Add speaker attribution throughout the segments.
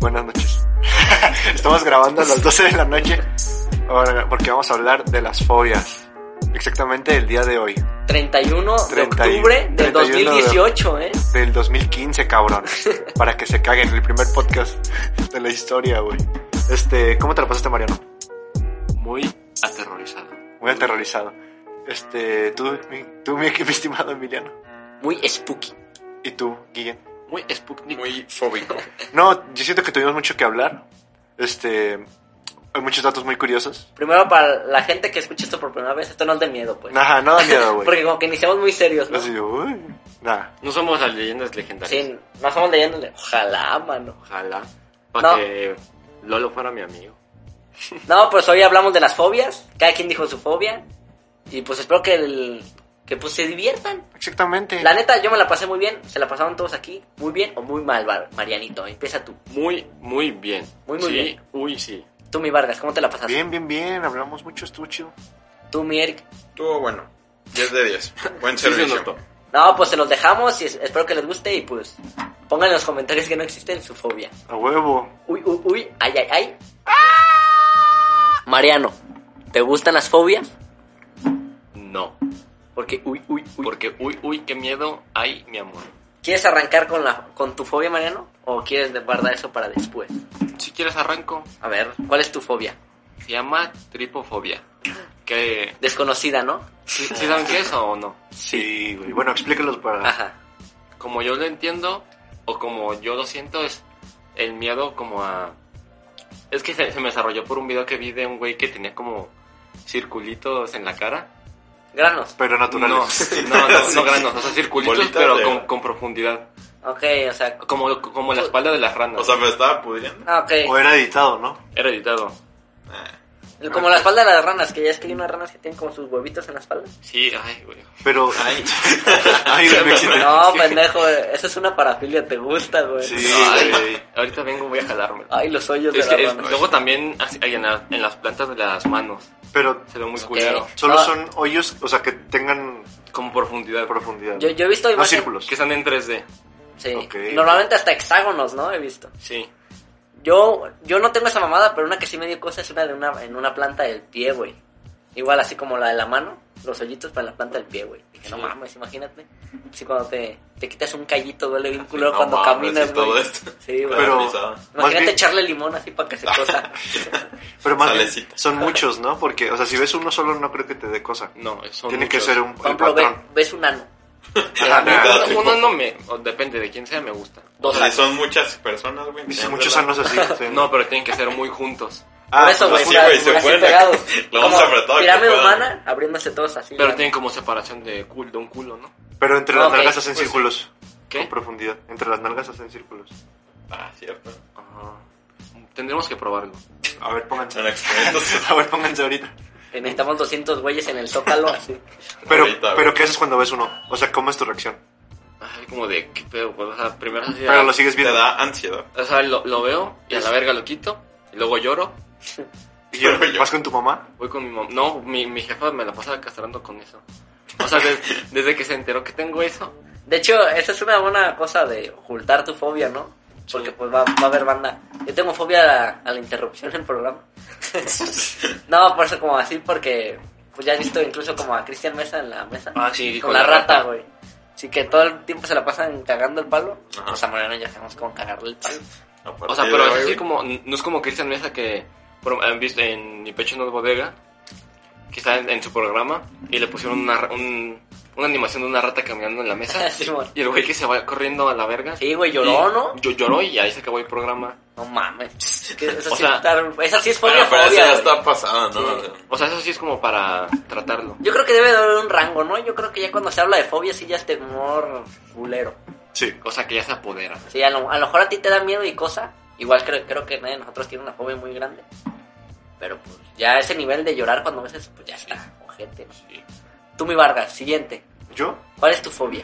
Speaker 1: Buenas noches. Estamos grabando a las 12 de la noche ahora, porque vamos a hablar de las fobias. Exactamente el día de hoy,
Speaker 2: 31 de
Speaker 1: 31,
Speaker 2: octubre del
Speaker 1: 31 de-
Speaker 2: 2018, ¿eh?
Speaker 1: del 2015, cabrón. Para que se caguen, el primer podcast de la historia, güey. Este, ¿cómo te lo pasaste, Mariano?
Speaker 3: muy aterrorizado.
Speaker 1: Muy aterrorizado. Este, tú, mi, tú, mi, mi estimado Emiliano.
Speaker 2: Muy spooky.
Speaker 1: Y tú, Guillén.
Speaker 3: Muy Sputnik.
Speaker 4: muy fóbico.
Speaker 1: No, yo siento que tuvimos mucho que hablar. Este, hay muchos datos muy curiosos.
Speaker 2: Primero, para la gente que escucha esto por primera vez, esto no es de miedo, pues.
Speaker 1: Ajá, no da miedo, güey.
Speaker 2: Porque como que iniciamos muy serios, ¿no?
Speaker 1: Así, Pues uy, nada.
Speaker 3: No somos las leyendas legendarias.
Speaker 2: Sí, no estamos leyéndole. Ojalá, mano.
Speaker 3: Ojalá.
Speaker 2: No.
Speaker 3: Para que Lolo fuera mi amigo.
Speaker 2: No, pues hoy hablamos de las fobias. Cada quien dijo su fobia. Y pues espero que, el, que pues se diviertan.
Speaker 1: Exactamente.
Speaker 2: La neta, yo me la pasé muy bien. Se la pasaron todos aquí. Muy bien o muy mal, Bar- Marianito. Empieza tú.
Speaker 3: Muy, muy bien.
Speaker 2: Muy, muy
Speaker 3: sí,
Speaker 2: bien.
Speaker 3: Uy, sí.
Speaker 2: Tú, mi Vargas, ¿cómo te la pasaste?
Speaker 1: Bien, bien, bien. Hablamos mucho, estuvo chido.
Speaker 2: Tú, mi Eric.
Speaker 4: Estuvo bueno. 10 de 10. Buen
Speaker 3: Sí se
Speaker 4: servicio.
Speaker 3: notó.
Speaker 2: No, pues se los dejamos y es- espero que les guste y pues pongan en los comentarios que no existen su fobia.
Speaker 1: A huevo.
Speaker 2: Uy, uy, uy, ay, ay, ay. Mariano, ¿te gustan las fobias?
Speaker 3: No.
Speaker 2: Porque, uy, uy, uy.
Speaker 3: Porque, uy, uy, qué miedo hay, mi amor.
Speaker 2: ¿Quieres arrancar con, la, con tu fobia, Mariano? ¿O quieres de- guardar eso para después?
Speaker 3: Si quieres arranco.
Speaker 2: A ver, ¿cuál es tu fobia?
Speaker 3: Se llama tripofobia. Que...
Speaker 2: Desconocida, ¿no?
Speaker 3: ¿Sí, sí saben qué es o no?
Speaker 1: Sí, güey. Bueno, explícalos para.
Speaker 2: Ajá.
Speaker 3: Como yo lo entiendo, o como yo lo siento, es el miedo como a... Es que se, se me desarrolló por un video que vi de un güey que tenía como circulitos en la cara.
Speaker 2: Granos.
Speaker 1: Pero
Speaker 3: No,
Speaker 1: naturales.
Speaker 3: no, no, no granos, o sea, circulitos,
Speaker 4: Bolitas
Speaker 3: pero
Speaker 4: de-
Speaker 3: con, con profundidad.
Speaker 2: Ok, o sea...
Speaker 3: Como, como la espalda de las ranas.
Speaker 4: O sea, me estaba pudriendo.
Speaker 2: ah,
Speaker 1: O
Speaker 2: Ok.
Speaker 1: era editado, ¿no?
Speaker 3: Era editado.
Speaker 4: Ah,
Speaker 2: Como la espalda de las ranas, que ya es que hay unas ranas que tienen como sus huevitos en la espalda.
Speaker 3: Sí, ay, güey.
Speaker 1: Pero.
Speaker 4: Ay.
Speaker 1: Ay, güey, me excité.
Speaker 2: No, pendejo, eso es una parafilia, te gusta, güey.
Speaker 1: Sí,
Speaker 3: Ay,
Speaker 1: güey.
Speaker 3: Ahorita vengo, voy a jalarme.
Speaker 2: Ay, los hoyos
Speaker 3: Es
Speaker 2: de Ah,
Speaker 3: que
Speaker 2: la
Speaker 3: es-
Speaker 2: rana.
Speaker 3: luego también así, ahí en, la- en las plantas de las manos.
Speaker 1: Pero
Speaker 3: Se ve muy
Speaker 2: Ok.
Speaker 3: culero.
Speaker 1: solo
Speaker 2: No.
Speaker 1: son hoyos, o sea, que tengan
Speaker 3: Como profundidad.
Speaker 1: profundidad.
Speaker 2: Yo, yo he visto
Speaker 1: no
Speaker 2: imágenes.
Speaker 1: círculos.
Speaker 3: Que están en 3D.
Speaker 2: Sí.
Speaker 1: Ok.
Speaker 2: Normalmente hasta hexágonos, ¿no? He visto.
Speaker 3: Sí.
Speaker 2: Yo, yo no tengo esa mamada, pero una que sí me dio cosa es una de una en una planta del pie, güey. Igual así como la de la mano, los hoyitos para la planta del pie, güey. Dije, no
Speaker 3: Sí.
Speaker 2: mames, imagínate. Así cuando te, te quitas un callito, duele bien culero
Speaker 4: no
Speaker 2: cuando
Speaker 4: mames,
Speaker 2: caminas,
Speaker 4: y todo
Speaker 2: güey.
Speaker 4: esto.
Speaker 2: Sí, güey.
Speaker 1: Pero-
Speaker 4: Paralizado.
Speaker 1: Más
Speaker 2: Imagínate
Speaker 1: bien-
Speaker 2: echarle limón así para que se cosa.
Speaker 1: Pero más bien,
Speaker 4: Salecita.
Speaker 1: son muchos, ¿no? Porque, o sea, si ves uno solo, no creo que te dé cosa.
Speaker 3: No, son
Speaker 1: Tiene que
Speaker 3: muchos.
Speaker 1: ser un
Speaker 2: Por
Speaker 1: el
Speaker 2: ejemplo, ve-
Speaker 1: patrón.
Speaker 2: ves un ano.
Speaker 1: Ajá, nada.
Speaker 3: Uno- Uno no me... o Depende de quién sea, me gusta.
Speaker 4: O
Speaker 2: Dos
Speaker 4: sea,
Speaker 2: anos.
Speaker 4: si Pues son muchas personas, güey.
Speaker 1: Dice
Speaker 4: ya,
Speaker 1: muchos
Speaker 4: ¿verdad?
Speaker 1: sanos así. sí.
Speaker 3: No, pero tienen que ser muy juntos.
Speaker 1: Ah,
Speaker 2: Por eso, güey.
Speaker 4: pues sí,
Speaker 2: o sea,
Speaker 4: güey, se
Speaker 2: así
Speaker 4: pueden-
Speaker 2: pegados.
Speaker 4: lo vamos
Speaker 2: Como
Speaker 4: apretado que
Speaker 2: Pirámide
Speaker 4: puedan.
Speaker 2: humana, abriéndose todos así.
Speaker 3: Pero
Speaker 2: ¿no?
Speaker 3: tienen como separación de, cul- de un culo, ¿no?
Speaker 1: Pero entre
Speaker 2: Ah,
Speaker 1: las
Speaker 2: ok,
Speaker 1: nalgas hacen
Speaker 4: pues sí.
Speaker 1: círculos.
Speaker 3: ¿Qué?
Speaker 1: Con profundidad. Entre las nalgas hacen círculos.
Speaker 4: Ah, cierto.
Speaker 3: Ah, Tendremos que probarlo.
Speaker 1: A ver, pónganse.
Speaker 4: Son experimentos.
Speaker 1: A ver, pónganse ahorita.
Speaker 2: Eh, Necesitamos 200 güeyes en el zócalo, así.
Speaker 1: Pero,
Speaker 4: Ahorita,
Speaker 1: pero
Speaker 4: güey.
Speaker 1: ¿qué haces cuando ves uno? O sea, ¿cómo es tu reacción?
Speaker 3: Ay, como de, qué pedo, pues, o sea, primero así,
Speaker 1: Pero
Speaker 3: ah,
Speaker 1: lo sigues
Speaker 4: Te
Speaker 1: viendo.
Speaker 4: da ansiedad.
Speaker 3: o sea, lo, lo veo y a la verga lo quito, y luego lloro,
Speaker 1: Y yo-
Speaker 4: Pero yo-
Speaker 1: ¿Vas con tu mamá?
Speaker 3: voy con mi mamá, no, mi, mi jefa me la pasa castrando con eso. O sea, des- desde que se enteró que tengo eso,
Speaker 2: De hecho, esa es una buena cosa de ocultar tu fobia, ¿no? Porque pues va, va a haber banda. Yo tengo fobia a la, a la interrupción en programa. no, por eso como así, porque pues ya he visto incluso como a Cristian Mesa en la mesa.
Speaker 3: Ah, sí,
Speaker 2: con la rata, güey. Así que todo el tiempo se la pasan cagando el palo.
Speaker 4: Ajá.
Speaker 2: Pues a Mariano ya sabemos cómo cagarle el palo.
Speaker 3: o sea, pero es así como, no es como Cristian Mesa que, por- han visto en mi pecho no es bodega, que está en, en su programa y le pusieron una, ra- un- una animación de una rata caminando en la mesa.
Speaker 2: Simón.
Speaker 3: y el güey que se va corriendo a la verga.
Speaker 2: Sí, güey, lloró,
Speaker 3: Y-
Speaker 2: ¿no?
Speaker 3: Yo lloró y ahí se acabó el programa.
Speaker 2: No mames. Que Esa,
Speaker 3: O
Speaker 2: sí
Speaker 3: sea-
Speaker 2: está- esa sí es
Speaker 4: Bueno,
Speaker 2: fobia,
Speaker 4: pero eso
Speaker 2: fobia,
Speaker 4: ya
Speaker 2: güey.
Speaker 4: está pasado, ¿no?
Speaker 2: Sí.
Speaker 3: O sea, eso sí es como para tratarlo.
Speaker 2: Yo creo que debe de haber un rango, ¿no? Yo creo que ya cuando se habla de fobia sí ya es temor culero.
Speaker 1: Sí.
Speaker 3: O sea, que ya se apodera.
Speaker 2: Sí, a lo, a lo mejor a ti te da miedo y cosa. Igual creo, creo que nadie de nosotros tiene una fobia muy grande. Pero pues ya ese nivel de llorar cuando ves eso, pues ya está. Ojete. ¿no?
Speaker 4: Sí.
Speaker 2: Tú, mi Vargas, siguiente.
Speaker 1: Yo,
Speaker 2: ¿Cuál es tu fobia?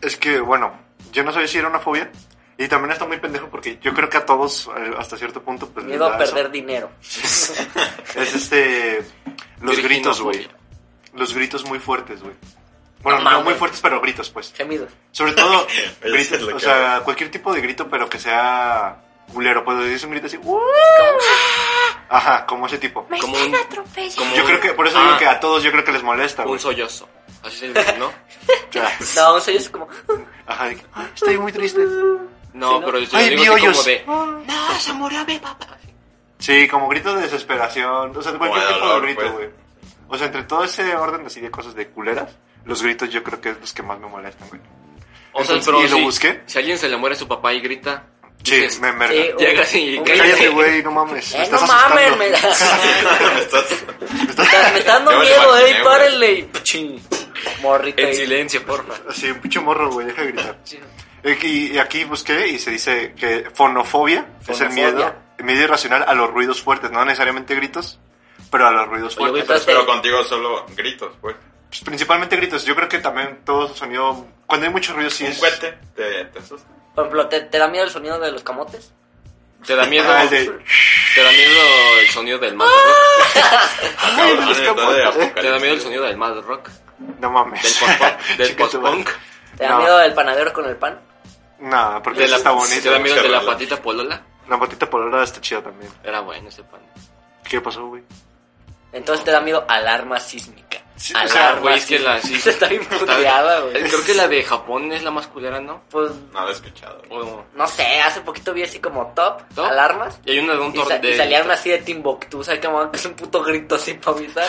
Speaker 1: es que, bueno, yo no sabía si era una fobia. Y también está muy pendejo porque yo creo que a todos, eh, hasta cierto punto, pues. les
Speaker 2: Miedo a
Speaker 1: da eso.
Speaker 2: perder dinero.
Speaker 1: Es este. Los
Speaker 3: Virginofobia.
Speaker 1: gritos, güey. Los gritos muy fuertes, güey. Bueno,
Speaker 2: No
Speaker 1: no,
Speaker 2: mames.
Speaker 1: muy fuertes, pero gritos, pues.
Speaker 2: Gemidos.
Speaker 1: Sobre todo,
Speaker 4: Oye,
Speaker 1: gritos,
Speaker 4: es lo
Speaker 1: o
Speaker 4: que
Speaker 1: sea, cualquier tipo de grito, pero que sea culero. Pues es un grito así, "Uh". Ajá, como ese tipo.
Speaker 3: Como un, como
Speaker 1: Yo
Speaker 3: un-
Speaker 1: creo que, por eso
Speaker 3: ah, Pues,
Speaker 1: digo que a todos yo creo que les molesta,
Speaker 3: Un
Speaker 1: güey.
Speaker 3: sollozo. Así se dice, ¿no?
Speaker 1: O sea,
Speaker 2: No, en serio es como...
Speaker 1: Ajá, de que, "Ay, estoy muy triste.
Speaker 3: No,
Speaker 2: Sí, ¿no?
Speaker 3: pero yo
Speaker 1: Ay,
Speaker 3: digo así como
Speaker 1: piollos.
Speaker 3: de...
Speaker 1: Sí, como gritos de desesperación. O sea, cualquier
Speaker 4: Como de
Speaker 1: tipo
Speaker 4: dolor,
Speaker 1: de grito,
Speaker 4: pues.
Speaker 1: güey. O sea, entre todo ese orden así de cosas de culeras, los gritos yo creo que es los que más me molestan, güey.
Speaker 3: O sea,
Speaker 1: Entonces,
Speaker 3: pero
Speaker 1: ¿y lo
Speaker 3: si,
Speaker 1: busqué?
Speaker 3: si a alguien se le muere su papá y grita...
Speaker 1: Sí,
Speaker 3: dices,
Speaker 1: me enverga.
Speaker 2: Sí, o-
Speaker 3: Llegas y-
Speaker 2: o-
Speaker 1: Cállate, güey, no mames. me
Speaker 2: Eh,
Speaker 1: estás
Speaker 2: no mames,
Speaker 1: asustando.
Speaker 2: me,
Speaker 4: Me estás-
Speaker 1: Me estás-
Speaker 2: me están dando
Speaker 4: Ya me lo
Speaker 2: miedo,
Speaker 4: imaginé,
Speaker 2: eh,
Speaker 4: güey.
Speaker 2: párenle. Chin. Morrito.
Speaker 3: En
Speaker 2: ahí.
Speaker 3: silencio, porfa.
Speaker 1: Así, un pinche morro, güey, deja de gritar. Eh, Y, y aquí busqué y se dice que fonofobia, es el
Speaker 2: Fonofobia.
Speaker 1: miedo, el miedo irracional a los ruidos fuertes, no necesariamente gritos, pero a los ruidos
Speaker 3: Oye,
Speaker 1: fuertes.
Speaker 3: güey,
Speaker 2: Entonces,
Speaker 4: Pero contigo solo gritos, pues.
Speaker 1: Pues, principalmente gritos, yo creo que también todo su sonido, cuando hay mucho ruido sí
Speaker 4: Un
Speaker 1: es...
Speaker 4: cohete te, te asusta.
Speaker 2: Por ejemplo, ¿te, te da miedo el sonido de los camotes?
Speaker 3: Te da miedo...
Speaker 1: Ah, el de-
Speaker 3: Te da miedo el sonido del Mad Rock.
Speaker 4: Ah,
Speaker 1: Ay,
Speaker 4: cabrón,
Speaker 1: los
Speaker 4: está
Speaker 1: camotes,
Speaker 4: de
Speaker 1: eh.
Speaker 4: apocalipsis.
Speaker 3: Te da miedo el sonido del Mad Rock.
Speaker 1: No mames.
Speaker 3: Del post-punk. Del
Speaker 1: Chica tu madre.
Speaker 3: post-punk.
Speaker 2: ¿Te da
Speaker 1: No.
Speaker 2: miedo el panadero con el pan?
Speaker 1: No, porque
Speaker 3: De
Speaker 1: eso
Speaker 3: la,
Speaker 1: está
Speaker 3: te da
Speaker 1: bonito.
Speaker 3: miedo el de la
Speaker 4: Cerrarla.
Speaker 3: patita polola.
Speaker 1: La patita polora está chida también.
Speaker 3: Era bueno ese pan.
Speaker 1: ¿Qué pasó, güey?
Speaker 2: Entonces te da miedo alarma sísmica.
Speaker 1: Sí, o
Speaker 2: alarma
Speaker 1: sea,
Speaker 3: güey, es que
Speaker 2: sísmica.
Speaker 3: la- sí.
Speaker 2: Está bien
Speaker 3: Está-
Speaker 2: puteada,
Speaker 3: Eh,
Speaker 2: güey.
Speaker 3: Creo que la de Japón es la más culera, ¿no?
Speaker 2: Pues,
Speaker 4: No lo he escuchado.
Speaker 3: O-
Speaker 2: no sé, hace poquito vi así como top,
Speaker 3: ¿Top?
Speaker 2: alarmas.
Speaker 3: y hay una de un
Speaker 2: Y, sa-
Speaker 3: torneo.
Speaker 2: y salieron así de Timbuktu, ¿sabes cómo? Que es un puto grito así para avisar.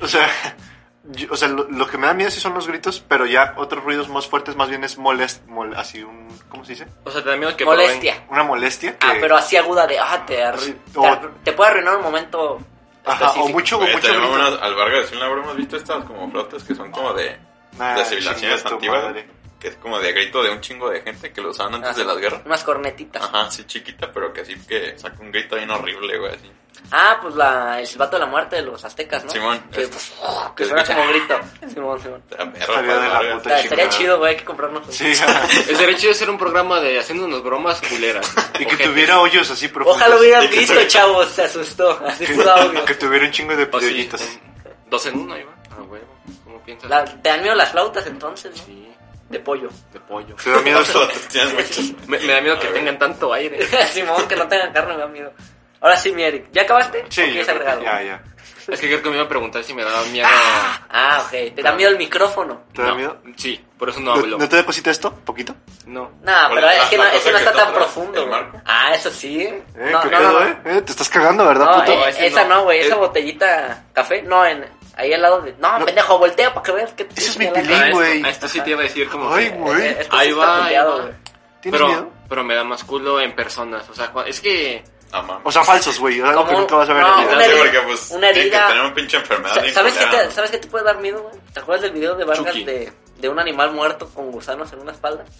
Speaker 1: O sea, yo- o sea lo, lo que me da miedo sí son los gritos, pero ya otros ruidos más fuertes más bien es molest, mol- así un, ¿cómo se dice?
Speaker 3: O sea, te da miedo que
Speaker 2: Molestia.
Speaker 1: Una molestia. Que,
Speaker 2: Ah, pero así aguda de, ah, te, arru-
Speaker 1: Así,
Speaker 2: te
Speaker 1: o-
Speaker 2: arru- te puede arruinar un momento
Speaker 1: Ajá,
Speaker 2: específico.
Speaker 1: o mucho, o
Speaker 4: Oye,
Speaker 1: mucho
Speaker 4: te llaman
Speaker 1: grito.
Speaker 4: unas- al Vargas de Ciudad Laura, ¿hemos visto estas como flautas que son como de,
Speaker 1: Ah,
Speaker 4: de civilizaciones
Speaker 1: chinga tu
Speaker 4: antiguas?
Speaker 1: madre.
Speaker 4: Que es como de grito de un chingo de gente que lo usaban antes
Speaker 2: Ajá.
Speaker 4: de las guerras.
Speaker 2: Unas cornetitas.
Speaker 4: Ajá, sí, chiquita, pero que sí que saca un grito bien horrible, güey, así.
Speaker 2: Ah, pues la, el silbato de la muerte de los aztecas, ¿no?
Speaker 4: Simón,
Speaker 2: Que,
Speaker 4: es-
Speaker 1: Este
Speaker 2: pues, que suena como grito. Simón, Simón.
Speaker 4: Te da perra, pues,
Speaker 1: Estaría de la
Speaker 4: Vargas.
Speaker 1: puta.
Speaker 2: Está- estaría
Speaker 1: chingada.
Speaker 2: chido, güey, hay que comprarnos. un-
Speaker 1: Sí, ajá.
Speaker 3: El derecho de hacer un programa de haciéndonos bromas culeras.
Speaker 1: y que
Speaker 3: Ojetes.
Speaker 1: tuviera hoyos así profundos.
Speaker 2: Ojalá hubieran
Speaker 4: Y que-
Speaker 2: visto, chavos, se asustó. Así
Speaker 1: que,
Speaker 2: fue audio.
Speaker 1: que tuviera un chingo de
Speaker 3: O Pues sí,
Speaker 1: hoyitos.
Speaker 3: en- dos en uno, ahí va. Ah, huevo. ¿Cómo piensas?
Speaker 2: La- te dan miedo las flautas entonces, ¿no?
Speaker 3: Sí,
Speaker 2: De pollo.
Speaker 3: de pollo.
Speaker 1: Te da miedo
Speaker 4: Los flautas tienen muchos-
Speaker 3: Me, me da miedo
Speaker 4: A
Speaker 3: que
Speaker 4: ver.
Speaker 3: tengan tanto aire.
Speaker 2: Simón, que no tengan carne, me da miedo. Ahora sí, mi Eric. ¿Ya acabaste?
Speaker 1: Sí,
Speaker 2: ¿O
Speaker 1: yo
Speaker 2: quieres
Speaker 1: creo que
Speaker 2: agregar
Speaker 1: ya,
Speaker 2: algo?
Speaker 1: ya.
Speaker 3: Es que creo que me iba a preguntar si me daba miedo.
Speaker 2: Ah, ok. ¿Te da miedo el micrófono?
Speaker 1: ¿Te da
Speaker 3: No,
Speaker 1: miedo?
Speaker 3: Sí, por eso no
Speaker 1: ¿No,
Speaker 3: hablo.
Speaker 1: no te deposita esto? ¿Poquito?
Speaker 3: No.
Speaker 2: No,
Speaker 4: Por
Speaker 2: pero
Speaker 4: la-
Speaker 2: es que
Speaker 4: la
Speaker 2: no,
Speaker 4: cosa
Speaker 2: es que no
Speaker 4: que
Speaker 2: está,
Speaker 4: está
Speaker 2: tan
Speaker 4: atrás,
Speaker 2: profundo.
Speaker 4: el
Speaker 2: güey.
Speaker 4: marco.
Speaker 2: Ah, eso sí. ¿Eh?
Speaker 1: Eh, ¿Qué pedo, eh? Eh, Te estás cagando, ¿verdad,
Speaker 2: No,
Speaker 1: puto?
Speaker 2: eh,
Speaker 3: Ese
Speaker 2: esa
Speaker 3: no.
Speaker 2: no, güey, esa
Speaker 3: Eh.
Speaker 2: botellita café, no, en, ahí al lado de... No,
Speaker 1: No.
Speaker 2: pendejo, voltea para que veas que...
Speaker 1: Ese es mi
Speaker 3: Ah,
Speaker 1: pilín,
Speaker 3: esto-
Speaker 1: güey.
Speaker 3: a esto sí te iba a decir como
Speaker 1: Ay,
Speaker 3: que-
Speaker 1: güey.
Speaker 2: Eh, esto sí
Speaker 3: Ahí
Speaker 2: está
Speaker 3: va, ahí
Speaker 2: punteado,
Speaker 3: va.
Speaker 2: güey.
Speaker 1: ¿Tienes
Speaker 3: pero,
Speaker 1: miedo?
Speaker 3: pero me da más culo en personas. O sea, cua- es que.
Speaker 4: Ah, mames.
Speaker 1: O sea, falsos, güey. Algo
Speaker 2: Como
Speaker 1: que nunca vas a ver
Speaker 2: no,
Speaker 1: en
Speaker 4: Sí,
Speaker 1: realidad.
Speaker 2: una herida-
Speaker 4: porque pues
Speaker 2: una
Speaker 4: tiene que
Speaker 2: herida-
Speaker 4: tener un pinche enfermedad.
Speaker 2: Sa-
Speaker 4: bien
Speaker 2: ¿Sabes qué,
Speaker 4: culera,
Speaker 2: te,
Speaker 4: ¿no?
Speaker 2: ¿Sabes qué te puede dar miedo, güey? ¿Te acuerdas del video de Vargas
Speaker 3: Chucky.
Speaker 2: de, de un animal muerto con gusanos en una espalda? ¿Te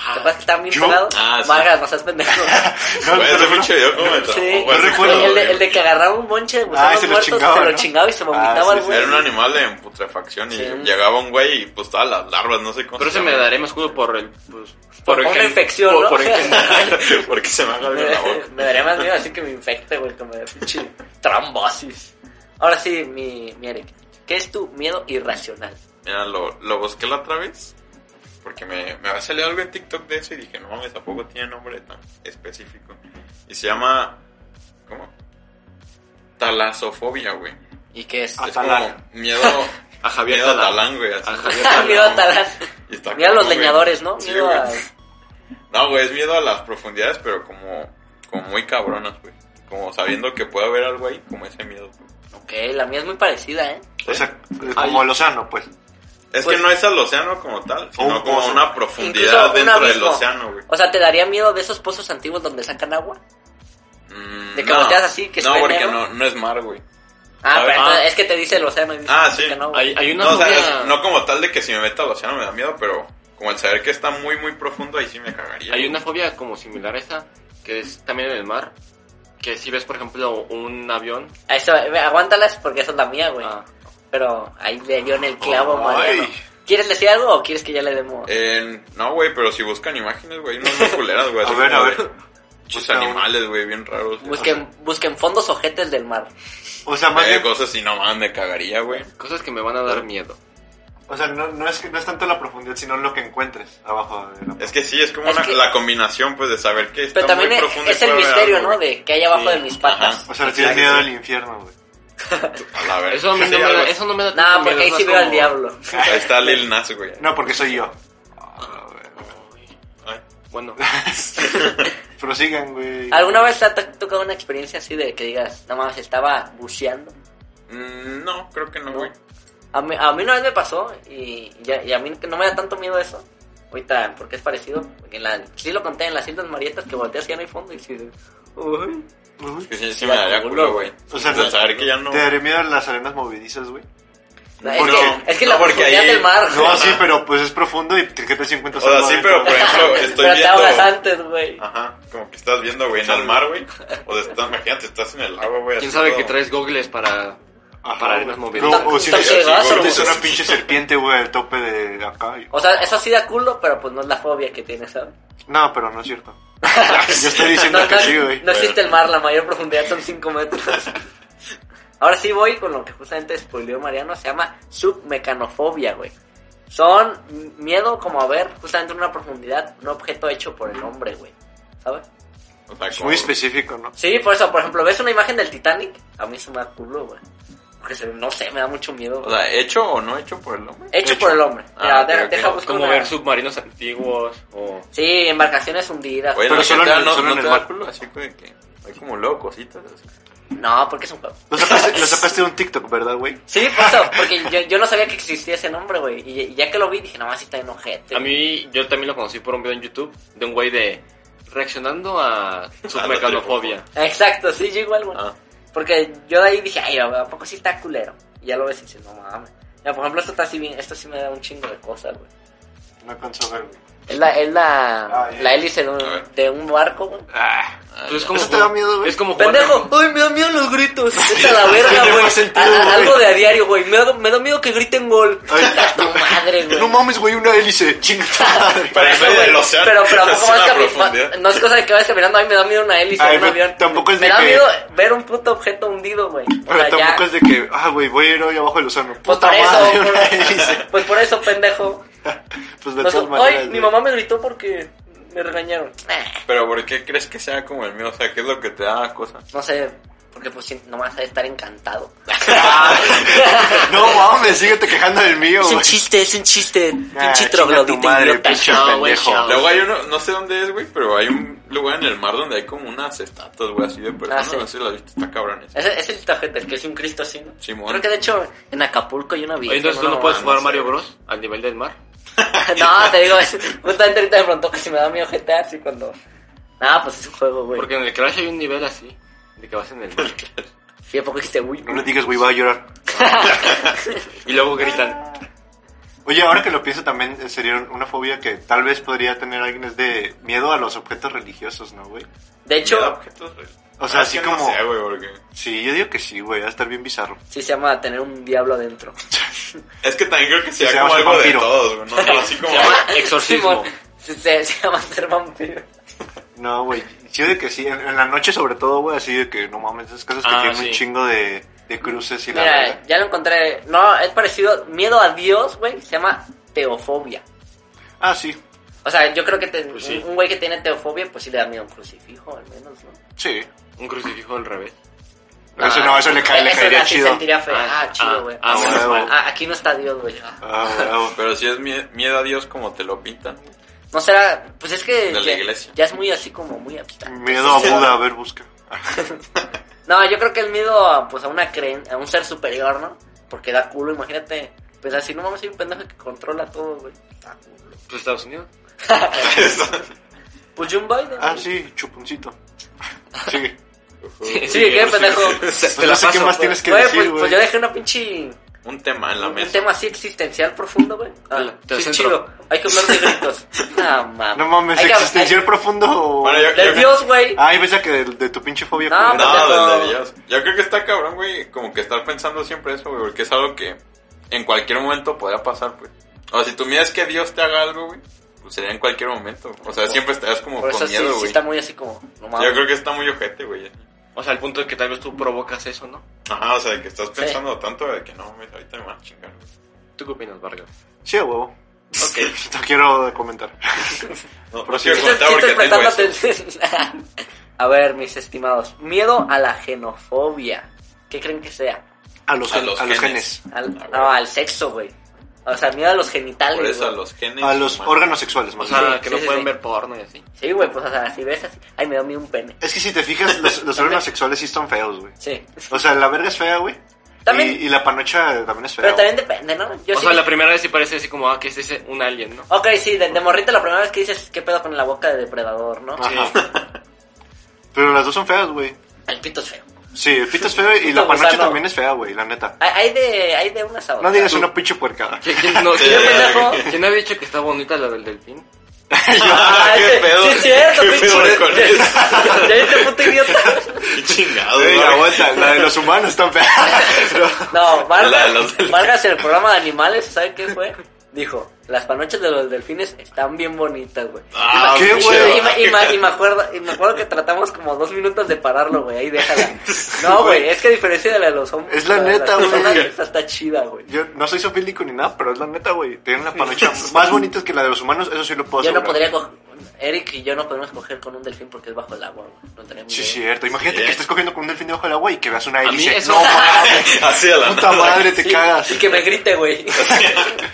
Speaker 3: Ah,
Speaker 2: acuerdas que estaban bien
Speaker 1: ¿yo?
Speaker 2: pelados?
Speaker 4: Ah, sí.
Speaker 2: Vargas, no seas pendejo.
Speaker 1: No,
Speaker 4: Güey,
Speaker 1: pero
Speaker 4: ese
Speaker 1: no.
Speaker 4: pinche video como me traumó,
Speaker 2: sí,
Speaker 4: güey,
Speaker 1: no
Speaker 4: así
Speaker 1: recuerdo.
Speaker 4: como
Speaker 2: el, de,
Speaker 4: bien-
Speaker 2: el de que agarraba un monche de gusanos
Speaker 1: Ah, se lo
Speaker 2: muertos,
Speaker 1: chingaba,
Speaker 2: se lo
Speaker 1: ¿no?
Speaker 2: chingaba y se vomitaba
Speaker 1: Ah, sí,
Speaker 2: el
Speaker 1: sí,
Speaker 2: güey.
Speaker 4: Era un animal en putrefacción y
Speaker 2: Sí.
Speaker 4: llegaba un güey y pues todas las larvas, no sé cómo
Speaker 3: Pero se me
Speaker 4: llaman.
Speaker 3: daré más culo por el. Pues,
Speaker 2: Por
Speaker 3: el
Speaker 2: una
Speaker 3: gen-
Speaker 2: infección,
Speaker 3: por-
Speaker 2: ¿no?
Speaker 3: por el gen-
Speaker 4: Porque se me haga algo en la boca.
Speaker 2: Me, me daría más miedo así que me infecte, güey, que me dé pinche trombosis. Ahora sí, mi, mi Eric, ¿qué es tu miedo irracional?
Speaker 4: Mira, lo, lo busqué la otra vez. Porque me, me había salido algo en TikTok de eso y dije, no mames, ¿a poco tiene nombre tan específico? Y se llama. ¿Cómo? Talasofobia, güey.
Speaker 2: ¿Y qué es?
Speaker 1: Ah,
Speaker 4: Es como
Speaker 1: Atalán.
Speaker 4: miedo.
Speaker 3: A Javier
Speaker 4: miedo a
Speaker 3: Talán.
Speaker 4: Talán, güey. así.
Speaker 3: A Javier
Speaker 2: miedo a talar.
Speaker 4: Y está
Speaker 2: Miedo a los
Speaker 4: cabrón, güey.
Speaker 2: leñadores, ¿no?
Speaker 4: Sí,
Speaker 2: Miedo
Speaker 4: güey.
Speaker 2: a...
Speaker 4: No, güey, es miedo a las profundidades, pero como, como muy cabronas, güey. Como sabiendo que puede haber algo ahí, como ese miedo, güey.
Speaker 3: No
Speaker 2: Ok, la mía es muy parecida, ¿eh?
Speaker 1: O sea, como el océano, pues.
Speaker 4: Es
Speaker 2: Pues-
Speaker 4: que no es al océano como tal, sino
Speaker 1: Un
Speaker 4: como
Speaker 1: pozo.
Speaker 4: una profundidad
Speaker 2: un
Speaker 4: dentro del
Speaker 2: abismo.
Speaker 4: océano, güey.
Speaker 2: O sea, ¿te daría miedo de esos pozos antiguos donde sacan agua?
Speaker 4: Mm,
Speaker 2: de que volteas así, que se
Speaker 4: No,
Speaker 2: ve
Speaker 4: porque
Speaker 2: negro.
Speaker 4: no, no es mar, güey.
Speaker 2: Ah,
Speaker 4: A
Speaker 2: pero
Speaker 4: ver,
Speaker 2: entonces
Speaker 3: ah.
Speaker 2: es que te dice el océano y dices
Speaker 4: Ah, sí,
Speaker 2: que no, güey.
Speaker 3: Hay, hay una
Speaker 4: No, o sea,
Speaker 3: subida-
Speaker 4: es- no como tal de que si me meto al océano me da miedo, pero como el saber que está muy, muy profundo, ahí sí me cagaría.
Speaker 3: Hay una fobia como similar a esa, que es también en el mar. Que si ves, por ejemplo, un avión.
Speaker 2: Eso, eh, aguántalas porque esa es la mía, güey.
Speaker 3: ah,
Speaker 2: Pero ahí le dio en el clavo,
Speaker 4: Ay.
Speaker 2: Mariano. ¿Quieres decir algo o quieres que ya le demos?
Speaker 4: Eh, no, güey, pero si buscan imágenes, güey, no son culeras, güey.
Speaker 1: A
Speaker 4: así
Speaker 1: ver,
Speaker 4: como
Speaker 1: a
Speaker 4: de
Speaker 1: ver.
Speaker 4: Muchos
Speaker 1: Busca un-
Speaker 4: animales, güey, bien raros.
Speaker 2: busquen, busquen fondos ojetes del mar.
Speaker 1: O sea, más
Speaker 4: Eh,
Speaker 1: bien,
Speaker 4: cosas así, no mames, me cagaría, güey.
Speaker 3: cosas que me van a dar miedo.
Speaker 1: o sea, no, no es que no es tanto la profundidad, sino lo que encuentres abajo de la
Speaker 4: Es que sí, es como
Speaker 2: Es
Speaker 4: una-
Speaker 2: que-
Speaker 4: la combinación, pues, de saber que está
Speaker 2: Pero también
Speaker 4: muy
Speaker 2: es,
Speaker 4: profundo. y
Speaker 2: es el
Speaker 4: puede haber
Speaker 2: misterio,
Speaker 4: algo,
Speaker 2: ¿no?
Speaker 4: güey.
Speaker 2: De que hay abajo
Speaker 4: Sí,
Speaker 2: de mis patas.
Speaker 4: ajá.
Speaker 1: O sea, le tienes
Speaker 4: Exacto.
Speaker 1: miedo al infierno, güey.
Speaker 4: A la verga.
Speaker 3: Eso, a mí
Speaker 4: Sí,
Speaker 3: no me
Speaker 4: algo
Speaker 3: da,
Speaker 4: así.
Speaker 3: eso no me da
Speaker 2: Nah,
Speaker 3: tanto
Speaker 2: porque ahí
Speaker 3: miedo,
Speaker 2: sí
Speaker 3: es
Speaker 2: veo al
Speaker 3: como-
Speaker 2: diablo.
Speaker 4: Ahí está Lil Nas, güey.
Speaker 1: No, porque soy yo.
Speaker 4: Ay.
Speaker 3: ah, Bueno,
Speaker 1: Prosigan, güey.
Speaker 2: ¿Alguna vez te ha to- tocado una experiencia así de que digas, no mames, estaba buceando?
Speaker 4: Mm, No, creo que no, güey.
Speaker 2: A mí, a mí una vez me pasó y, ya- y a mí que no me da tanto miedo eso. Ahorita, porque es parecido. Porque en la, sí lo conté en las Islas Marietas que volteas y ya no hay fondo y dices, uy.
Speaker 1: Uy.
Speaker 4: Que sí, sí me daría culo, güey.
Speaker 1: O sea,
Speaker 4: De saber que ya no...
Speaker 1: ¿Te daría miedo a las arenas movedizas, güey?
Speaker 2: No, es,
Speaker 4: No,
Speaker 2: que, es que
Speaker 4: no,
Speaker 2: la
Speaker 4: porque
Speaker 2: profundidad
Speaker 4: ahí-
Speaker 2: del mar.
Speaker 1: No, sí, pero pues es profundo y te- ¿qué te si encuentras
Speaker 4: O sea,
Speaker 1: algo
Speaker 4: sí,
Speaker 1: adentro?
Speaker 4: pero, por ejemplo, estoy
Speaker 2: pero te ahogas
Speaker 4: viendo... Ah.
Speaker 2: antes, güey.
Speaker 4: Ajá, como que estás viendo, güey, en el mar, güey. O de estás, imagínate, estás en el agua, güey.
Speaker 3: quién
Speaker 4: así
Speaker 3: sabe
Speaker 4: todo.
Speaker 3: que traes gogles para,
Speaker 1: Ajá,
Speaker 3: para
Speaker 1: güey.
Speaker 3: arenas movedizas.
Speaker 1: No, o si
Speaker 2: Está
Speaker 1: te
Speaker 2: ciegazo,
Speaker 1: si te
Speaker 2: güey.
Speaker 1: hizo una pinche serpiente, güey, al tope de acá. y-
Speaker 2: O sea, eso sí da culo, pero pues no es la fobia que tienes, ¿sabes?
Speaker 1: No, pero no es cierto. Yo estoy diciendo
Speaker 2: No,
Speaker 1: que
Speaker 2: no-
Speaker 1: sí, güey.
Speaker 2: no existe el mar, la mayor profundidad son 5 metros. Ahora sí voy con lo que justamente spoileó Mariano, se llama submecanofobia, güey. Son m- miedo como a ver justamente en una profundidad un objeto hecho por el hombre, güey. ¿Sabes?
Speaker 4: O sea,
Speaker 1: Es
Speaker 4: como-
Speaker 1: muy específico, ¿no?
Speaker 2: Sí, por eso, por ejemplo, ves una imagen del Titanic, a mí se me da culo, güey. Porque se- no sé, me da mucho miedo.
Speaker 4: O
Speaker 2: güey.
Speaker 4: sea, ¿hecho o no hecho por el hombre?
Speaker 2: hecho,
Speaker 1: hecho.
Speaker 2: por el hombre.
Speaker 4: Ah,
Speaker 2: Mira,
Speaker 4: ok,
Speaker 2: de-
Speaker 4: ok.
Speaker 2: deja buscar
Speaker 3: como
Speaker 2: una-
Speaker 3: ver submarinos antiguos o...
Speaker 2: Sí, embarcaciones hundidas.
Speaker 4: Oye,
Speaker 1: Pero
Speaker 4: pero
Speaker 1: solo
Speaker 4: solo,
Speaker 1: en el-
Speaker 4: no,
Speaker 1: solo
Speaker 4: no
Speaker 1: en
Speaker 4: te
Speaker 1: el
Speaker 4: da
Speaker 1: mar.
Speaker 4: culo, así güey, que hay como luego cositas. así.
Speaker 2: No, porque es un juego.
Speaker 1: Lo sacaste, lo sacaste de un TikTok, ¿verdad, güey?
Speaker 2: Sí, por eso, porque yo, yo no sabía que existía ese nombre, güey. Y, y ya que lo vi, dije, no, más está en ojete.
Speaker 3: A mí, yo también lo conocí por un video en YouTube de un güey de... Reaccionando
Speaker 1: Ah,
Speaker 3: a submecanofobia.
Speaker 2: Exacto, sí, yo igual, güey.
Speaker 4: Ah,
Speaker 2: Porque yo de ahí dije, ay, ¿a poco sí está culero? Y ya lo ves y dices, no mames. Mira, por ejemplo, esto está así bien, esto sí me da un chingo de cosas, güey.
Speaker 1: No alcanzo a ver, güey.
Speaker 2: Es la, es la,
Speaker 1: Ah, ya.
Speaker 2: la hélice de un,
Speaker 4: A ver.
Speaker 2: de un barco, güey.
Speaker 4: ah,
Speaker 3: Pues es
Speaker 4: ya.
Speaker 3: como
Speaker 1: Eso te da miedo, güey.
Speaker 3: es como jugar-
Speaker 2: Pendejo, ay, me da miedo los gritos. Vete a la verga,
Speaker 1: Tiene
Speaker 2: güey.
Speaker 1: más sentido,
Speaker 2: A- a-
Speaker 1: güey.
Speaker 2: Algo de a diario, güey. Me da, me da miedo que griten gol.
Speaker 1: Ay.
Speaker 2: Chinga tu madre, güey.
Speaker 1: No mames, güey, una hélice. Chingada madre.
Speaker 4: Para eso
Speaker 2: Pero,
Speaker 4: del océano.
Speaker 2: Pero, pero, ¿a
Speaker 4: es
Speaker 2: poco vas
Speaker 4: una
Speaker 2: camin-
Speaker 4: profundidad.
Speaker 2: va- No es cosa de que vayas caminando. A mí me da miedo una hélice
Speaker 1: Ay,
Speaker 2: de un
Speaker 1: no,
Speaker 2: avión.
Speaker 1: tampoco es
Speaker 2: me
Speaker 1: de
Speaker 2: da
Speaker 1: que-
Speaker 2: miedo ver un puto objeto hundido, güey. O
Speaker 1: Pero
Speaker 2: sea, ya-
Speaker 1: tampoco es de que, ah, güey, voy a ir hoy abajo del océano.
Speaker 2: Pues
Speaker 1: Puta
Speaker 2: por eso.
Speaker 1: madre,
Speaker 2: por-
Speaker 1: una hélice.
Speaker 2: pues por eso, pendejo.
Speaker 1: Pues de
Speaker 2: No sé,
Speaker 1: todas maneras.
Speaker 2: Ay, mi
Speaker 1: güey.
Speaker 2: mamá me gritó porque me regañaron. Ah,
Speaker 4: Pero ¿por qué crees que sea como el mío? O sea, ¿qué es lo que te da cosa?
Speaker 2: No sé, porque pues sí, nomás ha de estar encantado.
Speaker 1: Ah, No mames, síguete quejando del mío,
Speaker 2: Es un
Speaker 1: güey.
Speaker 2: chiste, es un chiste.
Speaker 1: Ah,
Speaker 2: pinche
Speaker 1: chinga tu
Speaker 2: troglodita
Speaker 1: madre,
Speaker 2: idiota.
Speaker 1: pinche
Speaker 2: No, güey,
Speaker 1: pendejo.
Speaker 2: no.
Speaker 4: Luego hay uno, no sé dónde es, güey, pero hay un lugar en el mar donde hay como unas estatuas, güey, así de personas.
Speaker 2: Ah, sí.
Speaker 4: No sé si las viste, está cabrón. eso.
Speaker 2: Ese, ese es el tarjeta, el que es un Cristo así, ¿no?
Speaker 4: Simón.
Speaker 2: Creo que de hecho en Acapulco hay una
Speaker 3: Oye,
Speaker 2: virgen.
Speaker 3: entonces tú
Speaker 2: una
Speaker 3: no puedes
Speaker 2: mamá,
Speaker 3: jugar
Speaker 2: no sé.
Speaker 3: Mario Bros. al nivel del mar.
Speaker 2: No, te digo, es- justamente ahorita me preguntó que si me da miedo GTA así cuando. Nada, pues es un juego, güey.
Speaker 3: Porque en el Crash hay un nivel así, de que vas en el mar.
Speaker 2: Y a poco dijiste, uy,
Speaker 1: No le digas, güey, va a llorar.
Speaker 3: Y luego gritan,
Speaker 1: Oye, ahora que lo pienso también eh, sería una fobia que tal vez podría tener alguien es de miedo a los objetos religiosos, ¿no, güey?
Speaker 2: De
Speaker 4: Me da
Speaker 2: hecho,
Speaker 4: objetos, güey.
Speaker 1: O sea,
Speaker 4: Ah,
Speaker 1: así
Speaker 4: es que no
Speaker 1: como-
Speaker 4: sé, güey, porque-
Speaker 1: Sí, yo digo que sí, güey, va a estar bien bizarro.
Speaker 2: sí se llama tener un diablo adentro.
Speaker 4: Es que también creo que sea
Speaker 1: Se llama
Speaker 4: como
Speaker 1: ser
Speaker 4: algo de
Speaker 1: vampiro.
Speaker 4: todos, güey. No, no, así
Speaker 3: se
Speaker 4: como...
Speaker 3: llama exorcismo.
Speaker 2: Simón, se, se- se llama ser vampiro.
Speaker 1: No, güey, yo digo que sí, en, en la noche sobre todo, güey, así de que no mames, esas casas que
Speaker 3: Ah,
Speaker 1: tienen un
Speaker 3: sí.
Speaker 1: chingo de, de cruces y la
Speaker 2: Mira,
Speaker 1: verdad.
Speaker 2: ya lo encontré. No, es parecido. Miedo a Dios, güey, se llama teofobia.
Speaker 1: Ah, sí,
Speaker 2: O sea, yo creo que te-
Speaker 3: Pues sí.
Speaker 2: un un güey que tiene teofobia, pues sí le da miedo a un crucifijo, al menos, ¿no?
Speaker 1: sí.
Speaker 3: Un crucifijo al revés.
Speaker 2: Ah,
Speaker 1: Pero eso Pues no, eso le cae, le
Speaker 2: Eso
Speaker 1: caería
Speaker 2: así
Speaker 1: chido.
Speaker 2: sentiría feo. Ah,
Speaker 3: Ah, ah,
Speaker 2: chido, güey.
Speaker 3: ah,
Speaker 1: bueno.
Speaker 2: Ah, aquí no está Dios, güey. Ah.
Speaker 1: Ah, güey,
Speaker 4: Pero si es mie- miedo a Dios como te lo pintan.
Speaker 2: No será, pues es que
Speaker 4: De la
Speaker 2: ya,
Speaker 4: iglesia.
Speaker 1: Mm.
Speaker 2: ya es muy así como muy abstracto.
Speaker 1: miedo a Buda, a ver, busca.
Speaker 2: No, yo creo que el miedo a, pues, a una creen, a un ser superior, ¿no? Porque da culo, imagínate. Pues así no vamos a ser un pendejo que controla todo, güey.
Speaker 1: Ah,
Speaker 2: Da culo.
Speaker 3: Pues Estados Unidos.
Speaker 2: Pues John Biden.
Speaker 1: Ah,
Speaker 2: güey.
Speaker 1: sí, chuponcito. Sigue.
Speaker 2: Sí, qué pendejo.
Speaker 1: Pues no sé qué más tienes que
Speaker 2: Güey,
Speaker 1: decir,
Speaker 2: pues,
Speaker 1: güey.
Speaker 2: pues yo dejé una pinche.
Speaker 4: Un tema en la
Speaker 2: Un
Speaker 4: mesa.
Speaker 2: tema así existencial profundo, güey. Ah,
Speaker 3: Te
Speaker 2: sí,
Speaker 3: centro.
Speaker 2: chido. Hay que hablar de gritos. Ah, mames.
Speaker 1: No mames,
Speaker 2: Hay que-
Speaker 1: existencial profundo. Ah,
Speaker 4: Bueno, yo-
Speaker 2: hay- Del Dios, güey.
Speaker 1: Ay, pensé que de, de tu pinche fobia.
Speaker 2: Ah, pues, No,
Speaker 1: culera.
Speaker 4: No,
Speaker 2: pendejo.
Speaker 4: desde Dios. Yo creo que está cabrón, güey, como que estar pensando siempre eso, güey, porque es algo que en cualquier momento podría pasar, pues. O sea, si tú miras que Dios te haga algo, güey, pues sería en cualquier momento. O sea, siempre estarías como
Speaker 2: Por eso
Speaker 4: con
Speaker 2: sí,
Speaker 4: miedo,
Speaker 2: sí
Speaker 4: güey.
Speaker 2: está muy así como. No mames.
Speaker 4: Yo creo que está muy ojete, güey.
Speaker 3: O sea, al punto de que tal vez tú provocas eso, ¿no?
Speaker 4: Ajá, o sea, de que estás pensando tanto de que no, mames, ahorita me van a chingar. güey.
Speaker 3: ¿Tú qué opinas, Vargas?
Speaker 1: Sí, a huevo.
Speaker 3: Ok.
Speaker 1: No quiero comentar.
Speaker 4: No,
Speaker 1: Pero
Speaker 4: no
Speaker 1: sí,
Speaker 4: quiero
Speaker 1: sí,
Speaker 4: contar
Speaker 2: Estoy
Speaker 4: porque tengo
Speaker 2: prestando
Speaker 4: eso.
Speaker 2: atención. A ver, mis estimados. Miedo a la genofobia. ¿Qué creen que sea?
Speaker 1: A los, a
Speaker 4: A los
Speaker 1: los,
Speaker 4: genes.
Speaker 1: genes.
Speaker 2: Al,
Speaker 4: Ah, güey.
Speaker 2: no, al sexo, güey. O sea, miedo a los genitales.
Speaker 4: Por eso a
Speaker 2: güey.
Speaker 4: los genes.
Speaker 1: A los
Speaker 4: humanos.
Speaker 1: órganos sexuales,
Speaker 3: O
Speaker 1: más bien.
Speaker 3: sea,
Speaker 2: Sí,
Speaker 3: que
Speaker 2: sí,
Speaker 3: no
Speaker 2: sí,
Speaker 3: pueden
Speaker 2: sí.
Speaker 3: ver porno y así.
Speaker 2: Sí, güey, pues o sea, si ves así. Ay, me dio miedo un pene.
Speaker 1: Es que si te fijas, los, los órganos sexuales sí están feos, güey.
Speaker 2: Sí.
Speaker 1: O sea, la verga es fea, güey.
Speaker 2: También-
Speaker 1: Y, y la panocha también es fea.
Speaker 2: Pero
Speaker 1: güey.
Speaker 2: también depende, ¿no? Yo
Speaker 3: o
Speaker 2: sí.
Speaker 3: sea, la primera vez sí parece así como, ah, que es ese un alien, ¿no?
Speaker 2: Ok, sí, de, de morrito la primera vez que dices, ¿qué pedo con la boca de depredador, no?
Speaker 1: Ajá. Ah. Pero las dos son feas, güey.
Speaker 2: El pito es feo.
Speaker 1: Sí, el pito es feo y
Speaker 2: Puto
Speaker 1: la panocha
Speaker 2: gusano.
Speaker 1: también es fea, güey, la neta.
Speaker 2: Hay, hay de, hay de unas a
Speaker 1: No
Speaker 2: otras.
Speaker 1: digas una pinche puercada.
Speaker 3: ¿Qui- ¿Quién, no,
Speaker 4: Sí,
Speaker 3: ¿quién-
Speaker 2: pendejo?
Speaker 3: quién ha dicho que está bonita la del delfín?
Speaker 2: Ay,
Speaker 4: Ah, qué pedo.
Speaker 2: Sí, es cierto,
Speaker 4: Qué
Speaker 2: pinche.
Speaker 4: pedo con eso.
Speaker 2: Ya viste, puto idiota.
Speaker 4: Qué chingado,
Speaker 1: Güey,
Speaker 4: güey.
Speaker 1: la vuelta, la de los humanos está fea.
Speaker 2: No,
Speaker 4: La de los
Speaker 2: Vargas,
Speaker 4: delfines.
Speaker 2: Vargas en el programa de animales, ¿sabe qué fue? Dijo, las panochas de los delfines están bien bonitas, güey.
Speaker 4: Ah,
Speaker 1: ¿Qué,
Speaker 4: pinche
Speaker 1: güey?
Speaker 2: Y, me- y me- y me acuerdo, y me acuerdo que tratamos como dos minutos de pararlo, güey, ahí déjala. No, güey, es que a diferencia de la de los hombres.
Speaker 1: Es la
Speaker 2: de las
Speaker 1: neta, güey.
Speaker 2: personas, Esta está chida, güey.
Speaker 1: Yo no soy sofílico ni nada, pero es la neta, güey. Tienen las panochas más bonitas que la de los humanos, eso sí lo puedo
Speaker 2: Yo no
Speaker 1: asegurar.
Speaker 2: podría coger, Eric y yo no podemos coger con un delfín porque es bajo el agua, güey. No tenemos
Speaker 1: Sí,
Speaker 2: idea.
Speaker 1: cierto. Imagínate
Speaker 4: Sí.
Speaker 1: que estés cogiendo con un delfín debajo del agua y que veas una
Speaker 3: mí
Speaker 1: hélice.
Speaker 3: eso-
Speaker 1: No mames,
Speaker 4: Así a la
Speaker 1: puta
Speaker 4: nada.
Speaker 1: madre, te
Speaker 2: Sí,
Speaker 1: cagas.
Speaker 2: Y que me grite, güey.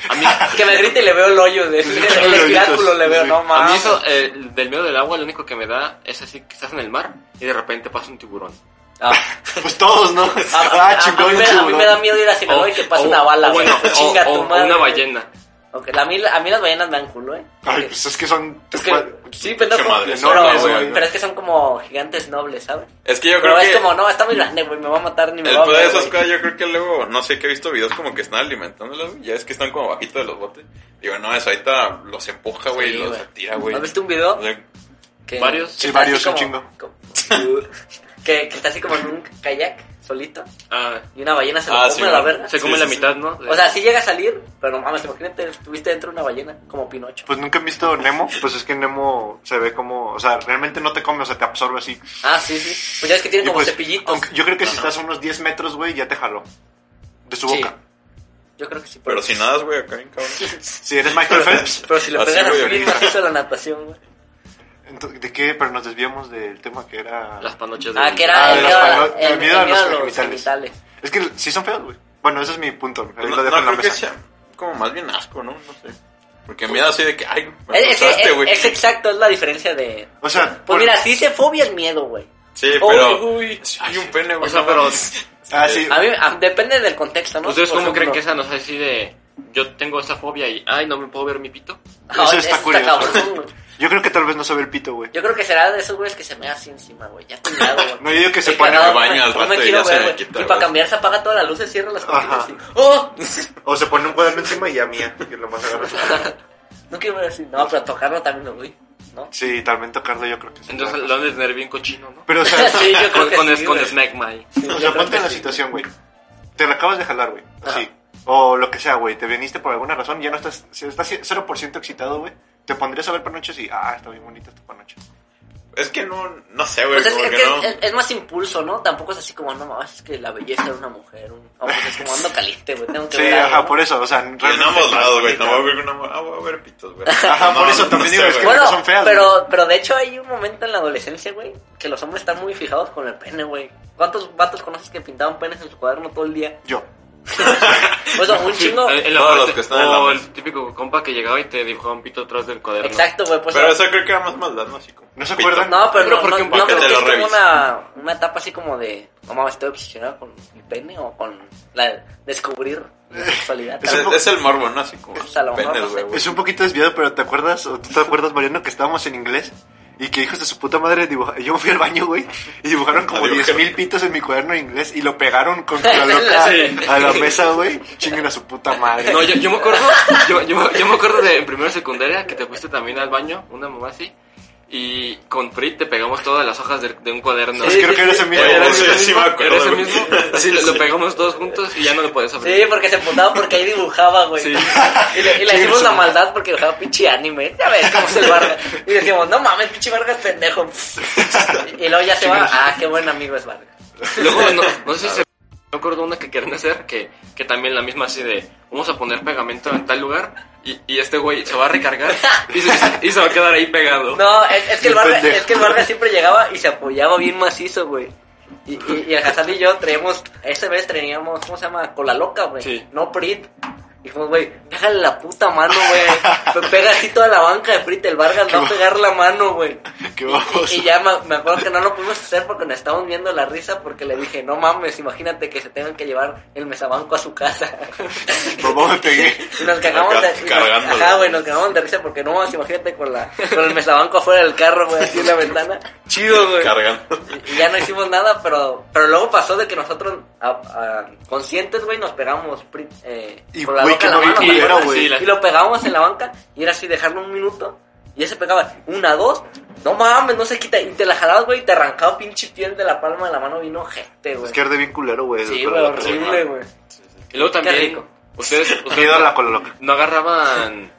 Speaker 3: A mí,
Speaker 2: que me grite y le veo el hoyo de, el espiráculo, le veo,
Speaker 1: Sí.
Speaker 2: no
Speaker 3: a
Speaker 2: mames.
Speaker 3: mí eso, eh, del miedo del agua, lo único que me da es así que estás en el mar y de repente pasa un tiburón.
Speaker 2: Ah.
Speaker 1: Pues todos, ¿no?
Speaker 2: A-
Speaker 1: Ah,
Speaker 2: a- a,
Speaker 1: chingón,
Speaker 2: mí me, a mí
Speaker 1: chingón.
Speaker 2: me da miedo ir a Sinaloa y que pase
Speaker 3: o-
Speaker 2: una bala,
Speaker 3: o
Speaker 2: güey.
Speaker 3: bueno, o-
Speaker 2: Chinga
Speaker 3: o-
Speaker 2: tu
Speaker 3: o
Speaker 2: madre.
Speaker 3: una ballena.
Speaker 2: Ok, la- a, mí, a mí las ballenas me dan culo, eh.
Speaker 1: Ay, pues es que son...
Speaker 2: Es que, sí, pendejo.
Speaker 4: Qué madre,
Speaker 2: pero,
Speaker 4: no, no, güey.
Speaker 2: pero es que son como gigantes nobles, ¿sabes?
Speaker 4: Es que yo creo
Speaker 2: Pero
Speaker 4: que.
Speaker 2: es como, no, está muy grande, güey, me va a matar ni me
Speaker 4: El
Speaker 2: va a
Speaker 4: poder de
Speaker 2: ver,
Speaker 4: esas
Speaker 2: güey.
Speaker 4: cosas, yo creo que luego, no sé, que he visto videos como que están alimentándolas, güey. Ya es que están como bajito de los botes. Digo, no, eso ahorita los empuja, güey,
Speaker 2: Sí,
Speaker 4: los
Speaker 2: güey.
Speaker 4: tira, güey.
Speaker 2: ¿Has visto un video?
Speaker 4: O sea,
Speaker 2: Que-
Speaker 3: Varios.
Speaker 2: que
Speaker 1: Sí,
Speaker 2: está
Speaker 1: varios,
Speaker 2: así
Speaker 1: un
Speaker 2: como- como- que, que está así como en un kayak, solito,
Speaker 3: Ah,
Speaker 2: y una ballena se lo
Speaker 4: Ah,
Speaker 2: come
Speaker 4: sí,
Speaker 2: a la
Speaker 4: güey.
Speaker 2: verga.
Speaker 3: se come
Speaker 4: Sí,
Speaker 3: la
Speaker 4: sí,
Speaker 3: mitad, ¿no?
Speaker 2: O sea, sí llega a salir, pero no mames, imagínate, estuviste dentro de una ballena, como Pinocho.
Speaker 1: Pues nunca han visto Nemo, pues es que Nemo se ve como, o sea, realmente no te come, o sea, te absorbe así.
Speaker 2: Ah, sí, sí. Pues ya es que tiene
Speaker 1: Y
Speaker 2: como
Speaker 1: pues,
Speaker 2: cepillitos.
Speaker 1: aunque- yo creo que si
Speaker 4: Ajá.
Speaker 1: estás a unos 10 metros, güey, ya te jaló. De su
Speaker 2: Sí.
Speaker 1: boca.
Speaker 2: Yo creo que sí.
Speaker 4: pero sin nada, güey, acá bien cabrón.
Speaker 1: Si eres Michael Phelps.
Speaker 2: Pero si le
Speaker 4: Así,
Speaker 2: pegas a
Speaker 4: güey,
Speaker 2: subir
Speaker 4: ahorita.
Speaker 2: macizo a la natación, güey.
Speaker 1: Ento- ¿De qué? Pero nos desviamos del tema que era...
Speaker 3: las panochas
Speaker 2: Ah,
Speaker 3: del-
Speaker 2: que era
Speaker 1: Ah,
Speaker 2: el,
Speaker 1: de
Speaker 2: miedo
Speaker 1: los
Speaker 2: a-
Speaker 1: palo-
Speaker 2: el-
Speaker 1: el miedo a
Speaker 2: el miedo
Speaker 1: los
Speaker 2: a los
Speaker 1: genitales.
Speaker 2: genitales.
Speaker 1: Es que sí son feos, güey. Bueno, ese es mi punto. Ahí
Speaker 4: No,
Speaker 1: lo dejo
Speaker 4: no,
Speaker 1: en la
Speaker 4: creo que
Speaker 1: mesa.
Speaker 4: sea como más bien asco, ¿no? No sé. Porque me da así de que, ay, me
Speaker 2: Es, es-
Speaker 4: asustaste,
Speaker 2: es-
Speaker 4: güey.
Speaker 2: es exacto, es la diferencia de...
Speaker 1: O sea,
Speaker 2: Pues
Speaker 1: por-
Speaker 2: mira, si se fobia el miedo, güey.
Speaker 4: Sí, pero.
Speaker 2: Uy, uy.
Speaker 4: Sí, Hay un pene, güey.
Speaker 3: O sea,
Speaker 4: no
Speaker 3: pero-
Speaker 4: mames.
Speaker 1: Ah, sí.
Speaker 2: A mí a- depende del contexto, ¿no?
Speaker 3: ¿Ustedes
Speaker 2: Por
Speaker 3: cómo creen
Speaker 2: ejemplo,
Speaker 3: que esa nos así de... Yo tengo esta fobia y... Ay, no me puedo ver mi pito.
Speaker 2: ah,
Speaker 1: Eso
Speaker 2: ese
Speaker 1: está curioso.
Speaker 2: cabrón, güey.
Speaker 1: Yo creo que tal vez no se ve el pito, güey.
Speaker 2: Yo creo que será de esos güeyes que se me hace encima, güey. Ya estoy mirado, güey.
Speaker 1: No, yo digo que se
Speaker 2: Estoy
Speaker 1: pone
Speaker 2: cagado,
Speaker 4: al baño
Speaker 2: no me-
Speaker 4: al
Speaker 2: no me
Speaker 4: rato y
Speaker 2: quiero
Speaker 4: ya se
Speaker 2: ver,
Speaker 4: le
Speaker 2: güey.
Speaker 4: quita,
Speaker 2: Y para
Speaker 4: güey.
Speaker 2: cambiar se apaga todas las luces, cierra las cortinas
Speaker 1: Ajá.
Speaker 2: y... ¡Oh!
Speaker 1: O se pone un cuaderno encima y ya mía. Que lo más agarra.
Speaker 2: No quiero ver así. No, pero tocarlo también lo güey. ¿No?
Speaker 1: Sí, también tocarlo yo creo que sí.
Speaker 3: Entonces lo han de tener bien cochino, ¿no?
Speaker 1: Pero, o sea,
Speaker 2: Sí, yo creo
Speaker 3: Con,
Speaker 2: que
Speaker 3: con,
Speaker 2: sí,
Speaker 3: es- con
Speaker 2: güey.
Speaker 3: Smack My.
Speaker 2: Sí, yo
Speaker 1: o sea
Speaker 2: creo
Speaker 1: ponte
Speaker 2: que
Speaker 1: en la
Speaker 2: sí.
Speaker 1: situación, güey. Te la acabas de jalar, güey. Así. O lo que sea, güey. Te viniste por alguna razón. Ya no estás... Si estás 0% excitado, güey. Te pondrías a ver panochas y... Ah, está bien bonita esta panocha.
Speaker 4: Es que no, no sé, güey.
Speaker 2: Pues es,
Speaker 4: como
Speaker 2: es
Speaker 4: que,
Speaker 2: que
Speaker 4: no.
Speaker 2: es, es más impulso, ¿no? Tampoco es así como, no mames, es que la belleza de una mujer. Un... No, pues es como ando caliente, güey. Tengo que
Speaker 1: Sí,
Speaker 2: ver algo,
Speaker 1: ajá,
Speaker 2: ¿no?
Speaker 1: por eso. O sea,
Speaker 4: Y en
Speaker 1: realmente
Speaker 4: ambos
Speaker 1: está
Speaker 4: lados, güey.
Speaker 1: bonita.
Speaker 4: No voy a ver una. Ah, voy a ver pitos, güey.
Speaker 1: Ajá, por eso también digo, es que-
Speaker 2: Bueno,
Speaker 1: son feas,
Speaker 2: pero, pero de hecho hay un momento en la adolescencia, güey, que los hombres están muy fijados con el pene, güey. ¿Cuántos vatos conoces que pintaban penes en su cuaderno todo el día?
Speaker 1: Yo.
Speaker 2: Bueno, Pues, un chingo.
Speaker 3: El- el-
Speaker 4: Todos los que están en la
Speaker 3: o
Speaker 4: mesa.
Speaker 3: el típico compa que llegaba y te dibujaba un pito atrás del cuaderno.
Speaker 2: Exacto, güey. Pues,
Speaker 4: Pero eso creo que era más maldad, ¿no? Así como,
Speaker 1: ¿No se
Speaker 4: pito.
Speaker 1: acuerdan?
Speaker 2: No, pero
Speaker 3: Pero
Speaker 2: no,
Speaker 3: porque
Speaker 2: no,
Speaker 3: un
Speaker 2: no,
Speaker 4: poco
Speaker 2: pero
Speaker 4: te
Speaker 2: es que
Speaker 4: lo
Speaker 2: es como
Speaker 4: revisa.
Speaker 2: una, una etapa así como de, no mames, estoy obsesionado con mi pene o con la descubrir mi sexualidad.
Speaker 4: Es, el- es el morbo, ¿no? Así como.
Speaker 2: Pues a lo mejor,
Speaker 4: penes,
Speaker 2: no sé.
Speaker 4: güey, güey.
Speaker 1: Es un poquito desviado, pero ¿te acuerdas, o tú te acuerdas, Mariano, que estábamos en inglés? Y que hijos de su puta madre dibujaron. Yo fui al baño, güey, y dibujaron como
Speaker 4: A dibujar.
Speaker 1: 10.000 pitos en mi cuaderno de inglés y lo pegaron contra la loca
Speaker 3: Sí.
Speaker 1: a la mesa, güey. Chinguen a su puta madre.
Speaker 3: No, yo, yo me acuerdo, yo, yo- yo me acuerdo de en primero secundaria que te fuiste también al baño, una mamá así, y con Prit te pegamos todas las hojas de, de un cuaderno.
Speaker 1: Es que creo que era ese mismo.
Speaker 4: Oye,
Speaker 3: Era
Speaker 4: sí,
Speaker 3: ese mismo,
Speaker 4: sí me acuerdo,
Speaker 3: era ese
Speaker 4: güey.
Speaker 3: mismo, sí, lo, lo pegamos todos juntos y ya no lo podías abrir.
Speaker 2: Sí, porque se emputaba porque ahí dibujaba, güey.
Speaker 3: Sí.
Speaker 2: Y le, y le hicimos la maldad porque dibujaba pinche anime. Ya ves cómo se Vargas. Y decíamos, no mames, pinche Vargas pendejo. Y luego ya se va, ah, qué buen amigo es Vargas.
Speaker 3: Luego, no, no sé si se... Me acuerdo una que querían hacer, que, que también la misma así de, vamos a poner pegamento en tal lugar, y, y este güey se va a recargar y se, y se va a quedar ahí pegado.
Speaker 2: No, es, es que
Speaker 1: Qué
Speaker 2: el Vargas,
Speaker 1: pendejo.
Speaker 2: es que el Vargas siempre llegaba y se apoyaba bien macizo, güey. Y, y, y el Hassan y yo traíamos, esta vez teníamos, ¿cómo se llama? Cola loca, güey.
Speaker 3: Sí.
Speaker 2: No Prit. Y dijimos, güey, pégale la puta mano, güey. Pe- Pega así toda la banca de Prit, el Vargas va a pegar la mano, güey.
Speaker 1: Qué baboso.
Speaker 2: Y ya me, me acuerdo que no lo pudimos hacer porque nos estábamos viendo la risa porque le dije, no mames, imagínate que se tengan que llevar el mesabanco a su casa.
Speaker 1: Mamá me pegué.
Speaker 2: Y nos cagamos de,
Speaker 4: Acá,
Speaker 2: y nos-
Speaker 4: cargándolo.
Speaker 2: ajá, güey, nos cagamos de risa porque no mames, imagínate con la con el mesabanco afuera del carro, güey, así en la ventana. Chido, güey.
Speaker 4: Cargando.
Speaker 2: Y, y ya no hicimos nada, pero pero luego pasó de que nosotros a- a- conscientes, güey, nos pegamos pri- eh,
Speaker 1: Y,
Speaker 2: con la
Speaker 1: güey,
Speaker 2: boca
Speaker 1: que
Speaker 2: en la
Speaker 1: no vi
Speaker 2: mano,
Speaker 3: y-
Speaker 1: culero,
Speaker 3: sí,
Speaker 1: güey.
Speaker 3: la-
Speaker 2: y lo pegábamos en la banca y era así dejarlo un minuto y ese pegaba una, dos, no mames, no se quita y te la jalabas, güey, y te arrancaba pinche piel de la palma de la mano vino gente, güey.
Speaker 1: Es que arde bien culero, güey.
Speaker 2: sí,
Speaker 1: pero
Speaker 2: güey,
Speaker 1: la persona-
Speaker 2: horrible, güey.
Speaker 3: Y luego
Speaker 2: Qué
Speaker 3: también,
Speaker 2: rico.
Speaker 3: ustedes, ustedes
Speaker 1: Miedo a
Speaker 3: no-
Speaker 1: la cola loca.
Speaker 3: no agarraban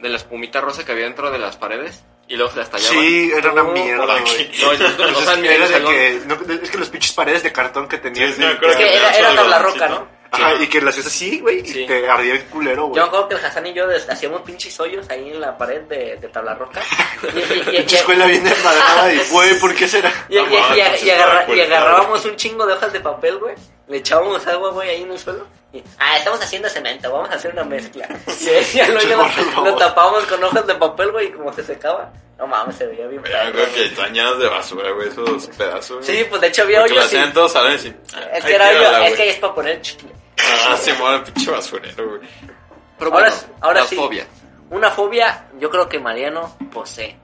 Speaker 3: de la espumita rosa que había dentro de las paredes y luego se las tallaban.
Speaker 1: Sí, era una
Speaker 2: No,
Speaker 1: mierda,
Speaker 4: por
Speaker 1: güey.
Speaker 4: aquí.
Speaker 3: No, yo- yo- o sea, en mi
Speaker 1: Era de
Speaker 3: salón-
Speaker 1: que, no, es que los pinches paredes de cartón que tenías.
Speaker 4: Sí, sí, me
Speaker 1: de-
Speaker 4: acuerdo
Speaker 2: Es que era, era tabla roca, ¿no?
Speaker 1: Ajá, y que las hacías así, güey, y
Speaker 3: Sí.
Speaker 1: te ardía el culero, güey.
Speaker 2: Yo me acuerdo que el Hassan y yo des- hacíamos pinches hoyos ahí en la pared de, de tabla roca. Y, y- y-
Speaker 1: Pinche escuela bien desmadrada y, güey, ¿por qué será?
Speaker 2: y- y-
Speaker 4: No
Speaker 2: y-
Speaker 4: mames,
Speaker 2: y-
Speaker 4: entonces
Speaker 2: y agarra-
Speaker 4: estaba
Speaker 2: y
Speaker 4: culpable.
Speaker 2: agarrábamos un chingo de hojas de papel, güey. Le echábamos agua, güey, ahí en el suelo. Y, ah, estamos haciendo cemento, vamos a hacer una mezcla. Y ahí ya lo,
Speaker 1: Pinche
Speaker 2: ya lo,
Speaker 1: morro,
Speaker 2: lo tapábamos con hojas de papel, güey, y como se secaba. No mames, se veía bien.
Speaker 4: Mira,
Speaker 2: perro,
Speaker 4: creo que
Speaker 2: güey.
Speaker 4: están llenas de basura, güey, esos pedazos.
Speaker 2: Sí, pues de hecho había
Speaker 4: Porque lo
Speaker 2: hoyos. y-
Speaker 4: hacían en todos salones y...
Speaker 2: Es
Speaker 4: ahí
Speaker 2: que era
Speaker 4: tírala,
Speaker 2: hoyo, es
Speaker 4: güey.
Speaker 2: que ahí es para poner chicle.
Speaker 4: Ah, se mueve el pinche basurero, güey.
Speaker 3: Pero
Speaker 2: Ahora,
Speaker 3: bueno,
Speaker 2: es- ahora
Speaker 3: la
Speaker 2: sí.
Speaker 3: fobia.
Speaker 2: Una fobia, yo creo que Mariano posee.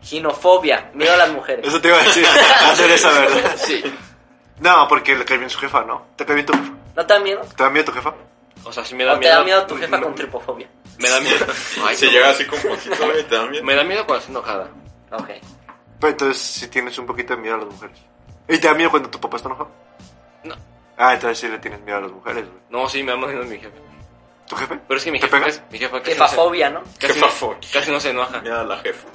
Speaker 2: Ginofobia, miedo a las mujeres.
Speaker 1: Eso te iba a decir, hacer esa verdad.
Speaker 3: Sí,
Speaker 1: No, porque le cae bien su jefa, ¿no? ¿Te cae bien tu jefa?
Speaker 2: ¿No te da miedo?
Speaker 1: ¿Te da miedo tu jefa?
Speaker 3: o sea, sí me da
Speaker 2: ¿O te
Speaker 3: miedo.
Speaker 2: da miedo tu jefa
Speaker 3: me,
Speaker 2: con tripofobia?
Speaker 3: Me da miedo. Ay,
Speaker 4: se
Speaker 3: no.
Speaker 4: llega así con poquito, güey, también.
Speaker 3: Me da miedo cuando estoy enojada.
Speaker 2: Ok.
Speaker 1: Pero entonces sí tienes un poquito de miedo a las mujeres. ¿Y te da miedo cuando tu papá está enojado?
Speaker 3: No.
Speaker 1: Ah, entonces sí le tienes miedo a las mujeres, güey.
Speaker 3: No, sí, me da miedo mi jefe.
Speaker 1: ¿Tu jefe?
Speaker 3: Pero es que mi
Speaker 1: ¿Te
Speaker 3: jefe,
Speaker 1: pega?
Speaker 3: es, mi jefa casi, no
Speaker 2: Jefafobia, ¿no?
Speaker 3: se, casi, no,
Speaker 4: Jefafobia.
Speaker 3: casi no se enoja.
Speaker 4: Mira a la jefa.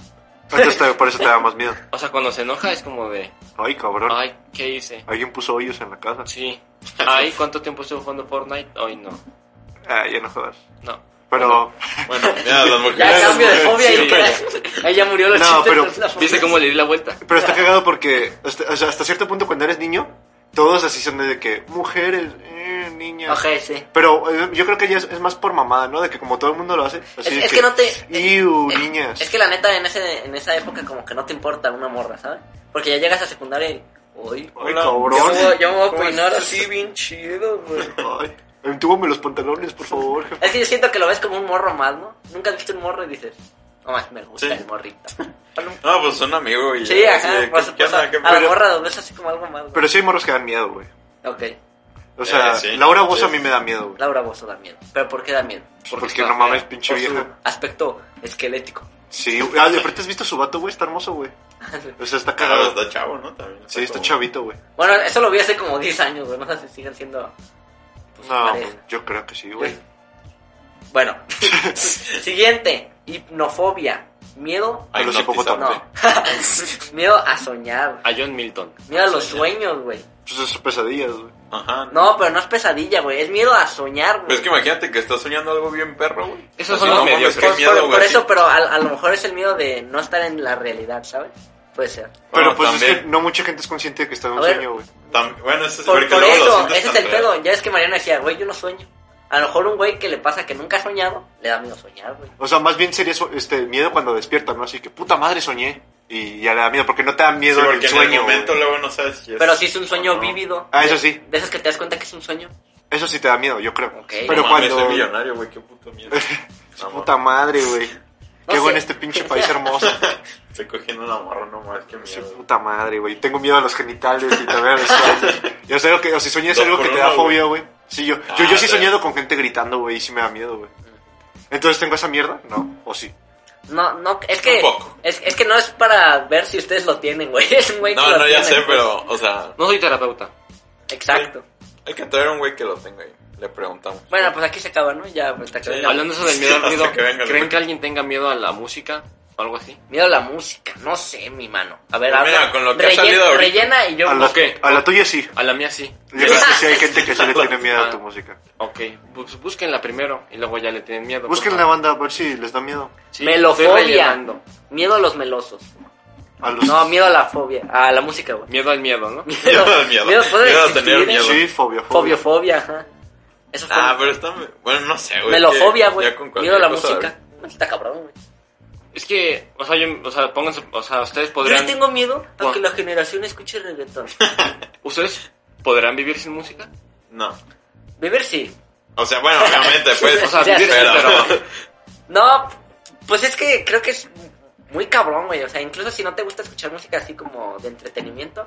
Speaker 1: Entonces te- por eso te da más miedo.
Speaker 3: O sea, cuando se enoja es como de,
Speaker 1: Ay, cabrón.
Speaker 3: ay, ¿qué hice?
Speaker 1: Alguien puso hoyos en la casa.
Speaker 3: Sí. Ay, ¿cuánto tiempo estuve jugando Fortnite? Ay, no.
Speaker 1: Ay, Ah, ya no jodas.
Speaker 3: No.
Speaker 1: Pero,
Speaker 4: Bueno, mira, las mujeres...
Speaker 2: Ya
Speaker 4: las
Speaker 2: cambio de
Speaker 4: mujeres
Speaker 2: fobia y
Speaker 4: siempre-
Speaker 2: ya. Ella murió los
Speaker 1: No,
Speaker 2: chistes,
Speaker 1: pero
Speaker 2: es una fobia.
Speaker 3: ¿Viste cómo le di la vuelta?
Speaker 1: pero está cagado porque hasta, o sea, hasta cierto punto cuando eres niño, todos así son de que mujeres, eh, niñas.
Speaker 2: Ok, sí.
Speaker 1: Pero eh, yo creo que ya es, es más por mamada, ¿no? De que como todo el mundo lo hace.
Speaker 2: Es,
Speaker 1: Así de
Speaker 2: es que no te...
Speaker 1: Iu,
Speaker 2: eh,
Speaker 1: niñas.
Speaker 2: Es que la neta, en, ese, en esa época como que no te importa una morra, ¿sabes? Porque ya llegas a secundaria y... Uy,
Speaker 1: Ay,
Speaker 4: Hola.
Speaker 2: yo,
Speaker 1: cabrón.
Speaker 2: me voy- yo me voy a
Speaker 4: ¿Cómo
Speaker 2: peinar
Speaker 4: estás?
Speaker 2: así bien chido, güey.
Speaker 1: Ay, entúbame los pantalones, por favor, jefe.
Speaker 2: Es que yo siento que lo ves como un morro más, ¿no? Nunca has visto un morro y dices... No, más me gusta
Speaker 4: Sí.
Speaker 2: el morrito.
Speaker 4: No, pues son amigos y...
Speaker 2: Sí,
Speaker 4: ya, así
Speaker 2: ajá,
Speaker 4: de,
Speaker 2: por
Speaker 4: ¿qué- qué
Speaker 2: supuesto.
Speaker 4: onda? ¿Qué
Speaker 2: A la
Speaker 4: pedo?
Speaker 2: morra lo ves así como algo más, güey.
Speaker 1: Pero sí hay morros que dan miedo, güey.
Speaker 2: Ok,
Speaker 1: O sea,
Speaker 4: Eh, sí,
Speaker 1: Laura
Speaker 4: sí.
Speaker 1: Bozo a mí me da miedo, güey.
Speaker 2: Laura Bozo da miedo. ¿Pero por qué da miedo?
Speaker 1: Porque,
Speaker 3: está
Speaker 1: no mames,
Speaker 3: fea.
Speaker 1: pinche
Speaker 2: Por su
Speaker 1: vieja.
Speaker 2: aspecto esquelético.
Speaker 1: Sí, güey. Ah, de frente has visto su vato, güey. Está hermoso, güey. O sea, está
Speaker 4: Claro,
Speaker 1: cagado.
Speaker 4: Ah, está chavo, ¿no? También
Speaker 1: Sí, está
Speaker 4: como-
Speaker 1: chavito, güey.
Speaker 2: Bueno, eso lo vi hace como 10 años, güey. No sé si siguen siendo. pues,
Speaker 1: No,
Speaker 2: pareja.
Speaker 1: güey, yo creo que sí, güey.
Speaker 2: Bueno, siguiente: hipnofobia. Miedo.
Speaker 4: Ay,
Speaker 1: A los
Speaker 4: no,
Speaker 1: hipopótamos.
Speaker 2: No. miedo a soñar.
Speaker 3: A John Milton.
Speaker 2: Miedo a los
Speaker 4: Soñar.
Speaker 2: sueños, güey.
Speaker 1: Pues esas pesadillas, güey.
Speaker 4: Ajá. No.
Speaker 2: No, pero no es pesadilla, güey. Es miedo a soñar, güey.
Speaker 4: Pero es que imagínate que estás soñando algo bien perro, güey.
Speaker 3: Esos
Speaker 4: Así,
Speaker 3: son los
Speaker 4: mames,
Speaker 3: medios,
Speaker 4: qué
Speaker 2: por,
Speaker 4: miedo,
Speaker 2: por-
Speaker 4: güey,
Speaker 2: por
Speaker 4: así.
Speaker 2: eso, pero a, a lo mejor es el miedo de no estar en la realidad, ¿sabes? Puede ser.
Speaker 1: Pero
Speaker 4: Bueno,
Speaker 1: pues es que
Speaker 4: también.
Speaker 1: no mucha gente es consciente de que está en
Speaker 2: A
Speaker 1: un
Speaker 2: ver.
Speaker 1: sueño, güey.
Speaker 4: Tam- Bueno, eso es
Speaker 2: Por,
Speaker 4: porque
Speaker 2: por
Speaker 4: luego lo
Speaker 2: eso,
Speaker 4: sientes
Speaker 2: ese es
Speaker 4: tan
Speaker 2: el
Speaker 4: real.
Speaker 2: pedo. Ya es que Mariana decía, güey, yo no sueño. A lo mejor un güey que le pasa que nunca ha soñado, le da miedo soñar, güey.
Speaker 1: O sea, más bien sería so- este miedo cuando despiertas, ¿no? Así que puta madre soñé. Y ya le da miedo, porque no te da miedo en
Speaker 4: porque
Speaker 1: el
Speaker 4: en el
Speaker 1: sueño.
Speaker 4: momento
Speaker 1: güey.
Speaker 4: luego no sabes si es...
Speaker 2: Pero si es un sueño
Speaker 4: o no.
Speaker 2: vívido.
Speaker 1: Ah, eso sí.
Speaker 2: De esos que te das cuenta que es un sueño.
Speaker 1: Eso sí te da miedo, yo creo.
Speaker 2: Ok.
Speaker 1: Pero
Speaker 4: No mames,
Speaker 1: cuando.
Speaker 4: soy millonario, güey, qué puto miedo.
Speaker 1: Su puta madre, güey. Qué
Speaker 2: sé.
Speaker 1: bueno este pinche país hermoso.
Speaker 4: Estoy cogiendo una morra nomás, qué
Speaker 1: Su
Speaker 4: miedo.
Speaker 1: puta madre, güey. Tengo miedo a los genitales y también a los sueños. Yo sé lo que, o si sueñas
Speaker 4: Dos
Speaker 1: algo que
Speaker 4: por
Speaker 1: te
Speaker 4: uno,
Speaker 1: da fobia, güey. Sí, yo, yo, yo sí he
Speaker 4: Ah,
Speaker 1: soñado con gente gritando, güey, y sí me da miedo, güey. Entonces tengo esa mierda, ¿no? ¿O sí?
Speaker 2: No, no, es que.
Speaker 4: Un poco.
Speaker 2: Es, es que no es para ver si ustedes lo tienen, güey. Es un güey que
Speaker 4: No,
Speaker 2: lo
Speaker 4: no, ya
Speaker 2: tiene,
Speaker 4: sé,
Speaker 2: pues.
Speaker 4: pero, o sea,
Speaker 3: No soy terapeuta.
Speaker 2: Exacto.
Speaker 4: hay que traer a un güey que lo tenga ahí. Le preguntamos.
Speaker 2: Bueno, pues aquí se acaba, ¿no? Ya, pues te acabé.
Speaker 4: Sí.
Speaker 3: Hablando eso del miedo al
Speaker 4: Hasta
Speaker 3: ruido,
Speaker 4: que venga el
Speaker 3: ¿creen
Speaker 4: güey.
Speaker 3: que alguien tenga miedo a la música o algo así?
Speaker 2: Miedo a la música, no sé, mi mano. A ver,
Speaker 4: Pues Mira,
Speaker 2: habla.
Speaker 4: con lo que ha
Speaker 2: rellena,
Speaker 4: salido ahorita.
Speaker 2: rellena y yo.
Speaker 1: A la,
Speaker 3: ¿por qué?
Speaker 1: a la tuya sí.
Speaker 3: A la mía sí.
Speaker 1: Yo creo que sí hay gente que sí le tiene miedo a tu música.
Speaker 3: Ok, pues búsquenla primero y luego ya le tienen miedo.
Speaker 1: Busquen la banda a ver si les da miedo.
Speaker 3: Sí, estoy
Speaker 2: Melofobia.
Speaker 3: rellenando.
Speaker 2: Miedo a los melosos.
Speaker 1: A los...
Speaker 2: No, miedo a la fobia. A la música, güey.
Speaker 3: Miedo al miedo, ¿no?
Speaker 4: Miedo al miedo.
Speaker 2: puede
Speaker 4: Miedo a
Speaker 2: existir,
Speaker 4: tener
Speaker 2: ¿eh?
Speaker 4: miedo.
Speaker 1: Sí, fobia, fobia.
Speaker 2: Fobiofobia, ajá. Eso fue.
Speaker 4: Ah, pero está... Bueno, no sé, güey.
Speaker 2: melofobia,
Speaker 4: es que
Speaker 2: güey.
Speaker 4: ya con cualquier
Speaker 2: Miedo a la
Speaker 4: cosa,
Speaker 2: música. Está cabrón, güey.
Speaker 3: Es que, o sea, yo, o sea, pónganse, o sea, ustedes
Speaker 2: Yo
Speaker 3: podrían,
Speaker 2: le tengo miedo a
Speaker 3: Bueno.
Speaker 2: que la generación escuche reggaetón.
Speaker 3: ustedes podrán vivir sin música.
Speaker 4: No.
Speaker 2: Vivir sí.
Speaker 4: O sea, bueno, obviamente, pues.
Speaker 3: O sea,
Speaker 2: Ya
Speaker 3: vivir
Speaker 2: sé,
Speaker 3: sin,
Speaker 4: pero-
Speaker 3: pero
Speaker 2: No, pues es que creo que es muy cabrón, güey. O sea, incluso si no te gusta escuchar música así como de entretenimiento,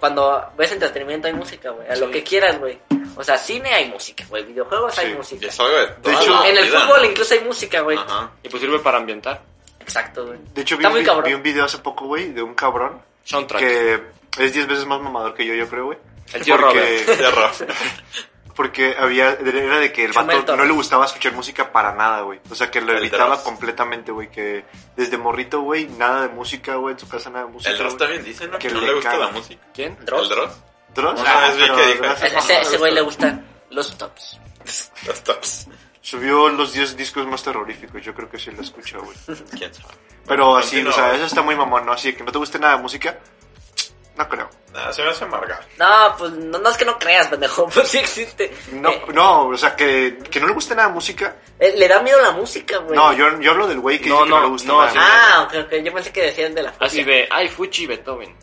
Speaker 2: cuando ves entretenimiento hay música, güey. A lo
Speaker 3: Sí.
Speaker 2: que quieras, güey. O sea, cine hay música, güey. Videojuegos hay
Speaker 1: Sí,
Speaker 2: música.
Speaker 4: Es algo de toda
Speaker 1: hecho,
Speaker 4: la
Speaker 2: en el
Speaker 4: vida,
Speaker 2: fútbol
Speaker 4: ¿no?
Speaker 2: incluso hay música, güey.
Speaker 4: Ajá.
Speaker 3: y pues sirve para ambientar.
Speaker 2: Exacto, güey.
Speaker 1: De hecho, vi
Speaker 2: Está
Speaker 1: un,
Speaker 2: muy
Speaker 1: vi-
Speaker 2: cabrón.
Speaker 1: vi un video hace poco, güey, de un cabrón
Speaker 3: Soundtrack.
Speaker 1: que es 10 veces más mamador que yo, yo creo, güey.
Speaker 3: El tío
Speaker 1: Porque-
Speaker 4: De rock.
Speaker 1: Porque había, era de que el vato
Speaker 2: Chomelton.
Speaker 1: no le gustaba escuchar música para nada, güey. O sea, que lo
Speaker 4: El de
Speaker 1: evitaba
Speaker 4: Ross.
Speaker 1: completamente, güey. Que desde morrito, güey, nada de música, güey. En su casa nada de música.
Speaker 4: El Dross
Speaker 1: güey.
Speaker 4: también dice, ¿no?
Speaker 1: Que
Speaker 4: Que no
Speaker 1: le
Speaker 4: le gusta
Speaker 1: caga.
Speaker 4: la música.
Speaker 3: ¿Quién?
Speaker 2: ¿Dross?
Speaker 4: ¿El Dross?
Speaker 1: ¿Dross?
Speaker 4: Una vez vi
Speaker 1: pero
Speaker 4: que dijo
Speaker 1: Dross
Speaker 4: eso.
Speaker 2: A ese, a ese güey le
Speaker 1: no,
Speaker 2: gustan los tops.
Speaker 4: Los tops.
Speaker 1: Subió los 10 discos más terroríficos. Yo creo que sí lo escucha, güey.
Speaker 4: ¿Quién sabe?
Speaker 1: Pero así,
Speaker 4: Continúa,
Speaker 1: o sea,
Speaker 4: güey.
Speaker 1: eso está muy mamón, ¿no? Así que no te guste nada de música. No creo.
Speaker 4: Nada, Ah, se me hace amargar.
Speaker 2: No, pues no, no es que no creas, pendejo. Pues sí existe.
Speaker 1: No,
Speaker 2: Eh,
Speaker 1: no, o sea, que, que no le guste nada de música.
Speaker 2: eh, le da miedo la música, güey.
Speaker 1: No, yo, yo hablo del güey que
Speaker 3: No,
Speaker 1: dice que
Speaker 3: no,
Speaker 1: no le gusta
Speaker 3: no,
Speaker 1: nada.
Speaker 3: sí.
Speaker 2: Ah, ok, ok. Yo pensé que decían
Speaker 4: Ah,
Speaker 2: de la fobia.
Speaker 3: Así de, ay, Fuchi Beethoven.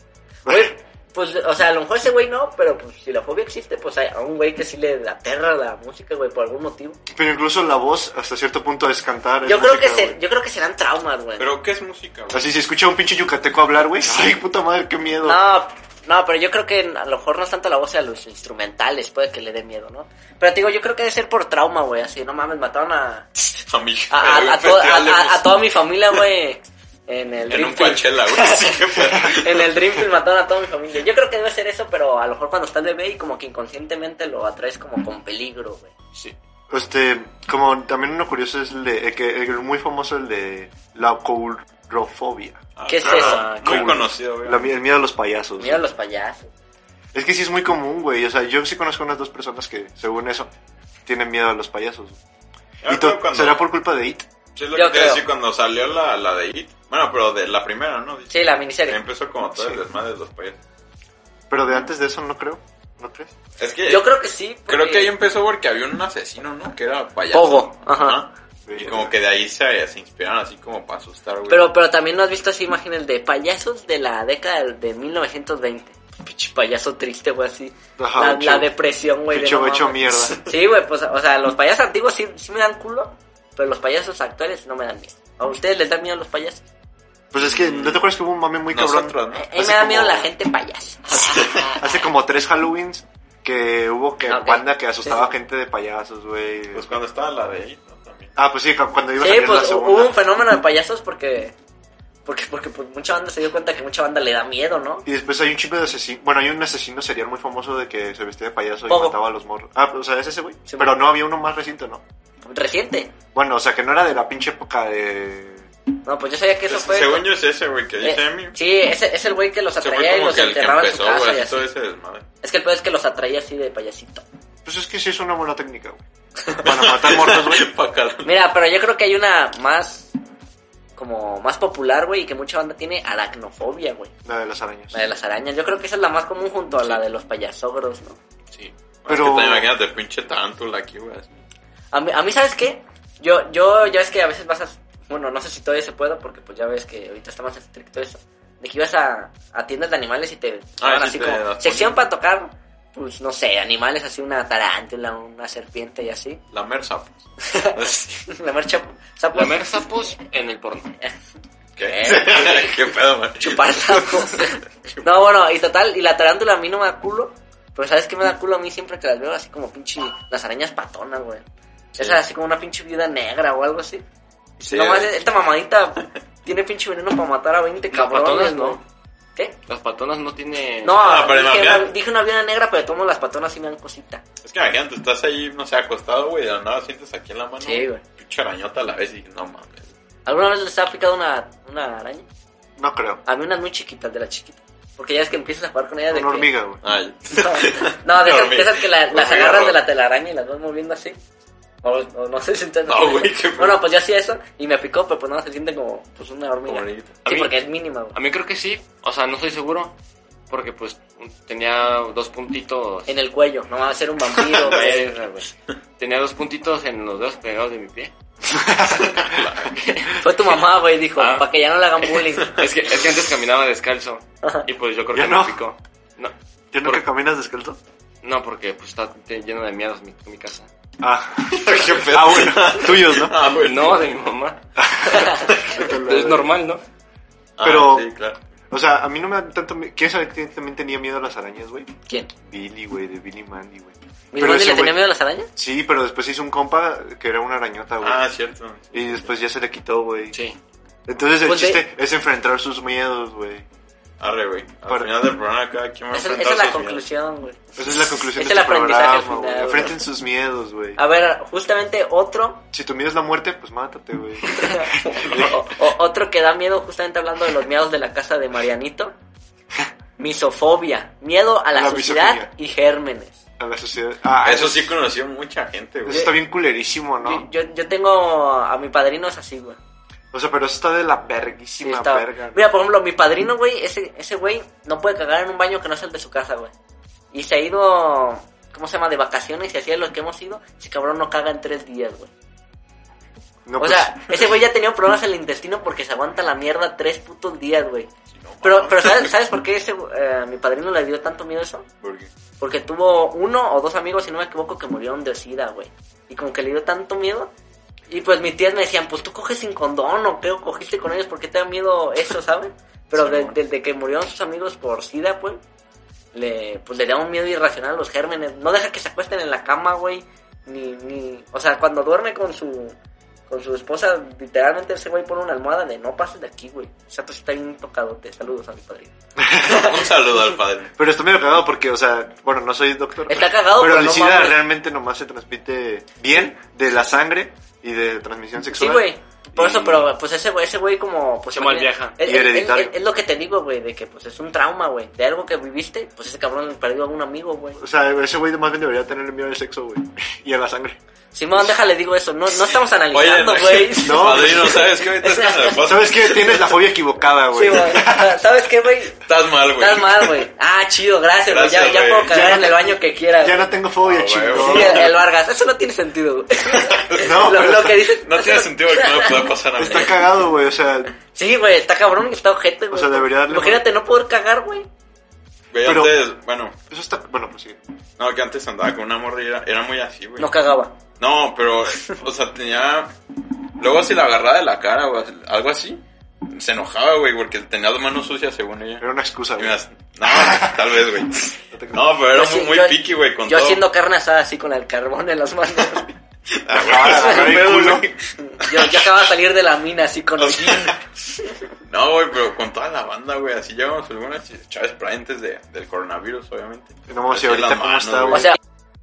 Speaker 2: Güey, pues, o sea, a lo mejor ese güey no, pero pues si la fobia existe, pues hay a un güey que sí le aterra la música, güey, por algún motivo.
Speaker 1: Pero incluso la voz, hasta cierto punto, es cantar. es
Speaker 2: Yo creo, que
Speaker 1: música,
Speaker 2: se,
Speaker 1: güey.
Speaker 2: yo creo que serán traumas, güey.
Speaker 4: ¿Pero qué es música, güey?
Speaker 1: Así, si escucha a un pinche yucateco hablar, güey. Ay, puta madre, qué miedo.
Speaker 2: No, no, pero yo creo que a lo mejor no es tanto la voz, a los instrumentales, puede que le dé miedo, ¿no? Pero te digo, yo creo que debe ser por trauma, güey, así, no mames, mataron a,
Speaker 4: A mi
Speaker 2: a, a-
Speaker 4: en un
Speaker 2: a to- a-
Speaker 4: festival de
Speaker 2: a- a
Speaker 4: música.
Speaker 2: toda mi familia, güey, en el
Speaker 4: En
Speaker 2: Dream
Speaker 4: un
Speaker 2: Field.
Speaker 4: Coachella, güey. Así que fue.
Speaker 2: En el Dreamfield mataron a toda mi familia. Yo creo que debe ser eso, pero a lo mejor cuando estás bebé y como que inconscientemente lo atraes como con peligro, güey.
Speaker 3: Sí.
Speaker 1: Este, como también uno curioso es el de, el que, el muy famoso, el de la coulrofobia.
Speaker 2: ¿Qué es
Speaker 4: Ah,
Speaker 2: eso?
Speaker 4: Muy
Speaker 1: Cool.
Speaker 4: conocido, güey.
Speaker 1: La mi- el miedo a los payasos.
Speaker 2: Mira los payasos.
Speaker 1: Es que sí es muy común, güey. O sea, yo sí conozco unas dos personas que, según eso, tienen miedo a los payasos.
Speaker 4: Yo
Speaker 1: ¿Y tú?
Speaker 4: creo Ah, cuando-
Speaker 1: ¿Será por culpa de It?
Speaker 4: Sí, es lo
Speaker 2: Yo
Speaker 4: que te iba a
Speaker 2: creo.
Speaker 4: decir cuando salió la, la de IT. Bueno, pero de la primera, ¿no?
Speaker 2: Sí, la
Speaker 1: Em,
Speaker 2: miniserie.
Speaker 4: Empezó como todo
Speaker 1: Sí.
Speaker 4: el desmadre de los payasos.
Speaker 1: Pero de antes de eso no creo. ¿No crees?
Speaker 4: Es que
Speaker 2: Yo creo que sí. porque-
Speaker 4: creo que ahí empezó porque había un asesino, ¿no? Que era payaso.
Speaker 2: Pogo, ajá.
Speaker 4: Y como que de ahí se, se inspiraron así como para asustar, güey.
Speaker 2: Pero, pero también no has visto así imágenes de payasos de la década del- de 1920. Pinche payaso triste, güey, así.
Speaker 1: Ajá,
Speaker 2: la,
Speaker 1: un
Speaker 2: la
Speaker 1: chavo-
Speaker 2: depresión, güey. de
Speaker 1: pinche
Speaker 2: no
Speaker 1: hecho
Speaker 2: mames.
Speaker 1: mierda.
Speaker 2: Sí, güey, pues, o sea, los payasos antiguos sí, sí me dan culo, pero los payasos actuales no me dan miedo. ¿A ustedes les dan miedo los payasos?
Speaker 1: Pues es que, ¿no te acuerdas que hubo un mame muy cabrón?
Speaker 4: Mm. Nosotros, ¿no?
Speaker 2: A a mí
Speaker 1: Así
Speaker 2: me da
Speaker 1: como-
Speaker 2: miedo la gente payasa.
Speaker 1: Hace como tres Halloweens que hubo que
Speaker 2: Ok.
Speaker 1: banda que asustaba
Speaker 2: Sí, sí.
Speaker 1: a gente de payasos, güey.
Speaker 4: Pues cuando estaba la de IT, ¿no? También.
Speaker 1: Ah, pues sí, cu- cuando iba a
Speaker 2: Sí,
Speaker 1: salir la
Speaker 2: pues hu-
Speaker 1: segunda.
Speaker 2: hubo un fenómeno de payasos porque... Porque, porque pues, mucha banda se dio cuenta que mucha banda le da miedo, ¿no?
Speaker 1: Y después hay un chico de asesino. Bueno, hay un asesino serial muy famoso de que se vestía de payaso y
Speaker 2: Pogo.
Speaker 1: mataba a los morros. Ah, pues, o sea, es ese güey.
Speaker 2: Sí,
Speaker 1: Pero
Speaker 2: güey.
Speaker 1: no había uno más reciente, ¿no?
Speaker 2: Reciente.
Speaker 1: Bueno, o sea, que no era de la pinche época de.
Speaker 2: No, pues yo sabía que eso
Speaker 4: Es-
Speaker 2: fue...
Speaker 4: según yo es ese, güey, que dice
Speaker 2: Eh,
Speaker 4: Emi.
Speaker 2: sí, ese es el güey que los
Speaker 4: Ese fue
Speaker 2: atraía y
Speaker 4: como
Speaker 2: los
Speaker 4: que el que
Speaker 2: enterraba en su
Speaker 4: empezó,
Speaker 2: casa
Speaker 4: güey,
Speaker 2: y
Speaker 4: así
Speaker 2: así.
Speaker 4: todo ese desmadre.
Speaker 2: Es que el peor es que los atraía así de payasito.
Speaker 1: Pues es que sí es una buena técnica, güey. Bueno, matar morros, güey.
Speaker 4: Pa' cal-
Speaker 2: Mira, pero yo creo que hay una más como más popular, güey, y que mucha banda tiene aracnofobia, güey.
Speaker 1: La de las arañas.
Speaker 2: La de las arañas. Yo creo que esa es la más común junto a la de los payasogros, ¿no?
Speaker 4: Sí.
Speaker 1: Pero-
Speaker 4: Es que te imaginas de pinche tarántula aquí, güey. así.
Speaker 2: A mí, a mí, ¿sabes qué? Yo, yo ya es que a veces vas a... Bueno, no sé si todavía se pueda porque pues ya ves que ahorita está más estricto eso. De que ibas a, a tiendas de animales y te...
Speaker 4: Ah,
Speaker 2: daban
Speaker 4: sí
Speaker 2: así
Speaker 4: te
Speaker 2: como...
Speaker 4: das
Speaker 2: Sección
Speaker 4: cuenta.
Speaker 2: para tocar, pues no sé, animales así, una tarántula, una serpiente y así.
Speaker 4: La mersa. pues.
Speaker 2: La marcha... pues, sapos,
Speaker 3: Lamer sapos en el porno.
Speaker 4: ¿Qué?
Speaker 2: Eh,
Speaker 4: ¿Qué pedo, man?
Speaker 2: Chupar sapos. no, bueno, y total, y la tarántula a mí no me da culo. Pero ¿sabes qué me da culo a mí siempre que las veo? Así como pinche... Las arañas patonas, güey. Esa así como una pinche viuda negra o algo así.
Speaker 4: Sí,
Speaker 2: Nomás
Speaker 4: es-
Speaker 2: esta mamadita tiene pinche veneno para matar a 20
Speaker 3: Las
Speaker 2: cabrones,
Speaker 3: patonas
Speaker 2: güey.
Speaker 3: no.
Speaker 2: ¿Qué?
Speaker 3: Las patonas no tienen...
Speaker 2: No,
Speaker 4: Ah, pero
Speaker 2: dije,
Speaker 4: la
Speaker 2: una,
Speaker 4: mía-
Speaker 2: dije una viuda negra, pero tomo las patonas y me dan cosita.
Speaker 4: Es que imagínate, estás ahí, no sé, acostado, güey, de la nada sientes aquí en la mano.
Speaker 2: Sí, güey.
Speaker 4: Pinche arañota a la vez y no mames.
Speaker 2: ¿Alguna vez les ha aplicado una, una araña?
Speaker 1: No creo.
Speaker 2: A mí unas muy chiquitas, de la chiquita. Porque ya es que empiezas a jugar con ella de
Speaker 1: Una
Speaker 2: que-
Speaker 1: hormiga, güey.
Speaker 4: Ay.
Speaker 2: No, no, de
Speaker 4: Una
Speaker 2: esas-
Speaker 4: hormiga.
Speaker 2: de esas que la- las
Speaker 4: Hormiga
Speaker 2: agarras
Speaker 4: roja.
Speaker 2: de la telaraña y las vas moviendo así. O, o no sé si ustedes...
Speaker 4: No, güey, qué
Speaker 2: Bueno, pues yo hacía eso y me picó, pero pues no, se siente como pues una hormiga.
Speaker 4: Como hormiguita.
Speaker 3: A
Speaker 2: Sí,
Speaker 3: mí-
Speaker 2: porque es mínima, güey.
Speaker 3: A mí creo que sí, o sea, no estoy seguro, porque pues tenía dos puntitos,
Speaker 2: En el cuello, no va a ser un vampiro, güey.
Speaker 3: tenía dos puntitos en los dedos pegados de mi pie.
Speaker 2: Fue tu mamá, güey, dijo,
Speaker 3: Ah.
Speaker 2: para que ya no le hagan bullying.
Speaker 3: Es que, es que antes caminaba descalzo, y pues yo creo
Speaker 1: Ya
Speaker 3: que
Speaker 1: no.
Speaker 3: me picó. No,
Speaker 1: ¿Yo nunca caminas descalzo?
Speaker 3: no, porque pues está te- lleno de miedos mi, mi casa.
Speaker 1: Ah,
Speaker 4: ¿Qué pedo?
Speaker 1: ah bueno, tuyos, ¿no?
Speaker 4: Ah, güey.
Speaker 3: No, de mi mamá. es normal, ¿no?
Speaker 4: Ah,
Speaker 1: Pero-
Speaker 4: Sí, claro.
Speaker 1: O sea, a mí no me dan tanto miedo. ¿Quieres saber quién también tenía miedo a las arañas, güey?
Speaker 2: ¿Quién?
Speaker 1: Billy, güey, de Billy Mandy, güey.
Speaker 2: ¿Mi
Speaker 1: Pero
Speaker 2: hermano
Speaker 1: ese
Speaker 2: le tenía
Speaker 1: güey-
Speaker 2: miedo a las arañas?
Speaker 1: Sí, pero después hizo un compa que era una arañota, güey.
Speaker 4: Ah, cierto.
Speaker 1: Y después ya se le quitó, güey.
Speaker 3: Sí.
Speaker 1: Entonces el
Speaker 2: Pues de-
Speaker 1: chiste es enfrentar sus miedos, güey.
Speaker 4: Arre, güey. Al
Speaker 1: Para-
Speaker 4: final del programa, cada quien va a
Speaker 2: Esa, esa
Speaker 4: enfrentar
Speaker 2: es la
Speaker 4: sus miedos.
Speaker 2: conclusión, güey.
Speaker 1: Esa es la conclusión
Speaker 2: Es
Speaker 1: de
Speaker 2: el
Speaker 1: este
Speaker 2: aprendizaje al
Speaker 1: programa,
Speaker 2: final,
Speaker 1: güey.
Speaker 2: güey.
Speaker 1: Enfrenten sus miedos, güey.
Speaker 2: A ver, justamente otro,
Speaker 1: Si tu miedo es la muerte, pues mátate, güey.
Speaker 2: o- o- otro que da miedo, justamente hablando de los miedos de la casa de Marianito. Misofobia, miedo a la,
Speaker 1: La
Speaker 2: suciedad
Speaker 1: misofobia.
Speaker 2: y gérmenes.
Speaker 1: A la sociedad. Ah,
Speaker 4: Eso sí conoció mucha gente,
Speaker 1: Eso
Speaker 4: güey.
Speaker 1: está bien culerísimo, ¿no?
Speaker 2: Yo, yo- yo tengo a mi padrino es así, güey.
Speaker 1: O sea, pero eso está de la
Speaker 2: Sí,
Speaker 1: verguísima
Speaker 2: está-
Speaker 1: verga. ¿no?
Speaker 2: Mira, por ejemplo, mi padrino, güey, ese, ese güey no puede cagar en un baño que no es el de su casa, güey. Y se ha ido, ¿cómo se llama? De vacaciones y así es lo que hemos ido. Ese cabrón no caga en tres días, güey.
Speaker 1: No,
Speaker 2: o
Speaker 1: pues,
Speaker 2: sea, ese güey ya tenía problemas en el intestino porque se aguanta la mierda tres putos días, güey.
Speaker 4: No,
Speaker 2: Pero,
Speaker 4: mamá.
Speaker 2: pero ¿sabes, ¿sabes por qué ese, eh, mi padrino le dio tanto miedo eso?
Speaker 4: Porque-
Speaker 2: Porque tuvo uno o dos amigos, si no me equivoco, que murieron de sida, güey. Y como que le dio tanto miedo. Y pues mis tías me decían, pues tú coges sin condón o qué, o cogiste con ellos, ¿por qué te da miedo eso, sabes? Pero
Speaker 4: Sí,
Speaker 2: de-
Speaker 4: amor.
Speaker 2: desde que murieron sus amigos por sida, pues, le, pues le da un miedo irracional a los gérmenes. No deja que se acuesten en la cama, güey. Ni, ni, o sea, cuando duerme con su, con su esposa, literalmente ese güey pone una almohada de no pases de aquí, güey. O sea, tú sí está bien tocadote. Saludos a mi padrino.
Speaker 4: Un saludo al padre.
Speaker 1: Pero está medio cagado porque, o sea, bueno, no soy doctor.
Speaker 2: Está cagado,
Speaker 1: pero
Speaker 2: pero
Speaker 1: el
Speaker 2: no
Speaker 1: SIDA
Speaker 2: mames.
Speaker 1: realmente nomás se transmite bien de la sangre y de transmisión
Speaker 2: Sí,
Speaker 1: sexual.
Speaker 2: güey. Por eso,
Speaker 1: Y-
Speaker 2: pero pues ese güey, ese güey como... Pues,
Speaker 3: Se mal
Speaker 2: también-
Speaker 3: viaja.
Speaker 2: Es,
Speaker 1: Y
Speaker 2: es- es-
Speaker 1: hereditario.
Speaker 2: es- es lo que te digo, güey, de que pues es un trauma, güey. De algo que viviste, pues ese cabrón perdió a un amigo, güey.
Speaker 1: O sea, ese güey más bien debería tener miedo al sexo, güey. Y a la sangre.
Speaker 2: Simón, déjale, digo eso. No, no estamos
Speaker 4: Oye,
Speaker 2: analizando, güey.
Speaker 1: Pues, no.
Speaker 4: Padrino, ¿sabes qué? Ahorita estás en el podcast.
Speaker 1: ¿Sabes qué? Tienes la fobia equivocada,
Speaker 2: Sí,
Speaker 1: güey.
Speaker 2: güey. ¿Sabes qué, güey?
Speaker 4: Estás mal, güey.
Speaker 2: Estás mal, güey. Ah, chido, gracias, güey. Ya,
Speaker 4: Gracias,
Speaker 2: ya
Speaker 4: güey.
Speaker 2: puedo cagar
Speaker 1: Ya
Speaker 2: en
Speaker 1: no-
Speaker 2: el baño que quiera.
Speaker 1: ya
Speaker 2: güey.
Speaker 1: no tengo fobia,
Speaker 4: Ah,
Speaker 1: chingón.
Speaker 4: güey.
Speaker 2: Sí, el, el Vargas. Eso no tiene sentido, güey.
Speaker 1: No,
Speaker 2: lo,
Speaker 1: pero
Speaker 2: lo
Speaker 1: está-
Speaker 2: que dices...
Speaker 4: No tiene sentido que no me pueda pasar a mí.
Speaker 1: Está cagado, güey. O sea,
Speaker 2: Sí, güey, está cabrón y está ojete, güey.
Speaker 1: sea, debería darle-
Speaker 2: Imagínate no poder cagar, güey.
Speaker 4: Güey,
Speaker 1: Pero-
Speaker 4: antes, bueno,
Speaker 1: eso está. Bueno, pues sí.
Speaker 4: no, que antes andaba con una morra y era, era muy así, güey.
Speaker 2: No cagaba.
Speaker 4: No, pero, o sea, tenía. Luego si la agarraba de la cara o algo así, se enojaba, güey, porque tenía las manos sucias según ella.
Speaker 1: Era una excusa,
Speaker 4: Y
Speaker 1: güey.
Speaker 4: me hace- No, tal vez, güey.
Speaker 1: No te
Speaker 4: No, pero era
Speaker 2: Yo sí-
Speaker 4: muy, muy
Speaker 2: yo-
Speaker 4: piqui, güey, con
Speaker 2: Yo
Speaker 4: todo.
Speaker 2: haciendo carne asada así con el carbón en las manos.
Speaker 4: Ah, güey,
Speaker 1: Ah, la cara y
Speaker 4: qué pedo,
Speaker 1: culo.
Speaker 4: güey.
Speaker 2: Yo, yo acababa de salir de la mina así con
Speaker 4: O
Speaker 2: el jean.
Speaker 4: sea, no, güey, pero con toda la banda, güey. Así llevamos algunas chaves para antes de, del coronavirus, obviamente.
Speaker 1: No, mames,
Speaker 4: Así
Speaker 1: y ahorita
Speaker 4: las
Speaker 1: cómo
Speaker 4: manos,
Speaker 1: está,
Speaker 2: O
Speaker 1: güey.
Speaker 2: sea,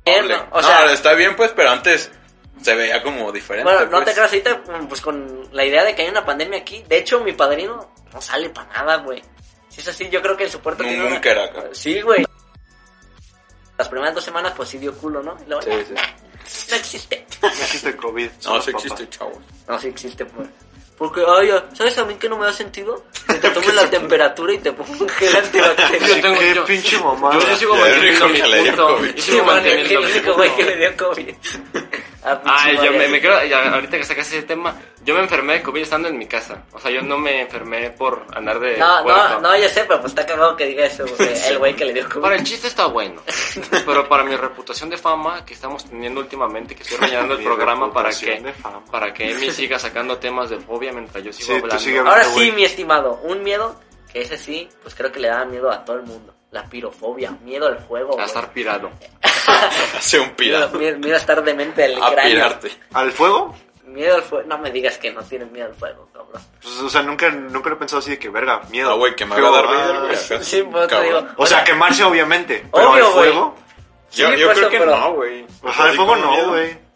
Speaker 4: Doble.
Speaker 2: no, o sea,
Speaker 4: no, está bien, pues, pero antes se veía como diferente.
Speaker 2: bueno, no te
Speaker 4: pues.
Speaker 2: creas ahorita, pues con la idea de que hay una pandemia aquí. De hecho, mi padrino no sale para nada, güey. Si es así, yo creo que en su puerta
Speaker 4: En
Speaker 2: tiene
Speaker 4: un
Speaker 2: una-
Speaker 4: búnker acá.
Speaker 2: Sí, güey. Las primeras dos semanas, pues sí dio culo, ¿no? Y luego, "Ah,
Speaker 4: Sí, sí.
Speaker 2: No existe.
Speaker 1: No existe el COVID.
Speaker 4: No,
Speaker 1: somos
Speaker 4: sí
Speaker 1: papás.
Speaker 4: existe, chavos.
Speaker 2: No, sí existe, pues. Porque, oye, ¿sabes a mí que no me da sentido? Que te tomes la temperatura y te pongo un gel antibacterial.
Speaker 3: Yo tengo-
Speaker 1: Qué
Speaker 3: yo-
Speaker 1: pinche mamada.
Speaker 3: Yo, yo sigo
Speaker 4: Ya, el
Speaker 3: manteniendo
Speaker 4: único
Speaker 3: mi
Speaker 4: que le dio
Speaker 3: punto.
Speaker 4: COVID.
Speaker 3: Yo
Speaker 2: Sí,
Speaker 3: sigo
Speaker 2: bueno,
Speaker 3: manteniendo
Speaker 2: el
Speaker 3: mi
Speaker 2: único
Speaker 3: punto.
Speaker 2: güey que le dio COVID. Ah,
Speaker 3: Ay,
Speaker 2: pinche
Speaker 3: yo me,
Speaker 2: madre.
Speaker 3: me creo, ya, ahorita que sacas ese tema, yo me enfermé de COVID estando en mi casa. O sea, yo no me enfermé por andar de.
Speaker 2: No,
Speaker 3: puerco.
Speaker 2: no, no, yo sé, pero pues está cagado que diga eso, güey, el güey que le dio
Speaker 3: Para
Speaker 2: COVID.
Speaker 3: el chiste está bueno, pero para mi reputación de fama que estamos teniendo últimamente, que estoy rellenando el
Speaker 1: Mi
Speaker 3: programa para
Speaker 1: reputación
Speaker 3: que,
Speaker 1: de fama.
Speaker 3: para que Emi siga sacando temas de fobia mientras yo sigo
Speaker 1: Sí, tú
Speaker 3: hablando.
Speaker 1: sigue hablando.
Speaker 2: Ahora
Speaker 1: Pero,
Speaker 2: sí,
Speaker 1: güey.
Speaker 2: mi estimado, un miedo que ese sí, pues creo que le da miedo a todo el mundo. La pirofobia, miedo al fuego,
Speaker 3: a
Speaker 2: güey.
Speaker 3: estar pirado.
Speaker 4: Hace un
Speaker 2: miedo,
Speaker 4: pirata.
Speaker 2: miedo- miedo a estar demente del
Speaker 4: A
Speaker 2: cráneo.
Speaker 4: Ah, pirarte.
Speaker 1: ¿Al fuego?
Speaker 2: Miedo al fuego, no me digas que no tienes miedo al fuego, cabrón.
Speaker 1: Pues, o sea, nunca, nunca lo he pensado así de que verga, miedo.
Speaker 4: Ah, güey, que me
Speaker 1: Fuego,
Speaker 4: haga dar
Speaker 1: ah,
Speaker 4: Vader, güey.
Speaker 2: Sí, sí, pues, te digo.
Speaker 4: Cabrón.
Speaker 1: O sea, quemarse obviamente, pero
Speaker 2: Obvio,
Speaker 1: al
Speaker 2: güey.
Speaker 1: fuego.
Speaker 4: Yo,
Speaker 2: Sí,
Speaker 4: yo
Speaker 2: pues,
Speaker 4: creo que
Speaker 2: pero-
Speaker 4: no, güey. O
Speaker 1: Ajá,
Speaker 4: sea,
Speaker 1: al
Speaker 4: sí,
Speaker 1: fuego
Speaker 4: como miedo.
Speaker 1: no, güey.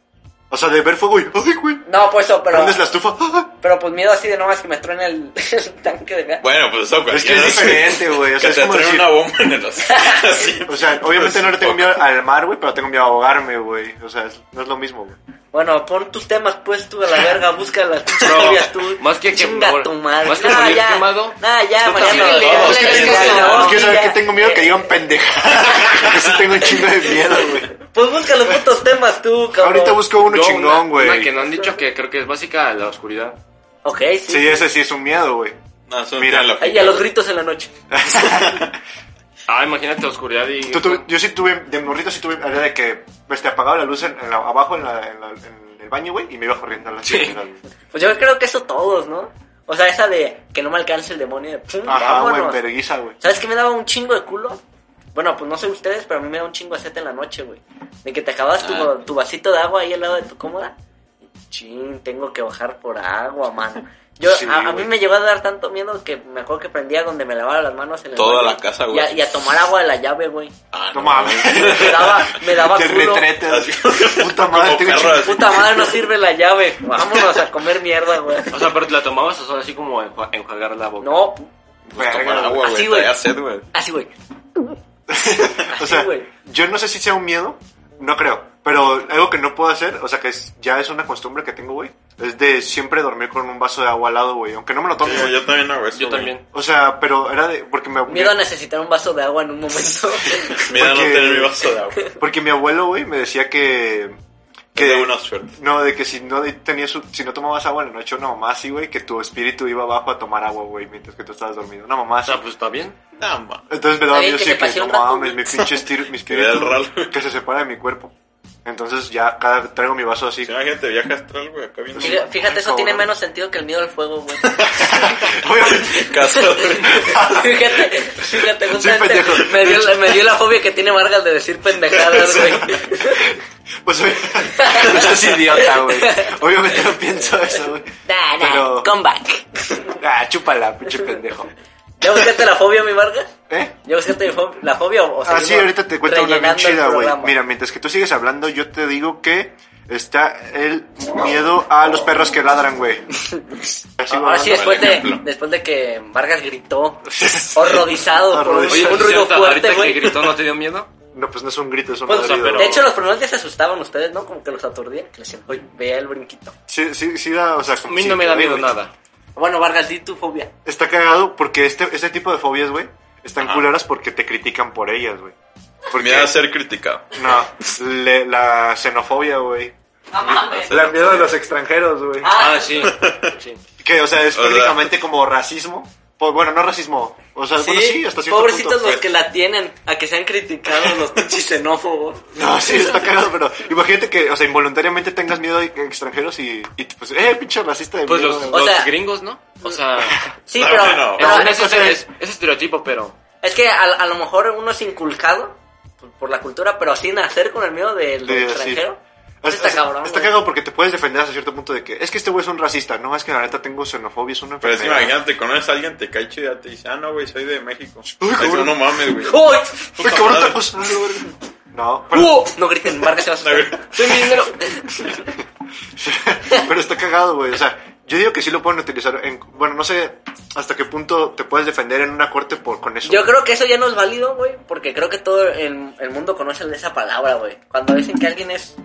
Speaker 1: O sea, de ver fuego y, ay, güey,
Speaker 2: No, pues eso, pero.
Speaker 1: prendes la estufa. ¡ah!
Speaker 2: Pero pues miedo así de nomás que me truene el, el tanque de gas.
Speaker 4: Bueno, pues eso,
Speaker 1: Es que es diferente, güey. O sea,
Speaker 4: que
Speaker 1: es
Speaker 4: te
Speaker 1: como
Speaker 4: traen
Speaker 1: decir-
Speaker 4: una bomba en el pues, asiento.
Speaker 1: O sea, obviamente no le tengo miedo al mar, güey, pero tengo miedo a ahogarme, güey. O sea, es- no es lo mismo, güey.
Speaker 2: Bueno, pon tus temas pues tú a la verga, busca las pinches
Speaker 3: No,
Speaker 2: novias tú.
Speaker 3: más que
Speaker 2: Chinga
Speaker 3: quemar-
Speaker 2: tu madre.
Speaker 3: más que
Speaker 2: Nah,
Speaker 3: morir
Speaker 2: ya,
Speaker 3: quemado,
Speaker 2: Nah, ya,
Speaker 3: tú
Speaker 2: mañana.
Speaker 3: también
Speaker 2: lo-
Speaker 3: le-
Speaker 2: lo-
Speaker 3: es que
Speaker 2: le-
Speaker 3: es
Speaker 2: le-
Speaker 3: que
Speaker 2: le-
Speaker 3: no,
Speaker 2: le-
Speaker 1: Quiero saber
Speaker 2: ya.
Speaker 1: que tengo miedo, que digan pendejadas. Que sí tengo un chingo de miedo, güey.
Speaker 2: Pues busca los putos temas tú, cabrón.
Speaker 1: Ahorita busco uno
Speaker 3: No, una-
Speaker 1: chingón,
Speaker 3: una que
Speaker 1: güey.
Speaker 3: no han dicho que creo que es básica, la oscuridad.
Speaker 2: Ok, sí.
Speaker 1: Sí, ese sí es un miedo, güey.
Speaker 4: No, eso no
Speaker 1: Mira.
Speaker 4: tiene lógica.
Speaker 2: Ahí a los gritos en la noche.
Speaker 3: Ah, imagínate oscuridad y...
Speaker 1: Tú tuve- yo sí tuve, de morrito sí tuve la idea de que pues, te apagaba la luz en, en la- abajo en, la- en la- en el baño, güey, y me iba corriendo a la chimenea, güey.
Speaker 2: Pues yo creo que eso todos, ¿no? O sea, esa de que no me alcance el demonio de pum,
Speaker 1: Ajá, güey,
Speaker 2: vámonos.
Speaker 1: verguiza, güey.
Speaker 2: ¿Sabes qué me daba un chingo de culo? Bueno, pues no sé ustedes, pero a mí me da un chingo de sed en la noche, güey. De que te acabas tu,
Speaker 4: Ah.
Speaker 2: tu vasito de agua ahí al lado de tu cómoda. Chin, tengo que bajar por agua, mano. Yo,
Speaker 1: Sí,
Speaker 2: a, a mí
Speaker 1: güey.
Speaker 2: me llegó a dar tanto miedo que me acuerdo que prendía donde me lavaba las manos en el
Speaker 4: Toda
Speaker 2: baño
Speaker 4: la casa, güey.
Speaker 2: Y a, y a tomar agua de la llave, güey.
Speaker 4: Ah,
Speaker 1: No mames.
Speaker 2: Me daba, me daba
Speaker 1: Te
Speaker 2: culo.
Speaker 1: retretas.
Speaker 4: Así-
Speaker 1: Puta madre,
Speaker 4: Como
Speaker 1: tengo un
Speaker 4: perro
Speaker 1: chingo-
Speaker 4: así.
Speaker 2: Puta madre, no sirve la llave. Vámonos a comer mierda, güey.
Speaker 3: O sea, pero te la tomabas o solo así como enju- enjuagar la boca.
Speaker 2: No,
Speaker 4: Pues tomar
Speaker 1: Verga,
Speaker 4: agua,
Speaker 2: Así,
Speaker 4: güey.
Speaker 2: güey.
Speaker 4: Traía sed, güey.
Speaker 2: así, güey.
Speaker 1: O sea,
Speaker 2: Así, güey.
Speaker 1: yo no sé si sea un miedo, no creo, pero algo que no puedo hacer, o sea, que es- ya es una costumbre que tengo, güey, es de siempre dormir con un vaso de agua al lado, güey, aunque no me lo tome,
Speaker 4: Yo,
Speaker 1: güey.
Speaker 4: yo también hago eso,
Speaker 3: Yo
Speaker 4: güey.
Speaker 3: también.
Speaker 1: O sea, pero era de... porque me aburría.
Speaker 2: Miedo a necesitar un vaso de agua en un momento.
Speaker 4: Mira, no
Speaker 1: Porque-
Speaker 4: tener mi vaso de agua.
Speaker 1: Porque mi abuelo, güey, me decía que...
Speaker 4: Que de buena suerte.
Speaker 1: No, de que si no de- tenías, su- si no tomabas agua en la noche, una mamá así, güey, que tu espíritu iba abajo a tomar agua, güey, mientras que tú estabas dormido. Una mamá
Speaker 3: O
Speaker 1: así.
Speaker 3: sea, pues está bien.
Speaker 4: Nada más.
Speaker 1: Entonces me daba
Speaker 2: Está bien
Speaker 1: miedo
Speaker 2: que
Speaker 1: así
Speaker 2: se
Speaker 1: que,
Speaker 2: pase
Speaker 1: no
Speaker 2: un rato,
Speaker 1: mames,
Speaker 2: güey.
Speaker 1: mi pinche estir- mi
Speaker 4: Que vea el
Speaker 1: espíritu
Speaker 4: ralo.
Speaker 1: que se separa de mi cuerpo. Entonces ya cada, traigo mi vaso así.
Speaker 4: Si una gente viaja astral, güey, acá viendo.
Speaker 2: Fíjate, fíjate, eso
Speaker 1: Cabrón.
Speaker 2: tiene menos sentido que el miedo al fuego, güey.
Speaker 1: Obviamente.
Speaker 4: Cazador.
Speaker 2: Fíjate, fíjate, justamente
Speaker 1: pendejo.
Speaker 2: me dio, la- me dio la fobia que tiene Vargas de decir pendejadas, güey.
Speaker 1: Pues oye, no seas idiota, güey. Obviamente no pienso eso, güey.
Speaker 2: Nah, nah,
Speaker 1: Pero-
Speaker 2: come back.
Speaker 1: Ah, chúpala, pinche pendejo.
Speaker 2: ¿Ya buscaste la fobia, mi Vargas?
Speaker 1: ¿Eh?
Speaker 2: ¿Ya buscaste mi fo- la fobia o, o
Speaker 1: Ah, sí,
Speaker 2: seguimos
Speaker 1: ahorita te cuento una bien
Speaker 2: rellenando el
Speaker 1: chida, güey.
Speaker 2: programa?
Speaker 1: Mira, mientras que tú sigues hablando, yo te digo que está el miedo a los perros que ladran, güey. Así,
Speaker 2: Ahora sí,
Speaker 4: el
Speaker 2: después de,
Speaker 4: ejemplo.
Speaker 2: después de que Vargas gritó, horrorizado por un,
Speaker 1: Horrorizado.
Speaker 3: Oye,
Speaker 2: un
Speaker 3: por
Speaker 2: ruido
Speaker 3: cierto,
Speaker 2: fuerte,
Speaker 3: ahorita que
Speaker 2: güey.
Speaker 3: gritó, ¿no te dio miedo?
Speaker 1: No, pues no es un grito, es un
Speaker 2: Pues,
Speaker 3: o sea,
Speaker 1: ladrido.
Speaker 3: pero-
Speaker 2: De hecho, los pronuncios se asustaban ustedes, ¿no? Como que los aturdía. Que le decían, oye, vea el brinquito.
Speaker 1: Sí, sí, sí da, o sea,
Speaker 3: A
Speaker 1: como
Speaker 3: mí
Speaker 1: sí,
Speaker 3: no me da
Speaker 1: güey,
Speaker 3: miedo
Speaker 1: güey.
Speaker 3: nada.
Speaker 2: Bueno, Vargas, di tu fobia.
Speaker 1: Está cagado porque este, este tipo de fobias, güey, están
Speaker 4: Ajá.
Speaker 1: culeras porque te critican por ellas, güey.
Speaker 4: Por miedo a ser criticado.
Speaker 1: No, le- la xenofobia, güey.
Speaker 2: No mames.
Speaker 1: La miedo a los extranjeros, güey.
Speaker 3: Ah, sí. sí.
Speaker 1: Que, o sea, es
Speaker 4: O sea-
Speaker 1: prácticamente como racismo. Pues, bueno, no racismo. O sea, Ah, bueno, sí, hasta cierto
Speaker 2: Pobrecitos
Speaker 1: punto. pues.
Speaker 2: los que la tienen, a que sean criticados los pinches xenófobos.
Speaker 1: No, sí, está cagado, pero imagínate que, o sea, involuntariamente tengas miedo a extranjeros y, y pues, eh, pinche racista de
Speaker 3: Pues
Speaker 1: mierda,
Speaker 3: los,
Speaker 1: güey.
Speaker 2: O
Speaker 3: los
Speaker 2: sea-
Speaker 3: gringos, ¿no? O sea,
Speaker 2: Sí,
Speaker 4: No,
Speaker 2: pero,
Speaker 4: bueno.
Speaker 2: pero
Speaker 3: es,
Speaker 2: es,
Speaker 3: es-
Speaker 1: cosa
Speaker 3: es- es estereotipo, pero...
Speaker 2: que a, a lo mejor uno es inculcado por, por la cultura, pero sin nacer con el miedo del
Speaker 1: De- sí.
Speaker 2: extranjero. Eso
Speaker 1: Es-
Speaker 2: está
Speaker 1: es-
Speaker 2: cabrón.
Speaker 1: Está
Speaker 2: güey.
Speaker 1: cagado porque te puedes defender hasta cierto punto de que es que este güey es un racista. No, es que la neta tengo xenofobia, es una
Speaker 4: Pero es que
Speaker 1: enfermedad.
Speaker 4: imagínate, conoces a alguien, te cae chido y te dice, ah, no, güey, soy de México.
Speaker 1: Uy,
Speaker 4: Ay,
Speaker 1: cabrón.
Speaker 4: no mames, güey.
Speaker 2: ¡Uy!
Speaker 1: Uy, cabrón, te pasó algo, güey. No, pero,
Speaker 2: ¡Uh! No griten, Vargas se va a asustar. ¡Soy mi dinero!
Speaker 1: pero está cagado, güey. O sea, yo digo que sí lo pueden utilizar. En, bueno, no sé hasta qué punto te puedes defender en una corte por, con eso.
Speaker 2: Yo creo que eso ya no es válido, güey, porque creo que todo el, el mundo conoce esa palabra, güey. Cuando dicen que alguien es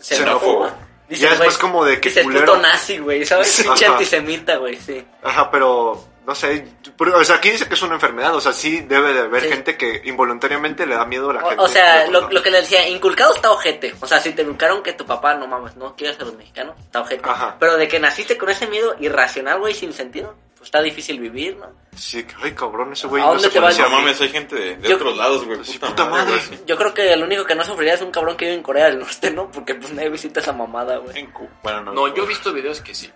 Speaker 1: Xenófobo.
Speaker 2: xenófobo,
Speaker 1: Ya
Speaker 2: dicen,
Speaker 1: es
Speaker 2: güey,
Speaker 1: más como de que
Speaker 2: dice
Speaker 1: culero.
Speaker 2: puto nazi, güey, ¿sabes? Pinche
Speaker 1: Ajá.
Speaker 2: antisemita, güey, sí.
Speaker 1: Ajá, pero No sé, pero, o sea, aquí dice que es una enfermedad, o sea, sí debe de haber
Speaker 2: Sí.
Speaker 1: gente que involuntariamente le da miedo a la gente.
Speaker 2: O, o sea,
Speaker 1: Pero,
Speaker 2: lo,
Speaker 1: ¿no?
Speaker 2: lo que le decía, inculcado está ojete. O sea, si te inculcaron que tu papá, no mames, no quieres a los mexicanos, está ojete.
Speaker 1: Ajá.
Speaker 2: Pero de que naciste con ese miedo irracional, güey, sin sentido, pues está difícil vivir, ¿no?
Speaker 1: Sí, qué rico, cabrón, ese güey
Speaker 2: ¿A
Speaker 1: no
Speaker 2: dónde
Speaker 1: se
Speaker 2: te vas?
Speaker 1: parecía a
Speaker 4: No
Speaker 1: mí.
Speaker 4: mames, hay gente de, de
Speaker 2: Yo-
Speaker 4: otros lados, güey.
Speaker 1: Sí,
Speaker 4: Puta,
Speaker 1: puta
Speaker 4: madre,
Speaker 1: madre.
Speaker 4: güey.
Speaker 2: Yo creo que el único que no sufriría es un cabrón que vive en Corea del Norte, ¿no? Porque pues nadie visita esa mamada, güey.
Speaker 4: En Cu- Bueno, no.
Speaker 3: No, yo he visto videos que sí.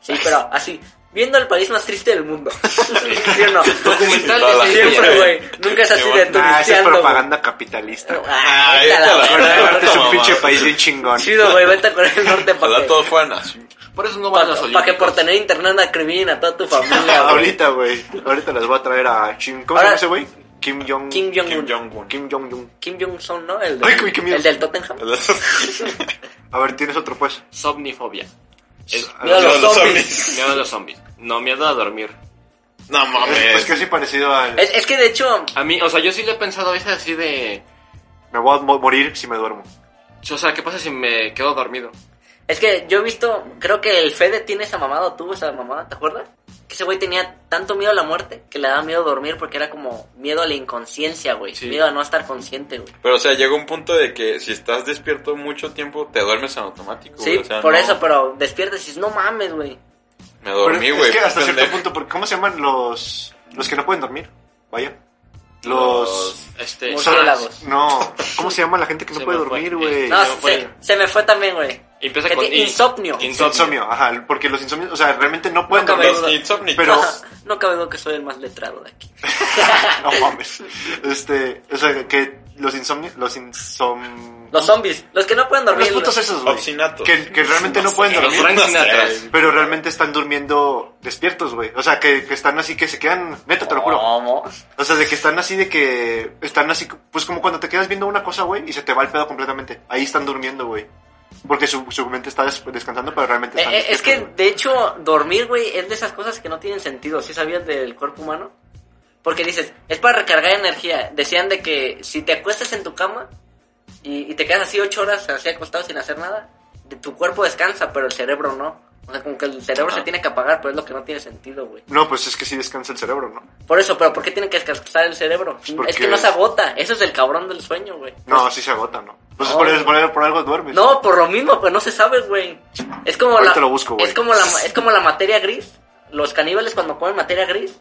Speaker 2: Sí, pero así, viendo el país más triste del mundo. ¿Sí o no?
Speaker 3: Documentales
Speaker 4: Toda la
Speaker 3: de
Speaker 4: gente.
Speaker 2: Siempre, güey. Nunca es así de
Speaker 1: Ah, esa es
Speaker 2: turisteando, güey.
Speaker 1: propaganda capitalista. güey.
Speaker 2: Ah,
Speaker 4: Ah,
Speaker 2: vete a
Speaker 4: esta la-
Speaker 2: verga,
Speaker 4: esta la-
Speaker 1: Aparte es un
Speaker 4: mamá.
Speaker 1: pinche país bien chingón.
Speaker 2: Chido, güey, vete a Corea del Norte para
Speaker 4: Ojalá
Speaker 2: que,
Speaker 4: todos fueran así.
Speaker 3: Por eso no van a
Speaker 2: pa-
Speaker 3: los
Speaker 2: pa' que por
Speaker 3: olímpicos.
Speaker 2: tener internet acriminen a toda tu familia, güey.
Speaker 1: Ahorita, güey. Ahorita les voy a traer a Kim. ¿Cómo se llama
Speaker 2: Ahora-
Speaker 1: ese güey? Kim Jong.
Speaker 2: Kim Jong-un.
Speaker 4: Kim Jong-un.
Speaker 1: Kim Jong-un.
Speaker 2: Kim Jong-un, ¿no? El,
Speaker 1: Ay, güey, qué miedo.
Speaker 2: el del Tottenham.
Speaker 4: El otro-
Speaker 1: A ver, tienes otro pues.
Speaker 3: Somnifobia. Es
Speaker 2: Miedo a los
Speaker 4: Los
Speaker 2: zombies.
Speaker 4: zombies.
Speaker 3: miedo a los zombies. No, miedo a dormir.
Speaker 4: No
Speaker 1: Es, pues, es
Speaker 4: mames.
Speaker 1: casi parecido al.
Speaker 2: Es, es que de hecho,
Speaker 3: A mí, o sea, yo sí le he pensado a veces así de...
Speaker 1: Me voy a mo- morir si me duermo.
Speaker 3: O sea, ¿qué pasa si me quedo dormido?
Speaker 2: es que yo he visto, creo que el Fede tiene esa mamada o tuvo esa mamada, ¿te acuerdas? Que ese güey tenía tanto miedo a la muerte que le daba miedo dormir porque era como miedo a la inconsciencia, güey.
Speaker 3: Sí.
Speaker 2: Miedo a no estar consciente, güey.
Speaker 4: Pero, o sea, llega un punto de que si estás despierto mucho tiempo, te duermes en automático.
Speaker 2: Sí,
Speaker 4: güey. O sea,
Speaker 2: por
Speaker 4: no-
Speaker 2: eso, pero despiertas y dices, no mames, güey.
Speaker 4: Me dormí,
Speaker 1: Pero
Speaker 4: güey. pues,
Speaker 1: Es que hasta cierto
Speaker 4: pendejo.
Speaker 1: punto, porque ¿cómo se llaman los. los que no pueden dormir? Vaya.
Speaker 4: Pues,
Speaker 1: Los.
Speaker 3: Este...
Speaker 2: Murciélagos.
Speaker 1: No, ¿cómo se llama la gente que no
Speaker 3: Se
Speaker 1: puede
Speaker 3: me fue.
Speaker 1: dormir, güey?
Speaker 2: No,
Speaker 3: se me
Speaker 2: se,
Speaker 3: fue.
Speaker 2: se me fue también, güey.
Speaker 3: Empieza
Speaker 2: Que
Speaker 3: con
Speaker 2: tiene
Speaker 3: I.
Speaker 2: insomnio.
Speaker 3: Insomnio.
Speaker 1: Insomnio, ajá, porque los insomnios, o sea, realmente no pueden
Speaker 2: Nunca me
Speaker 1: dormir.
Speaker 4: Los insómnicos.
Speaker 1: Pero-
Speaker 2: no cabe duda que soy el más letrado de aquí.
Speaker 1: No mames. Este, o sea, que los insomnios, los insom...
Speaker 2: Los zombies, los que no pueden dormir.
Speaker 1: Los putos
Speaker 2: güey.
Speaker 1: esos, güey.
Speaker 4: Obstinatos.
Speaker 1: Que, que realmente no,
Speaker 4: sé,
Speaker 1: pueden
Speaker 3: Los
Speaker 1: dormir.
Speaker 3: Frank
Speaker 4: No sé,
Speaker 3: Sinatra.
Speaker 4: güey.
Speaker 1: Pero realmente están durmiendo despiertos, güey. O sea, que, que están así, que se quedan, neta, te lo juro.
Speaker 2: ¿Cómo?
Speaker 1: O sea, de que están así, de que están así, pues como cuando te quedas viendo una cosa, güey, y se te va el pedo completamente. Ahí están durmiendo, güey. Porque su, su mente está des- descansando, pero realmente
Speaker 2: Eh,
Speaker 1: están
Speaker 2: eh, es que,
Speaker 1: despiertos, güey.
Speaker 2: de hecho, dormir, güey, es de esas cosas que no tienen sentido. ¿Sí sabías del cuerpo humano? Porque dices, es para recargar energía. Decían de que si te acuestas en tu cama y, y te quedas así ocho horas así acostado sin hacer nada, de- tu cuerpo descansa, pero el cerebro no. O sea, como que el cerebro
Speaker 4: Ajá.
Speaker 2: se tiene que apagar, pero es lo que no tiene sentido, güey.
Speaker 1: No, pues es que sí descansa el cerebro, ¿no?
Speaker 2: Por eso, pero ¿por qué tiene que descansar el cerebro? Es
Speaker 1: porque-
Speaker 2: que no se agota. Eso es el cabrón del sueño, güey.
Speaker 1: No, sí se agota, ¿no? Pues
Speaker 2: No.
Speaker 1: por, eso- por, por algo duermes.
Speaker 2: No, por lo mismo, pues no se sabe, güey. Es como
Speaker 1: Ahorita
Speaker 2: la
Speaker 1: lo busco, güey.
Speaker 2: es como la es como la materia gris. Los caníbales cuando comen materia gris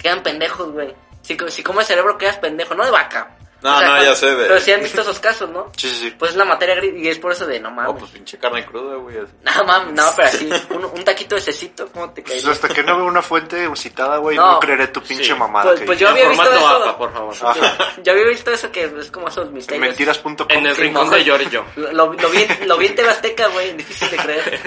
Speaker 2: quedan pendejos, güey. Si, co- si comes cerebro quedas pendejo, no de vaca.
Speaker 4: No, no, ya sé de-
Speaker 2: Pero sí han visto esos casos, ¿no?
Speaker 1: Sí, sí, sí.
Speaker 2: Pues es la materia gris y es por eso de no mames.
Speaker 4: No, pues pinche carne cruda, güey. así.
Speaker 2: No mames, no, pero así un, un taquito de cecito, ¿cómo te caes?
Speaker 1: Pues hasta que no veo una fuente citada, güey, no,
Speaker 2: No.
Speaker 1: creeré tu pinche
Speaker 3: Sí.
Speaker 1: mamada.
Speaker 2: Pues,
Speaker 1: que
Speaker 2: pues yo
Speaker 1: dices.
Speaker 2: había
Speaker 3: En
Speaker 2: visto
Speaker 3: formato
Speaker 2: eso.
Speaker 3: APA, por favor.
Speaker 4: Ah, Pues,
Speaker 2: Yo, yo había visto eso que es como esos
Speaker 1: En
Speaker 2: misterios.
Speaker 1: Mentiras.com.
Speaker 3: En el
Speaker 2: Sí,
Speaker 3: rincón
Speaker 2: moja.
Speaker 3: de Yorillo.
Speaker 2: Lo, lo, lo vi, en- lo vi en TV Azteca, güey, difícil de creer.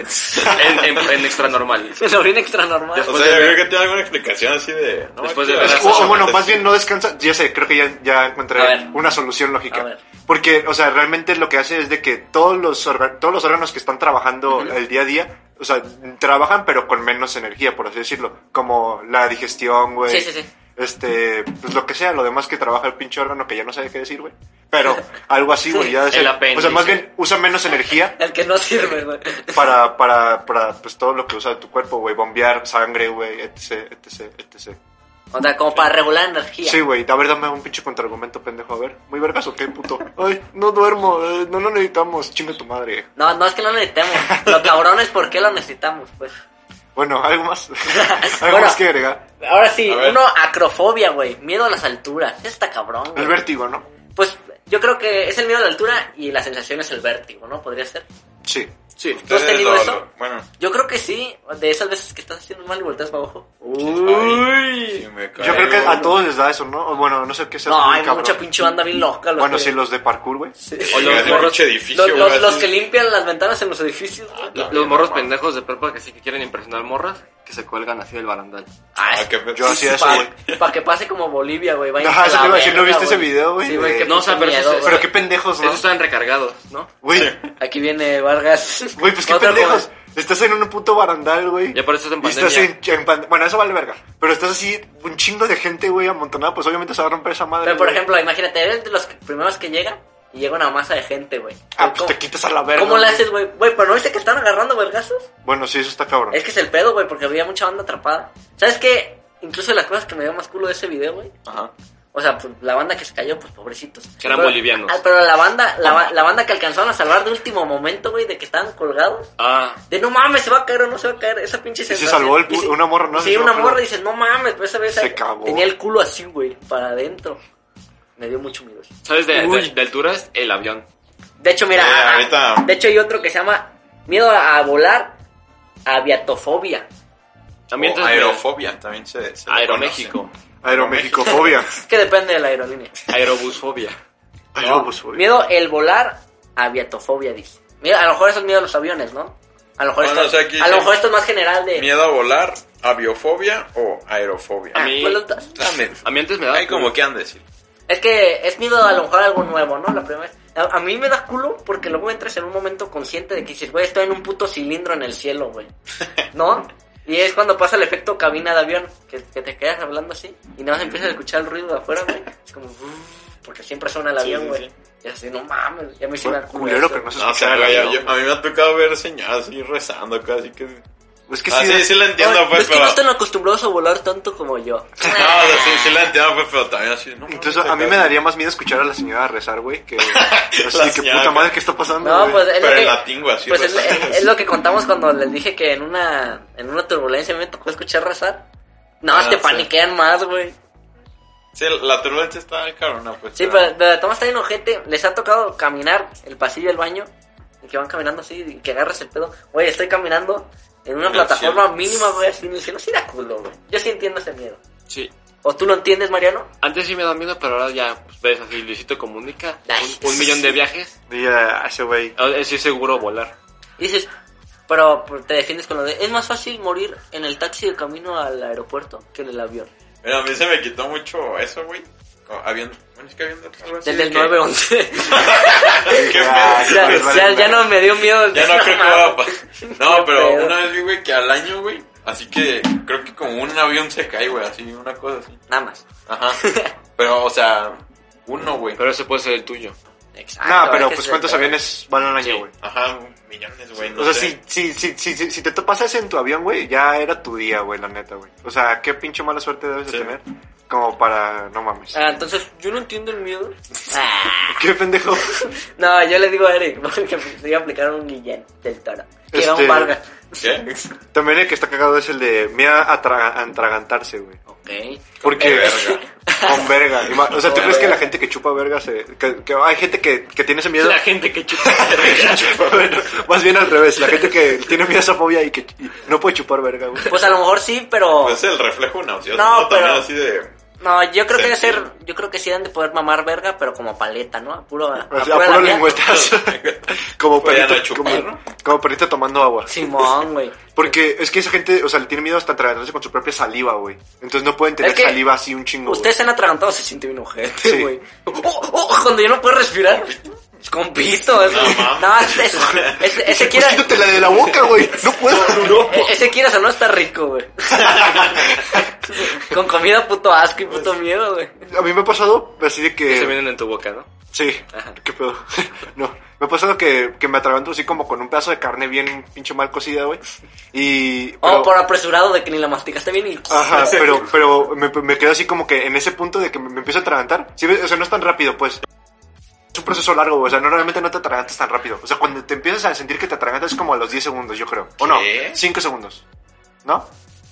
Speaker 3: En, en, en extra normal.
Speaker 2: Lo vi en extra normal.
Speaker 4: O
Speaker 3: Después
Speaker 4: sea,
Speaker 3: de
Speaker 4: yo creo
Speaker 3: ver-
Speaker 4: que tiene alguna explicación así de. No,
Speaker 3: Después de
Speaker 4: aquí
Speaker 3: ver
Speaker 4: la-
Speaker 3: a
Speaker 1: O,
Speaker 3: Sasha
Speaker 1: o bueno,
Speaker 4: Antes-
Speaker 1: más bien no descansa. Ya sé, creo que ya, ya encontré
Speaker 2: A ver.
Speaker 1: una solución
Speaker 2: A
Speaker 1: lógica.
Speaker 2: ver.
Speaker 1: Porque, o sea, realmente lo que hace es de que todos los, orga- todos los órganos que están trabajando el día a día, o sea, trabajan pero con menos energía, por así decirlo. Como la digestión, güey.
Speaker 2: Sí, sí, sí.
Speaker 1: Este, pues lo que sea, lo demás que trabaja el pinche órgano que ya no sabe qué decir, güey. Pero algo así, güey, ya de
Speaker 3: El
Speaker 1: ser- O sea,
Speaker 3: apéndice.
Speaker 1: más bien usa menos energía
Speaker 2: El que no sirve, güey.
Speaker 1: para, para, para pues, todo lo que usa tu cuerpo, güey. Bombear sangre, güey, etc, etc, etc.
Speaker 2: O sea, como para regular energía.
Speaker 1: Sí, güey. A ver, dame un pinche contraargumento, pendejo. A ver, muy vergas o qué, puto. Ay, no duermo, eh, no lo necesitamos, chinga tu madre.
Speaker 2: No, no es que lo necesitemos. Lo cabrón es por qué lo necesitamos, pues.
Speaker 1: Bueno, algo más. algo
Speaker 2: Bueno.
Speaker 1: más que agregar.
Speaker 2: Ahora sí,
Speaker 4: A ver.
Speaker 2: uno, acrofobia, güey. Miedo a las alturas. Está cabrón, güey.
Speaker 1: El vértigo, ¿no?
Speaker 2: Pues yo creo que es el miedo a la altura y la sensación es el vértigo, ¿no? Podría ser.
Speaker 1: Sí.
Speaker 3: Sí.
Speaker 2: ¿Tú has tenido
Speaker 4: Ustedes
Speaker 2: eso?
Speaker 4: bueno.
Speaker 2: Yo creo que sí, de esas veces que estás haciendo mal y volteas para abajo.
Speaker 4: Uy.
Speaker 1: Yo creo que a todos les da eso, ¿no? O Bueno, no sé qué sea.
Speaker 2: No,
Speaker 1: muy
Speaker 2: hay
Speaker 1: cabrón.
Speaker 2: mucha pinche banda bien loca. Los
Speaker 1: Bueno,
Speaker 2: que-
Speaker 1: sí, los de parkour, güey.
Speaker 2: Sí.
Speaker 4: O los
Speaker 3: Los-
Speaker 4: morros edificio,
Speaker 2: Los,
Speaker 4: güey,
Speaker 2: los- los
Speaker 4: así.
Speaker 2: que limpian las ventanas en los edificios. güey.
Speaker 4: Ah,
Speaker 3: Los morros
Speaker 4: no,
Speaker 3: pendejos de prepa que sí que quieren impresionar morras, que se cuelgan así del barandal.
Speaker 4: Ah, qué
Speaker 1: Yo
Speaker 4: pedo.
Speaker 1: hacía eso, güey.
Speaker 2: Para que pase como Bolivia, güey. vayan
Speaker 1: Ajá,
Speaker 2: a
Speaker 1: eso
Speaker 2: la
Speaker 1: te iba a decir, ¿no
Speaker 2: verga,
Speaker 1: viste ese video, güey?
Speaker 2: Sí, güey, qué
Speaker 3: No, o sea,
Speaker 2: pinche
Speaker 3: pero eso
Speaker 2: miedo,
Speaker 3: es-
Speaker 1: Pero
Speaker 2: güey.
Speaker 1: qué pendejos, ¿no?
Speaker 3: Esos están recargados, ¿no?
Speaker 1: Güey,
Speaker 2: Aquí viene Vargas.
Speaker 1: güey, pues qué
Speaker 2: Otro
Speaker 1: pendejos.
Speaker 2: joven.
Speaker 1: Estás en un puto barandal, güey.
Speaker 3: Ya por eso estás en
Speaker 1: Y estás
Speaker 3: pandemia.
Speaker 1: en- en pande- Bueno, eso vale verga. Pero estás así, un chingo de gente, güey, amontonada. Pues obviamente se va a romper esa madre.
Speaker 2: Pero por
Speaker 1: güey.
Speaker 2: ejemplo, imagínate, eres de los que- primeros que llega y llega una masa de gente, güey.
Speaker 1: Ah, pues
Speaker 2: ¿Cómo-
Speaker 1: te quitas a la verga.
Speaker 2: ¿Cómo le
Speaker 1: güey.
Speaker 2: haces, güey? Güey, pero no viste que están agarrando vergazos.
Speaker 1: Bueno, sí, eso está cabrón.
Speaker 2: Es que es el pedo, güey, porque había mucha banda atrapada. ¿Sabes qué? incluso de las cosas que me dio más culo de ese video, güey.
Speaker 4: Ajá.
Speaker 2: O sea, pues, la banda que se cayó, pues pobrecitos.
Speaker 3: Que eran
Speaker 2: Pero-
Speaker 3: bolivianos.
Speaker 2: ah, pero la banda, la, ba- la banda que alcanzaron a salvar de último momento, güey, de que estaban colgados.
Speaker 3: Ah,
Speaker 2: De no mames, se va a caer o no se va a caer. Esa pinche
Speaker 1: se
Speaker 2: sensación.
Speaker 1: salvó el cu-
Speaker 2: Y se-
Speaker 1: una morra, ¿no?
Speaker 2: Sí,
Speaker 1: Se
Speaker 2: una
Speaker 1: salvó,
Speaker 2: morra
Speaker 1: pero-
Speaker 2: dice, no mames, pero esa vez
Speaker 1: Se cagó.
Speaker 2: tenía el culo así, güey, para adentro. Me dio mucho miedo. eso.
Speaker 3: ¿sabes? De,
Speaker 2: Uy.
Speaker 3: de, de alturas, el avión.
Speaker 2: De hecho, mira,
Speaker 4: Eh,
Speaker 2: ah,
Speaker 4: ahorita-
Speaker 2: de hecho hay otro que se llama miedo a, a volar, aviatofobia.
Speaker 3: También
Speaker 4: O
Speaker 3: entonces,
Speaker 4: aerofobia también se. se
Speaker 3: mira, Aeroméxico.
Speaker 1: Aeromexicofobia.
Speaker 2: Es que depende de la aerolínea.
Speaker 3: Aerobusfobia.
Speaker 1: Aerobusfobia.
Speaker 2: Miedo el volar, aviatofobia, dice. Mira, a lo mejor eso es miedo a los aviones, ¿no? A lo mejor,
Speaker 4: No,
Speaker 2: esto,
Speaker 4: no sé, aquí
Speaker 2: a lo
Speaker 4: dice-
Speaker 2: mejor esto es más general
Speaker 4: conoce.
Speaker 2: de...
Speaker 4: Miedo a volar, aviofobia o aerofobia.
Speaker 3: A mí-
Speaker 2: Ah, ¿cuál otra?
Speaker 4: Dame.
Speaker 3: A mí antes me daba.
Speaker 4: Hay como que han de decir.
Speaker 2: Es que es miedo a lo mejor a algo nuevo, ¿no? La primera vez. A, a mí me da culo porque luego entras en un momento consciente de que dices, güey, estoy en un puto cilindro en el cielo, güey. ¿No? Y es cuando pasa el efecto cabina de avión, que, que te quedas hablando así y nada más empiezas a escuchar el ruido de afuera, güey. Es como, "Uf", porque siempre suena el
Speaker 3: Sí,
Speaker 2: avión,
Speaker 3: sí,
Speaker 2: güey.
Speaker 3: sí.
Speaker 2: Y así, no mames, ya me hice
Speaker 1: Fue
Speaker 2: una
Speaker 1: culero que no se
Speaker 4: No,
Speaker 1: escuchara
Speaker 4: se
Speaker 1: el
Speaker 4: vaya,
Speaker 1: avión.
Speaker 4: yo- a mí me ha tocado ver señoras así rezando casi que.
Speaker 1: Es que
Speaker 4: ah,
Speaker 1: sí,
Speaker 4: sí, sí la entiendo,
Speaker 2: Ay,
Speaker 4: pues,
Speaker 2: es que
Speaker 4: pero.
Speaker 2: no están acostumbrados a volar tanto como yo.
Speaker 4: No, o sea, sí, sí la entiendo, pues, pero también así. No,
Speaker 1: Entonces, a mí me daría más miedo escuchar a la señora rezar, güey, que... Así
Speaker 4: La
Speaker 1: que
Speaker 4: señora,
Speaker 1: puta madre,
Speaker 4: güey.
Speaker 1: ¿qué está pasando,
Speaker 2: No,
Speaker 1: güey?
Speaker 2: pues es lo
Speaker 4: Pero
Speaker 2: que,
Speaker 4: en latín, güey, así
Speaker 2: pues es,
Speaker 4: rezando.
Speaker 2: es- es lo que contamos cuando les dije que en una en una turbulencia me tocó escuchar rezar. No,
Speaker 4: Ah,
Speaker 2: te
Speaker 4: sí.
Speaker 2: paniquean más, güey.
Speaker 4: Sí, la turbulencia está carona, pues.
Speaker 2: Sí,
Speaker 4: pero-
Speaker 2: pero, pero Tomás está bien ojete. Les ha tocado caminar el pasillo del baño y que van caminando así y que agarras el pedo. Oye, estoy caminando en una
Speaker 4: En el
Speaker 2: plataforma
Speaker 4: cielo.
Speaker 2: mínima, güey, así en el cielo. Sí da culo, güey. Yo sí entiendo ese miedo.
Speaker 3: Sí.
Speaker 2: ¿O tú lo entiendes, Mariano?
Speaker 3: Antes sí me da miedo, pero ahora ya pues, ves así, Luisito comunica.
Speaker 2: Ay.
Speaker 3: Un, un millón de viajes.
Speaker 1: Y a ese güey...
Speaker 3: Ahora Sí, es seguro volar.
Speaker 2: Y dices, pero pues, te defiendes con lo de, es más fácil morir en el taxi de camino al aeropuerto que en el avión.
Speaker 4: Mira, a mí se me quitó mucho eso, güey. Como Avión. Bueno, es que avión de algo así
Speaker 2: Desde
Speaker 4: de
Speaker 2: el
Speaker 4: que-
Speaker 2: 9-11.
Speaker 4: ¿Qué
Speaker 1: Ya,
Speaker 4: pedo?
Speaker 2: Ah, ya,
Speaker 1: pues, vale,
Speaker 2: ya-
Speaker 1: vale.
Speaker 2: ya no me dio miedo.
Speaker 4: Ya no creo que va a
Speaker 2: mames.
Speaker 4: pasar. No, pero
Speaker 2: pedo.
Speaker 4: una vez vi, güey, que al año, güey. Así que creo que como un avión se cae, güey, así, una cosa así.
Speaker 2: Nada más.
Speaker 4: Ajá. Pero, o sea, uno, güey.
Speaker 3: Pero ese puede ser el tuyo.
Speaker 2: Exacto.
Speaker 1: No, pero
Speaker 2: Ah, es que
Speaker 1: pues
Speaker 2: se-
Speaker 1: cuántos aviones van al
Speaker 3: Sí.
Speaker 1: año, güey.
Speaker 4: Ajá, millones, güey. No
Speaker 1: O sea,
Speaker 4: sé.
Speaker 1: si, si, si, si, si, si te topas eso en tu avión, güey, ya era tu día, güey, la neta, güey. O sea, qué pinche mala suerte debes
Speaker 4: Sí.
Speaker 1: de tener como para... No mames.
Speaker 2: Ah, entonces, yo no entiendo el miedo. Ah,
Speaker 1: Qué pendejo.
Speaker 2: no, yo le digo a Eric, porque voy a aplicar un Guillén del Toro. Que era
Speaker 1: Este-
Speaker 2: un Vargas.
Speaker 4: ¿Qué?
Speaker 1: También el que está cagado es el de miedo a tra- a atragantarse, güey.
Speaker 2: Ok.
Speaker 1: Porque
Speaker 4: verga.
Speaker 1: con verga. Ima- O sea, ¿tú
Speaker 2: Con
Speaker 1: crees que
Speaker 2: verga.
Speaker 1: la gente que chupa verga se... Que, que hay gente que, que tiene ese miedo...
Speaker 3: La gente que chupa.
Speaker 1: Bueno, más bien al revés, la gente que tiene miedo a esa fobia y que y no puede chupar verga, güey.
Speaker 2: Pues a lo mejor sí, pero...
Speaker 4: Pues el reflejo nauseoso.
Speaker 2: No,
Speaker 4: No, También
Speaker 2: pero-
Speaker 4: así de.
Speaker 2: no, yo creo que debe
Speaker 4: Sentir.
Speaker 2: ser... Yo creo que sí han de poder mamar verga, pero como paleta, ¿no? A puro... A,
Speaker 1: O sea,
Speaker 2: pura
Speaker 1: Pues, puro
Speaker 2: labia.
Speaker 1: lengüetazo. como,
Speaker 4: Pues ya
Speaker 1: perrito,
Speaker 4: no chupar,
Speaker 1: como,
Speaker 4: ¿no?
Speaker 1: como perrito tomando agua.
Speaker 2: Simón, güey.
Speaker 1: Porque es que esa gente, o sea, le tiene miedo hasta atragantarse con su propia saliva, güey. Entonces no pueden tener
Speaker 2: Es que
Speaker 1: saliva así un chingo. güey.
Speaker 2: Ustedes se han atragantado, se siente bien ojete,
Speaker 1: Sí.
Speaker 2: güey. Oh, oh, cuando yo no puedo respirar. Compito, eso.
Speaker 4: No, mames.
Speaker 2: No, ese, ese- ese, ese quiera,
Speaker 1: Pues quítate la de la boca, güey. No puedo.
Speaker 2: ese quieras o no está rico, güey. Con comida puto asco y
Speaker 4: Pues
Speaker 2: puto miedo, güey.
Speaker 1: A mí me ha pasado así de
Speaker 3: Se
Speaker 1: que.
Speaker 3: vienen en tu boca, ¿no?
Speaker 1: Sí, qué pedo. No, me ha pasado que, que me atraganto así como con un pedazo de carne bien pinche mal cocida, güey. Y.
Speaker 2: O
Speaker 1: pero-
Speaker 2: Oh, por apresurado de que ni la masticaste bien y...
Speaker 1: Ajá, pero, pero me, me quedo así como que en ese punto de que me, me empiezo a atragantar. Sí, ves, O sea, no es tan rápido, pues. Es un proceso largo, o sea, normalmente no te atragantas tan rápido. O sea, cuando te empiezas a sentir que te atragantas es como a los 10 segundos, yo creo. ¿O no?
Speaker 4: ¿Qué?
Speaker 1: 5 segundos. ¿No?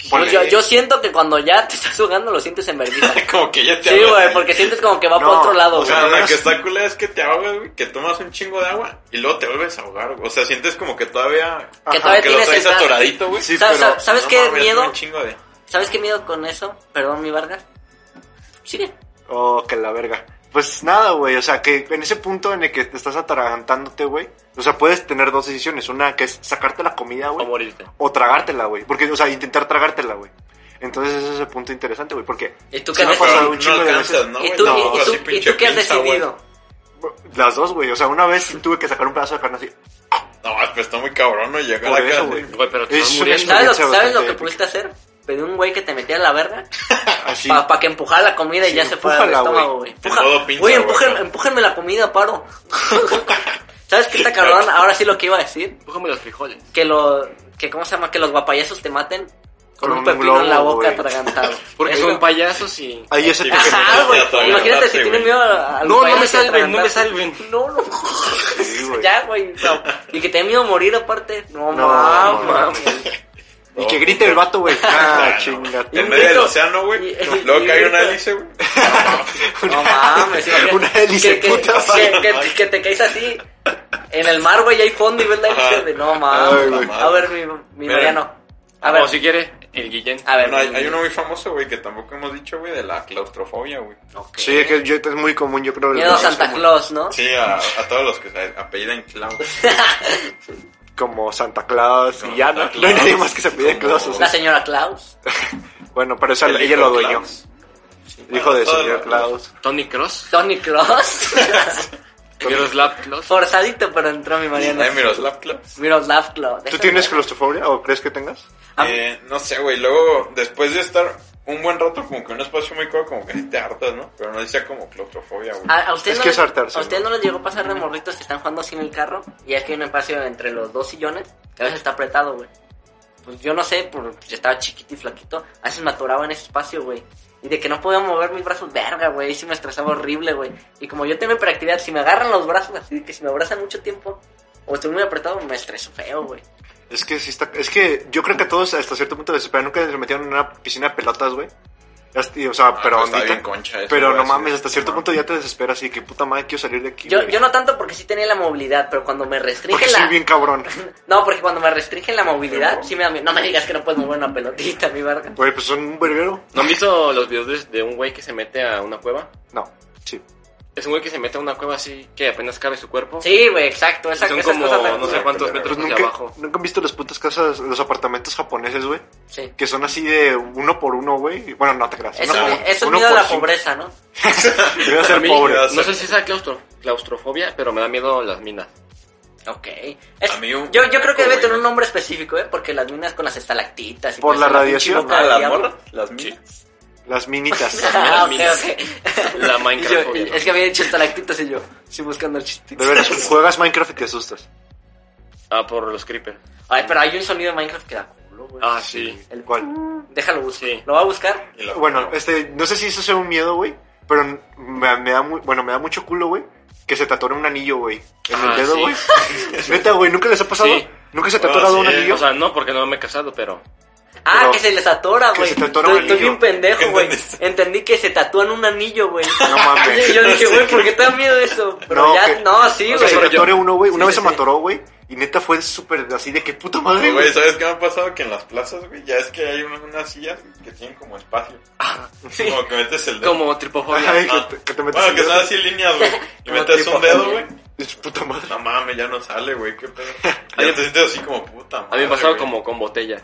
Speaker 2: Pues yo,
Speaker 4: Ponle-
Speaker 2: yo siento que cuando ya te estás jugando lo sientes en vergüenza.
Speaker 4: como que ya te
Speaker 2: Sí,
Speaker 4: ahogas,
Speaker 2: güey, porque sientes como que va
Speaker 1: No,
Speaker 2: para otro lado,
Speaker 4: O
Speaker 2: güey.
Speaker 4: sea,
Speaker 1: Bueno,
Speaker 4: la
Speaker 1: menos-
Speaker 4: que está culera es que te ahogas, güey, que tomas un chingo de agua y luego te vuelves a ahogar, güey. O sea, sientes como que todavía.
Speaker 1: Que
Speaker 4: Ajá,
Speaker 2: Ah, todavía
Speaker 4: que lo
Speaker 2: tienes
Speaker 4: traes
Speaker 2: el-
Speaker 4: atoradito, güey.
Speaker 1: Sí,
Speaker 2: Sa-
Speaker 1: pero-
Speaker 2: sa- ¿Sabes
Speaker 4: No
Speaker 2: qué
Speaker 4: mames,
Speaker 2: miedo?
Speaker 4: Un chingo de.
Speaker 2: ¿Sabes qué miedo con eso? Perdón, mi Vargas. Sigue.
Speaker 1: Oh, que la verga. Pues nada, güey, o sea, que en ese punto en el que te estás atragantándote, güey, o sea, puedes tener dos decisiones. Una que es sacarte la comida,
Speaker 3: O
Speaker 1: güey,
Speaker 3: morirte.
Speaker 1: o tragártela, güey. Porque, o sea, intentar tragártela, güey. Entonces ese es el punto interesante, güey, porque
Speaker 2: ¿Y tú
Speaker 1: Sí
Speaker 2: qué
Speaker 1: me ha
Speaker 2: haces?
Speaker 1: pasado
Speaker 4: Pero
Speaker 1: un chingo
Speaker 4: no
Speaker 1: de
Speaker 4: alcanzas,
Speaker 1: veces.
Speaker 4: ¿no,
Speaker 2: ¿Y
Speaker 4: güey?
Speaker 2: tú,
Speaker 4: No,
Speaker 2: y tú-
Speaker 4: así
Speaker 2: y tú
Speaker 4: pinche
Speaker 2: qué has
Speaker 4: pinza, güey.
Speaker 2: decidido?
Speaker 1: Las dos, güey. O sea, una vez sí tuve que sacar un pedazo de carne así.
Speaker 4: No, pues está muy cabrón, ¿no? Llegar
Speaker 1: Por
Speaker 4: acá.
Speaker 1: eso,
Speaker 4: sí.
Speaker 1: güey.
Speaker 3: Güey, pero te
Speaker 1: Es
Speaker 3: estás
Speaker 1: una
Speaker 3: muriendo.
Speaker 2: ¿Sabes lo,
Speaker 1: Experiencia
Speaker 2: sabes lo
Speaker 1: bastante
Speaker 2: que
Speaker 1: épica.
Speaker 2: pudiste hacer? Pedí un güey que te metiera la verga
Speaker 1: Así.
Speaker 2: para que empujara la comida y
Speaker 1: Sí,
Speaker 2: ya se fuera del
Speaker 1: empújala,
Speaker 2: estómago,
Speaker 1: güey.
Speaker 2: güey. Empuja-
Speaker 4: En modo pinza,
Speaker 2: Güey,
Speaker 4: güey.
Speaker 2: empujen- empújenme la comida, paro. ¿Sabes qué está cabrón? Ahora sí lo que iba a decir.
Speaker 3: Empújame los frijoles.
Speaker 2: Que lo... Que, ¿Cómo se llama? Que los guapayazos te maten Con
Speaker 1: Con
Speaker 2: un
Speaker 1: un
Speaker 2: pepino
Speaker 1: globo,
Speaker 2: en la boca
Speaker 1: güey.
Speaker 2: atragantado.
Speaker 3: Porque son payasos y...
Speaker 1: Ahí ese
Speaker 4: Ajá,
Speaker 2: Ajá, güey.
Speaker 4: Atragantarte,
Speaker 2: Imagínate si
Speaker 4: güey.
Speaker 2: tienen miedo a- al
Speaker 3: No, no
Speaker 2: payaso
Speaker 3: me salven, no me
Speaker 2: atragantado.
Speaker 3: salven.
Speaker 2: No, no.
Speaker 1: Sí, güey.
Speaker 2: Ya, güey. no. Y que te miedo a morir aparte. No,
Speaker 1: No,
Speaker 2: mames.
Speaker 1: no, no. Y que grite el vato, güey. Ah, chinga.
Speaker 2: Y un
Speaker 4: En medio del
Speaker 2: grito.
Speaker 4: océano, güey.
Speaker 2: Y-
Speaker 4: Luego
Speaker 2: y
Speaker 4: cae
Speaker 2: grito.
Speaker 4: una hélice, güey.
Speaker 2: No mames, imagínate.
Speaker 1: Una hélice,
Speaker 2: que,
Speaker 1: puta
Speaker 2: que,
Speaker 1: madre.
Speaker 2: que- que te caes así en el mar, güey, y hay fondo y ves la hélice
Speaker 4: Ajá.
Speaker 2: de no
Speaker 1: Ay,
Speaker 2: mames.
Speaker 1: güey.
Speaker 2: a ver, mi, mi
Speaker 4: Mira.
Speaker 2: Mariano. A
Speaker 3: O
Speaker 2: ver,
Speaker 3: si quiere, el Guillén.
Speaker 2: a ver.
Speaker 4: Bueno, hay,
Speaker 2: mi-
Speaker 4: hay uno muy famoso, güey, que tampoco hemos dicho, güey, de la claustrofobia, güey.
Speaker 2: Ok.
Speaker 1: Sí, es que yo- es muy común, yo creo.
Speaker 2: Miedo a Santa Claus, ¿no?
Speaker 4: Sí, a, a todos los que se apellidan Clau.
Speaker 1: Como Santa Claus
Speaker 4: Como
Speaker 1: y ya, ¿no?
Speaker 4: Santa
Speaker 1: No hay nadie
Speaker 4: Claus,
Speaker 1: más que se pide
Speaker 4: como-
Speaker 1: Claus. o sea.
Speaker 2: La señora Claus.
Speaker 1: Bueno, pero esa,
Speaker 4: El
Speaker 1: ella
Speaker 4: hijo
Speaker 1: lo dueñó.
Speaker 4: Claus.
Speaker 1: Hijo de
Speaker 4: Todo
Speaker 1: señor
Speaker 4: lo-
Speaker 1: Claus.
Speaker 3: Tony Cross.
Speaker 2: Tony Claus.
Speaker 3: Miroslav Cross.
Speaker 2: Forzadito, pero entró mi Mariano.
Speaker 4: Ay, Miroslav Klaus.
Speaker 2: Miroslav Claus.
Speaker 1: ¿Tú tienes claustrofobia o crees que tengas?
Speaker 2: Ah.
Speaker 4: Eh, no sé, güey, luego, después de estar un buen rato como que en un espacio muy cómodo, como que sí te hartas, ¿no? Pero no decía como claustrofobia, güey.
Speaker 2: ¿A, a usted
Speaker 1: Es
Speaker 2: no
Speaker 1: que
Speaker 2: les-
Speaker 1: es hartarse,
Speaker 2: ¿A usted
Speaker 1: ¿no?
Speaker 2: no les llegó a pasar de morritos que están jugando así en el carro? Y es que hay un espacio entre los dos sillones que a veces está apretado, güey. Pues yo no sé, por- pues yo estaba chiquito y flaquito. A veces me atoraba en ese espacio, güey. Y de que no podía mover mis brazos, verga, güey. Y sí me estresaba horrible, güey. Y como yo tengo hiperactividad, si me agarran los brazos así, que si me abrazan mucho tiempo o estoy muy apretado, me estreso feo, güey.
Speaker 1: Es que sí está, es que yo creo que todos hasta cierto punto desesperan. Nunca se metieron en una piscina de pelotas, güey. Ya est- y, O sea,
Speaker 4: Ah,
Speaker 1: pero
Speaker 4: pues está
Speaker 1: ondita.
Speaker 4: bien concha eso,
Speaker 1: pero
Speaker 4: güey,
Speaker 1: no
Speaker 4: así
Speaker 1: mames,
Speaker 4: de-
Speaker 1: hasta cierto
Speaker 4: no.
Speaker 1: punto ya te desesperas y que puta madre quiero salir de aquí.
Speaker 2: Yo,
Speaker 1: güey.
Speaker 2: yo no tanto porque sí tenía la movilidad, pero cuando me restringe
Speaker 1: porque
Speaker 2: la...
Speaker 1: soy bien cabrón.
Speaker 2: No, porque cuando me restringen la movilidad,
Speaker 4: Pero-
Speaker 2: sí me da miedo. No me digas que no puedes mover una pelotita, mi verga.
Speaker 1: Güey, pues son un verguero.
Speaker 3: ¿No han visto los videos de, de un güey que se mete a una cueva?
Speaker 1: No, sí.
Speaker 3: Es un güey que se mete a una cueva así que apenas cabe su cuerpo.
Speaker 2: Sí, güey, exacto. Esa,
Speaker 3: Son
Speaker 2: esas
Speaker 3: como
Speaker 2: cosas tan-
Speaker 3: no sé cuántos
Speaker 1: Pero
Speaker 3: metros hacia
Speaker 1: nunca,
Speaker 3: abajo.
Speaker 1: nunca han visto las putas casas, los apartamentos japoneses, güey.
Speaker 2: Sí.
Speaker 1: Que son así de uno por uno, güey. Bueno, no te creas.
Speaker 2: Eso,
Speaker 1: uno
Speaker 2: es-
Speaker 1: por-
Speaker 2: eso es
Speaker 1: uno
Speaker 2: miedo a
Speaker 1: por
Speaker 2: la
Speaker 1: cinco.
Speaker 2: pobreza, ¿no?
Speaker 1: Voy a
Speaker 3: A
Speaker 1: ser
Speaker 3: mí,
Speaker 1: pobre.
Speaker 3: No sé si sea claustro- claustrofobia, pero me da miedo las minas.
Speaker 2: Ok. Es-
Speaker 4: A mí un-
Speaker 2: yo, yo creo que debe
Speaker 4: güey.
Speaker 2: tener un nombre específico, ¿eh? Porque las minas con las estalactitas. y
Speaker 1: Por
Speaker 2: todo
Speaker 1: la
Speaker 2: eso, pinche
Speaker 1: radiación.
Speaker 2: boca
Speaker 4: Ah,
Speaker 2: de
Speaker 4: las
Speaker 2: diablo.
Speaker 4: morras, las mías.
Speaker 1: Las minitas.
Speaker 2: Ah, ok,
Speaker 3: minas.
Speaker 2: ok.
Speaker 3: La
Speaker 2: Y yo-
Speaker 3: Minecraft.
Speaker 2: y- es que había dicho estalactitas y yo, sí, buscando el chiste.
Speaker 1: De veras, juegas Minecraft y te asustas.
Speaker 3: Ah, por los creepers.
Speaker 2: Ay, pero hay un sonido de Minecraft que da culo, güey.
Speaker 3: Ah, sí.
Speaker 2: El cual.
Speaker 1: ¿Cuál?
Speaker 2: Déjalo buscar.
Speaker 3: Sí.
Speaker 2: ¿Lo va a buscar?
Speaker 4: Y la-
Speaker 1: Bueno, este, no sé si eso sea un miedo, güey. Pero me, me da mu- bueno, me da mucho culo, güey. Que se te atore un anillo, güey. En
Speaker 3: Ah,
Speaker 1: el dedo,
Speaker 3: sí.
Speaker 1: güey. Neta, güey, ¿nunca les ha pasado?
Speaker 3: Sí. eh,
Speaker 1: ¿Nunca se te ha
Speaker 4: Bueno,
Speaker 1: atorado
Speaker 4: sí,
Speaker 1: un anillo?
Speaker 3: O sea, no, porque no me he casado, pero...
Speaker 2: Ah,
Speaker 1: Pero-
Speaker 2: que se les atora,
Speaker 1: que
Speaker 2: güey.
Speaker 1: se te atora
Speaker 2: Estoy-
Speaker 1: un
Speaker 2: Estoy
Speaker 1: anillo.
Speaker 2: bien pendejo, güey.
Speaker 4: ¿Entendiste?
Speaker 2: Entendí que se tatúan un anillo, güey.
Speaker 1: No mames.
Speaker 2: Y yo dije, güey, ¿por qué te da miedo eso? Pero
Speaker 1: No,
Speaker 2: ya,
Speaker 1: que-
Speaker 2: no, sí,
Speaker 1: O sea,
Speaker 2: güey.
Speaker 1: se me atore
Speaker 3: yo-
Speaker 1: uno, güey. Una
Speaker 2: sí,
Speaker 1: vez
Speaker 2: sí,
Speaker 1: se me
Speaker 2: sí.
Speaker 1: atoró, güey. Y neta fue súper así de que puta madre,
Speaker 4: Pero,
Speaker 1: güey.
Speaker 4: Güey, ¿sabes qué me ha pasado? Que en las plazas, güey, ya es que hay una- unas sillas que tienen como espacio. Como que metes el dedo.
Speaker 3: Como tripofobia.
Speaker 1: Ay,
Speaker 4: Ah.
Speaker 1: que te- que te metes
Speaker 4: bueno,
Speaker 1: el
Speaker 4: que
Speaker 1: dedo.
Speaker 4: son así líneas, güey. Y
Speaker 2: Como
Speaker 4: metes
Speaker 2: tipo
Speaker 4: un dedo,
Speaker 2: también.
Speaker 4: güey.
Speaker 1: Es puta madre.
Speaker 4: No mames, ya no sale, güey, qué pedo.
Speaker 3: A mí-
Speaker 4: Ya te sientes así como puta madre,
Speaker 3: A mí me ha pasado
Speaker 4: güey.
Speaker 3: como con botella.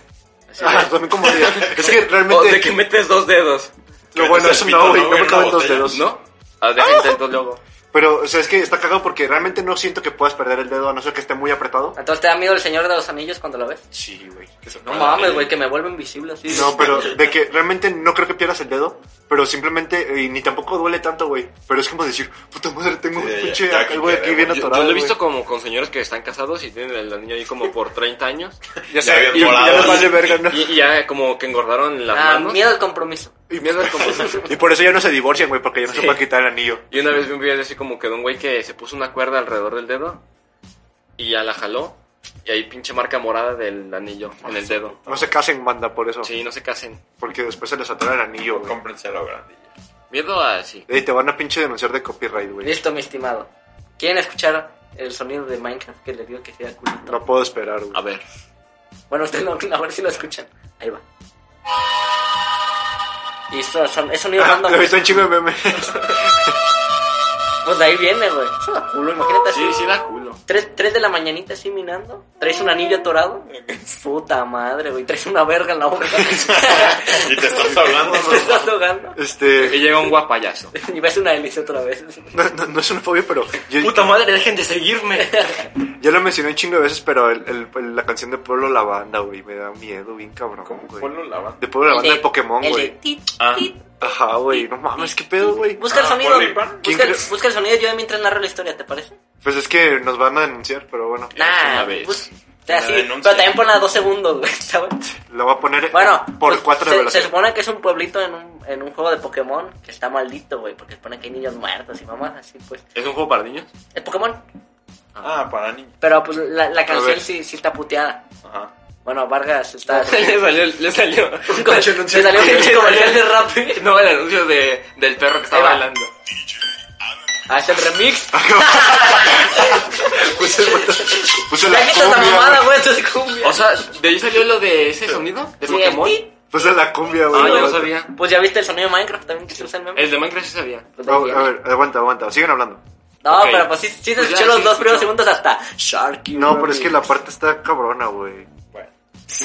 Speaker 3: Así
Speaker 1: Ah, también como de- Es que
Speaker 3: de, o de
Speaker 1: realmente.
Speaker 3: que metes dos dedos,
Speaker 1: Lo bueno,
Speaker 4: metes
Speaker 1: eso
Speaker 4: el
Speaker 1: no,
Speaker 4: pito,
Speaker 1: güey.
Speaker 4: ¿no,
Speaker 1: No
Speaker 4: güey?
Speaker 1: me caben
Speaker 4: Una
Speaker 1: dos
Speaker 4: botella.
Speaker 1: dedos.
Speaker 3: ¿no? Ah, deja intento luego.
Speaker 1: Pero, o sea, es que está cagado porque realmente no siento que puedas perder el dedo a no ser que esté muy apretado.
Speaker 2: Entonces te da miedo el señor de los anillos cuando lo ves.
Speaker 1: Sí, güey.
Speaker 4: Que se
Speaker 2: No
Speaker 4: pone
Speaker 2: mames,
Speaker 4: ahí.
Speaker 2: güey, que me vuelve invisible así.
Speaker 1: No, pues, pero de que realmente no creo que pierdas el dedo, pero simplemente, y ni tampoco duele tanto, güey. Pero es como decir, puta madre, tengo
Speaker 4: Sí,
Speaker 1: un
Speaker 4: ya,
Speaker 1: pinche
Speaker 4: ya,
Speaker 1: algo de
Speaker 4: ya,
Speaker 1: aquí
Speaker 4: ya,
Speaker 1: bien
Speaker 4: yo-
Speaker 3: Yo,
Speaker 1: atorado.
Speaker 3: yo lo he visto
Speaker 1: güey.
Speaker 3: como con señores que están casados y tienen el anillo ahí como por 30 años.
Speaker 1: Ya
Speaker 4: ya
Speaker 1: sé,
Speaker 4: bien
Speaker 1: y ya
Speaker 4: morado,
Speaker 1: les vale
Speaker 4: así.
Speaker 1: verga, ¿no?
Speaker 3: Y, y ya como que engordaron las
Speaker 2: Ah,
Speaker 3: manos.
Speaker 2: miedo al compromiso.
Speaker 3: Y miedo como...
Speaker 1: Y por eso ya no se divorcian, güey, porque ya no se
Speaker 3: Sí.
Speaker 1: puede quitar el anillo.
Speaker 3: Y una vez vi un video así como que de un güey que se puso una cuerda alrededor del dedo y ya la jaló y ahí pinche marca morada del anillo en el dedo.
Speaker 1: No se casen, manda, por eso.
Speaker 3: Sí, no se casen.
Speaker 1: Porque después se les atora el anillo, güey.
Speaker 4: Cómprense a lo grande.
Speaker 3: Miedo a sí.
Speaker 1: Y te van a pinche denunciar de copyright, güey.
Speaker 2: Listo, mi estimado. ¿Quieren escuchar el sonido de Minecraft que le digo que sea culito?
Speaker 1: No pues. puedo esperar, güey.
Speaker 3: A ver.
Speaker 2: Bueno, usted no, a ver si lo escuchan. Ahí va. Y esto son, es sonido
Speaker 1: Ah,
Speaker 2: random.
Speaker 1: Lo he visto en chingo de memes.
Speaker 2: Pues de ahí viene, güey. Eso da culo, imagínate así.
Speaker 3: Sí, sí da culo.
Speaker 2: Tres, tres de la mañanita así minando. Traes un anillo atorado. Puta madre, güey. Traes una verga en la boca.
Speaker 4: Y te estás hablando,
Speaker 2: Te estás ahogando.
Speaker 3: Y
Speaker 1: Este.
Speaker 3: llega un guapayazo.
Speaker 2: Y ves una hélice otra vez.
Speaker 1: No, no- no es una fobia, pero. Yo,
Speaker 3: Puta madre, dejen de seguirme.
Speaker 1: Ya lo mencioné un chingo de veces, pero el- el- el- la canción de Pueblo Lavanda, güey, me da miedo, bien cabrón,
Speaker 4: ¿Cómo?
Speaker 1: güey.
Speaker 4: Ponlo la banda.
Speaker 1: De Pueblo Lavanda
Speaker 2: El
Speaker 1: de Pokémon,
Speaker 2: el de
Speaker 1: güey.
Speaker 2: tit,
Speaker 3: Ah.
Speaker 2: tit.
Speaker 1: Ajá, güey, no mames, qué pedo, güey.
Speaker 2: Busca el
Speaker 4: Ah,
Speaker 2: sonido.
Speaker 4: ponle, pan.
Speaker 2: Busca,
Speaker 1: ¿Quién
Speaker 2: el-
Speaker 1: cree-
Speaker 2: busca el sonido yo mientras narro la historia, ¿te parece?
Speaker 1: Pues es que nos van a denunciar, pero bueno.
Speaker 3: una
Speaker 2: Nah,
Speaker 3: vez.
Speaker 2: bus- O sea,
Speaker 4: Una
Speaker 2: sí, pero
Speaker 4: denuncia.
Speaker 2: también ponla dos segundos, güey, ¿sabes?
Speaker 1: Lo voy a poner
Speaker 2: Bueno,
Speaker 1: por
Speaker 2: pues,
Speaker 1: cuatro de
Speaker 2: se, se
Speaker 1: velocidad.
Speaker 2: supone que es un pueblito en un, en un juego de Pokémon que está maldito, güey, porque supone que hay niños muertos y mamás, así pues.
Speaker 3: ¿Es un juego para niños?
Speaker 2: Es Pokémon,
Speaker 4: Ah, para niños.
Speaker 2: pero pues la, la canción
Speaker 4: ver.
Speaker 2: sí, sí está puteada.
Speaker 4: Ajá.
Speaker 2: Bueno, Vargas está.
Speaker 3: le salió, le salió.
Speaker 2: Un coche
Speaker 3: le
Speaker 2: anuncio.
Speaker 3: salió un
Speaker 2: Sí,
Speaker 3: pinche comercial de
Speaker 2: rap.
Speaker 3: rap. No, el anuncio de, del perro que estaba
Speaker 2: Ahí va.
Speaker 3: bailando.
Speaker 2: Ah, es el remix.
Speaker 1: Puse, puse
Speaker 2: La
Speaker 1: la
Speaker 2: quitas la
Speaker 1: cumbia,
Speaker 2: mamada,
Speaker 1: güey.
Speaker 2: güey, esto es cumbia.
Speaker 3: O sea, ¿de ahí salió lo de ese sonido? ¿De
Speaker 2: Sí,
Speaker 3: Pokémon?
Speaker 2: el tit.
Speaker 1: Puse la cumbia, güey.
Speaker 3: Ah, yo no
Speaker 1: Aguanta.
Speaker 3: sabía.
Speaker 2: Pues ya viste el sonido de Minecraft también que se usa el meme.
Speaker 3: El de Minecraft sí sabía.
Speaker 2: Pues,
Speaker 1: No,
Speaker 2: también.
Speaker 1: a ver, aguanta, aguanta. Siguen hablando.
Speaker 2: No,
Speaker 3: Ok.
Speaker 2: pero pues sí, sí se
Speaker 3: Pues ya,
Speaker 2: escuchó los
Speaker 3: sí,
Speaker 2: dos
Speaker 3: se
Speaker 2: primeros
Speaker 3: escuchó.
Speaker 2: segundos hasta Sharky.
Speaker 1: No, pero
Speaker 2: baby.
Speaker 1: es que la parte está cabrona, güey.
Speaker 4: Bueno.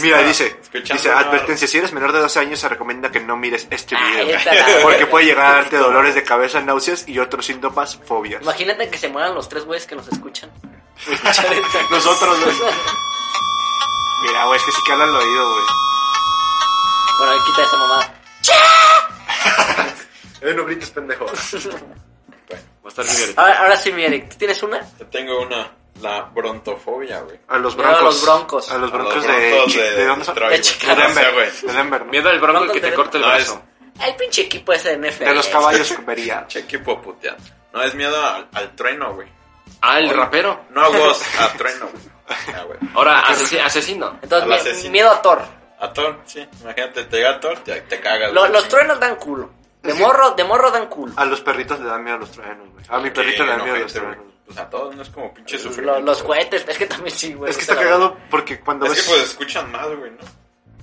Speaker 1: Mira,
Speaker 4: Ah,
Speaker 1: dice,
Speaker 4: escuchando
Speaker 1: dice,
Speaker 4: una-
Speaker 1: advertencia, si eres menor de 12 años se recomienda que no mires este
Speaker 2: Ahí
Speaker 1: video.
Speaker 2: está Ah, la-
Speaker 1: Porque puede llegar a darte dolores de cabeza, náuseas y otros síntomas, fobias.
Speaker 2: Imagínate que se mueran los tres güeyes que nos escuchan.
Speaker 1: Nosotros, güey. Mira, güey, es que sí que hablan al oído, güey.
Speaker 2: Bueno, ahí quita esa mamada.
Speaker 1: Eh, no grites, pendejo.
Speaker 3: Va a estar divertido.
Speaker 2: Ahora, ahora sí, mi Eric, ¿tú tienes una?
Speaker 4: Yo tengo una, la brontofobia, güey.
Speaker 1: A los
Speaker 2: Mira, a
Speaker 1: broncos.
Speaker 2: los Broncos.
Speaker 1: A los
Speaker 4: A los
Speaker 1: broncos
Speaker 4: Broncos
Speaker 1: de... ¿De dónde son?
Speaker 4: Detroit,
Speaker 2: De
Speaker 4: güey.
Speaker 1: De
Speaker 2: Chicago.
Speaker 4: No sé,
Speaker 1: Denver.
Speaker 4: güey.
Speaker 1: De Denver, ¿no?
Speaker 3: Miedo al bronco que te
Speaker 2: Broncos
Speaker 3: corta el
Speaker 4: de- No,
Speaker 3: brazo.
Speaker 2: El pinche equipo ese de NFL.
Speaker 1: De los caballos que vería.
Speaker 4: Che equipo puteado. No, es miedo al, al trueno, güey.
Speaker 3: Ah, el rapero.
Speaker 4: No a vos, a trueno, güey. Ah, güey.
Speaker 3: Ahora, asesi- asesino.
Speaker 4: Al
Speaker 2: Entonces, mi-
Speaker 4: asesino.
Speaker 2: miedo a Thor.
Speaker 4: A Thor, sí. Imagínate, te llega Thor, te, te cagas.
Speaker 2: Lo-
Speaker 4: güey.
Speaker 2: los truenos dan culo. De morro, de morro dan culo.
Speaker 1: A los perritos le dan miedo a los truenos, güey. A mi
Speaker 4: Que
Speaker 1: perrito le dan
Speaker 4: no,
Speaker 1: miedo a los
Speaker 4: gente, güey.
Speaker 1: truenos.
Speaker 4: Pues a todos, no es como pinche
Speaker 2: Lo-
Speaker 4: sufrimiento.
Speaker 2: los cohetes, es que también sí, güey.
Speaker 1: Es que
Speaker 2: o sea,
Speaker 1: está cagado porque cuando
Speaker 4: Es
Speaker 1: ves...
Speaker 4: que pues escuchan más, güey, ¿no?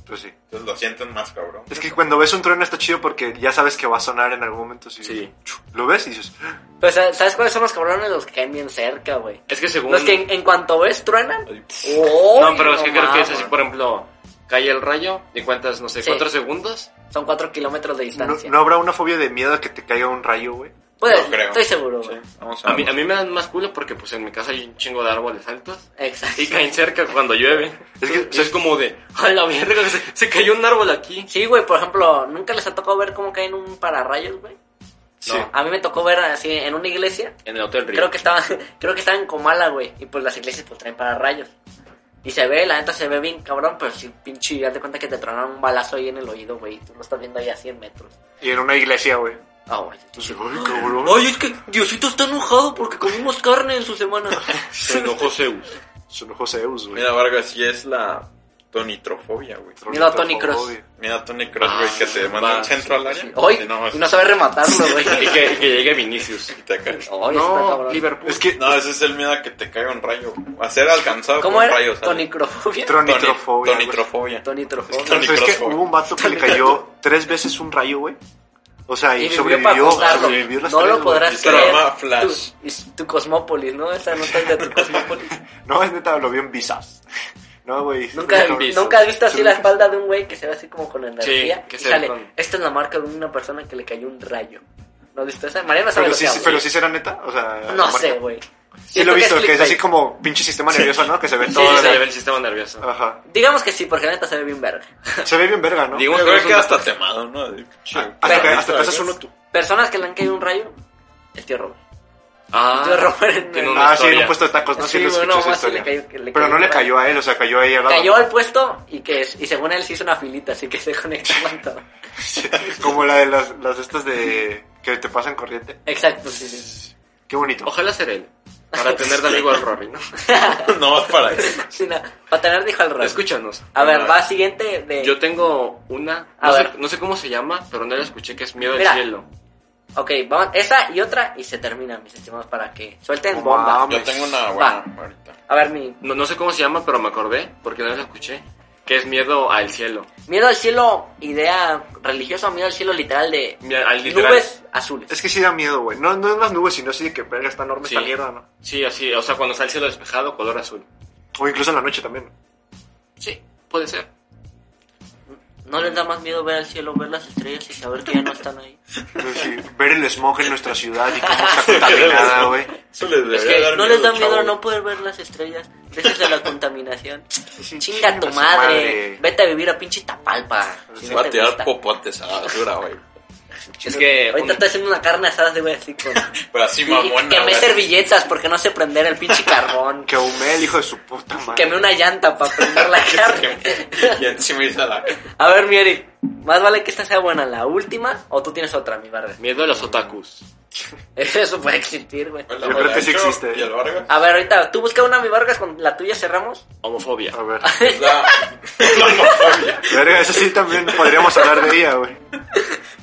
Speaker 1: Pues sí.
Speaker 4: Entonces lo sienten más, cabrón.
Speaker 1: Es que cuando ves un trueno está chido porque ya sabes que va a sonar en algún momento. Sí.
Speaker 3: Sí.
Speaker 1: Lo ves y dices, "Ah,
Speaker 2: Pues, ¿sabes cuáles son los cabrones? Los que caen bien cerca, güey.
Speaker 3: Es que según...
Speaker 2: Los que en, en cuanto ves truenan.
Speaker 4: Ay, pff,
Speaker 2: ¡oh!
Speaker 3: No, pero es que creo que es así,
Speaker 2: mames.
Speaker 3: por ejemplo, cae el rayo y cuentas, no sé,
Speaker 2: Sí.
Speaker 3: cuatro segundos.
Speaker 2: Son cuatro kilómetros de
Speaker 1: ¿no,
Speaker 2: distancia.
Speaker 1: no habrá una fobia de miedo a que te caiga un rayo, güey?
Speaker 2: Pues,
Speaker 4: no creo.
Speaker 2: Estoy seguro,
Speaker 4: Sí,
Speaker 2: güey.
Speaker 4: vamos a,
Speaker 3: A mí, a mí me dan más culo porque pues en mi casa hay un chingo de árboles altos
Speaker 2: Exacto.
Speaker 3: y caen cerca cuando llueve.
Speaker 1: Es
Speaker 3: Es
Speaker 1: que-
Speaker 3: que es como de, a la verga, se, se cayó un árbol aquí.
Speaker 2: Sí, güey, por ejemplo, ¿nunca les ha tocado ver cómo caen un pararrayos, güey?
Speaker 1: Sí.
Speaker 2: A mí me tocó ver así en una iglesia.
Speaker 3: En el Hotel Río.
Speaker 2: Creo que estaban, creo que estaban en Comala, güey. Y pues las iglesias pues traen pararrayos. Y se ve, la neta se ve bien cabrón, pero sí, pinche, ya te cuenta que te tronaron un balazo ahí en el oído, güey. y Tú lo estás viendo ahí a 100 metros.
Speaker 1: Y en una iglesia, güey.
Speaker 2: Ah, güey.
Speaker 1: Entonces, ay, cabrón.
Speaker 2: Ay, es que Diosito está enojado porque comimos carne en su semana.
Speaker 3: Se enojó Zeus.
Speaker 1: Son ojos Zeus, güey.
Speaker 4: Mira, Vargas, sí es la tonitrofobia, güey.
Speaker 2: mira a Tony Cross.
Speaker 1: Fobia.
Speaker 4: Mira a Tony Cross, güey,
Speaker 3: Ah,
Speaker 4: que te manda
Speaker 3: va,
Speaker 4: un centro al área.
Speaker 2: Hoy,
Speaker 4: Y no,
Speaker 2: y no sabe rematarlo, güey.
Speaker 3: Y que, y que llegue Vinicius.
Speaker 4: y te caes.
Speaker 2: Ay, está
Speaker 3: no,
Speaker 2: cabrón.
Speaker 3: Liverpool.
Speaker 1: Es que
Speaker 4: No, ese es el miedo a que te caiga un rayo. A ser alcanzado
Speaker 2: ¿Cómo
Speaker 4: por
Speaker 2: era?
Speaker 4: un rayo. ¿sabes?
Speaker 2: Tonicrofobia.
Speaker 1: Tron-
Speaker 4: Toni-
Speaker 1: Tonitrofobia, güey.
Speaker 4: Tonitrofobia.
Speaker 2: Tonitrofobia.
Speaker 4: Tony
Speaker 1: ¿sabes
Speaker 4: Cross,
Speaker 1: que
Speaker 4: güey.
Speaker 1: hubo un vato que le cayó tres veces un rayo, güey. O sea, y,
Speaker 2: Y vivió para
Speaker 1: sobrevivió,
Speaker 2: contarlo.
Speaker 1: sobrevivió las
Speaker 2: No
Speaker 1: tres,
Speaker 2: lo
Speaker 1: güey.
Speaker 2: podrás
Speaker 4: Se
Speaker 2: creer.
Speaker 4: llama Flash.
Speaker 2: Tu, es tu Cosmópolis, ¿no? Esa nota es de tu Cosmópolis.
Speaker 1: No, es neta, lo vio en visas. No, güey.
Speaker 2: Nunca,
Speaker 3: Nunca he visto.
Speaker 2: nunca has visto así
Speaker 1: Sí.
Speaker 2: la espalda de un güey que se ve así como con energía.
Speaker 3: Sí, que
Speaker 2: y
Speaker 3: se ve
Speaker 2: sale.
Speaker 3: con-
Speaker 2: Esta es la marca de una persona que le cayó un rayo. ¿No has visto esa? Mariana sabe
Speaker 1: Pero
Speaker 2: lo
Speaker 1: sí,
Speaker 2: que
Speaker 1: sí-
Speaker 2: hablo.
Speaker 1: pero sí será neta, o sea...
Speaker 2: No
Speaker 1: la marca.
Speaker 2: sé, güey.
Speaker 1: Sí lo he visto,
Speaker 2: Siento
Speaker 1: que es así
Speaker 2: clickbait.
Speaker 1: como pinche sistema nervioso, ¿no? Que se ve
Speaker 3: Sí,
Speaker 1: todo...
Speaker 3: sí, se
Speaker 1: la-
Speaker 3: le ve el sistema nervioso.
Speaker 1: Ajá.
Speaker 2: Digamos que sí, porque la neta se ve bien verga.
Speaker 1: Se ve bien verga, ¿no?
Speaker 3: Digo-
Speaker 4: Yo
Speaker 3: Pero
Speaker 4: creo que
Speaker 3: es
Speaker 4: hasta temado, ¿no? De-
Speaker 1: hasta que,
Speaker 2: Pero-
Speaker 1: hasta que haces uno tú.
Speaker 2: Personas que le han caído un rayo, el tío Robert.
Speaker 3: Ah,
Speaker 2: Yo, Robert,
Speaker 3: tiene
Speaker 2: no.
Speaker 3: una
Speaker 1: Ah, sí, en
Speaker 3: historia.
Speaker 1: un puesto de tacos, no sé
Speaker 2: Sí,
Speaker 1: si lo escuché
Speaker 2: bueno,
Speaker 1: esa
Speaker 2: más sí le
Speaker 1: historia.
Speaker 2: cayó- que le
Speaker 1: Pero
Speaker 2: cayó
Speaker 1: no le
Speaker 2: por
Speaker 1: cayó a él, o sea, cayó ahí al lado.
Speaker 2: Cayó al puesto y que y según él se hizo una filita, así que se conectó con todo.
Speaker 1: Como la de las, las estas de... que te pasan corriente.
Speaker 2: Exacto, sí, sí.
Speaker 1: Qué bonito.
Speaker 3: Ojalá ser él. Para tener de amigo al Rory, ¿no?
Speaker 4: No más para eso.
Speaker 2: Sí, no, para tener dijo al rayo.
Speaker 3: Escúchanos.
Speaker 2: A ver, va siguiente de...
Speaker 3: Yo tengo una,
Speaker 2: A
Speaker 3: no sé,
Speaker 2: ver.
Speaker 3: no sé cómo se llama, pero no la escuché, que es Miedo
Speaker 2: Mira.
Speaker 3: al Cielo.
Speaker 2: Ok, vamos, esa y otra y se termina, mis estimados, para que suelten
Speaker 1: No
Speaker 2: bomba.
Speaker 1: mames.
Speaker 4: Yo tengo una buena
Speaker 2: Va.
Speaker 4: ahorita.
Speaker 2: A ver, mi
Speaker 3: No, no sé cómo se llama, pero me acordé, porque no la escuché, que es Miedo al Cielo.
Speaker 2: miedo al cielo, idea religiosa, miedo al cielo literal de
Speaker 3: Mi- al literal.
Speaker 2: nubes azules.
Speaker 1: Es que sí da miedo, güey. No, no es las nubes, sino así de que verga, está enorme
Speaker 3: Sí.
Speaker 1: esta mierda, ¿no?
Speaker 3: Sí, así, o sea, cuando está el cielo despejado, color azul.
Speaker 1: O incluso en la noche también.
Speaker 3: Sí, puede ser.
Speaker 2: ¿No les da más miedo ver al cielo, ver las estrellas y saber que ya no están ahí?
Speaker 1: Pero sí, ver el smog en nuestra ciudad y cómo está contaminada, güey.
Speaker 4: Eso les debería
Speaker 3: Es que
Speaker 4: dar
Speaker 2: ¿No les da
Speaker 4: chavos.
Speaker 2: miedo no poder ver las estrellas gracias a la contaminación? Chinga tu
Speaker 1: Chinga su
Speaker 2: madre.
Speaker 1: madre.
Speaker 2: Vete a vivir a pinche Tapalpa. si
Speaker 4: Se
Speaker 2: no
Speaker 4: va a
Speaker 2: te
Speaker 4: tirar
Speaker 2: gusta.
Speaker 4: popotes a la basura, güey.
Speaker 3: Es que
Speaker 2: Ahorita
Speaker 3: un-
Speaker 2: estoy haciendo una carne asada de güey así con...
Speaker 4: Pero así mamona.
Speaker 2: Y quemé
Speaker 4: güey.
Speaker 2: servilletas porque no sé prender el pinche carbón.
Speaker 1: Que humé el hijo de su puta madre.
Speaker 2: Quemé una llanta para prender la carne.
Speaker 4: y encima hizo la.
Speaker 2: A ver, mi Eric, más vale que esta sea buena, la última, o tú tienes otra, mi barra.
Speaker 3: Miedo a los otakus.
Speaker 2: Eso puede existir, güey.
Speaker 4: Hola,
Speaker 1: Yo creo que sí
Speaker 4: Nacho,
Speaker 1: existe.
Speaker 4: Y el Vargas.
Speaker 2: A ver, ahorita, tú busca una, mi Vargas, con la tuya cerramos.
Speaker 3: Homofobia.
Speaker 1: A ver.
Speaker 4: Es la, la homofobia.
Speaker 1: Verga, eso sí también podríamos hablar de ella, güey.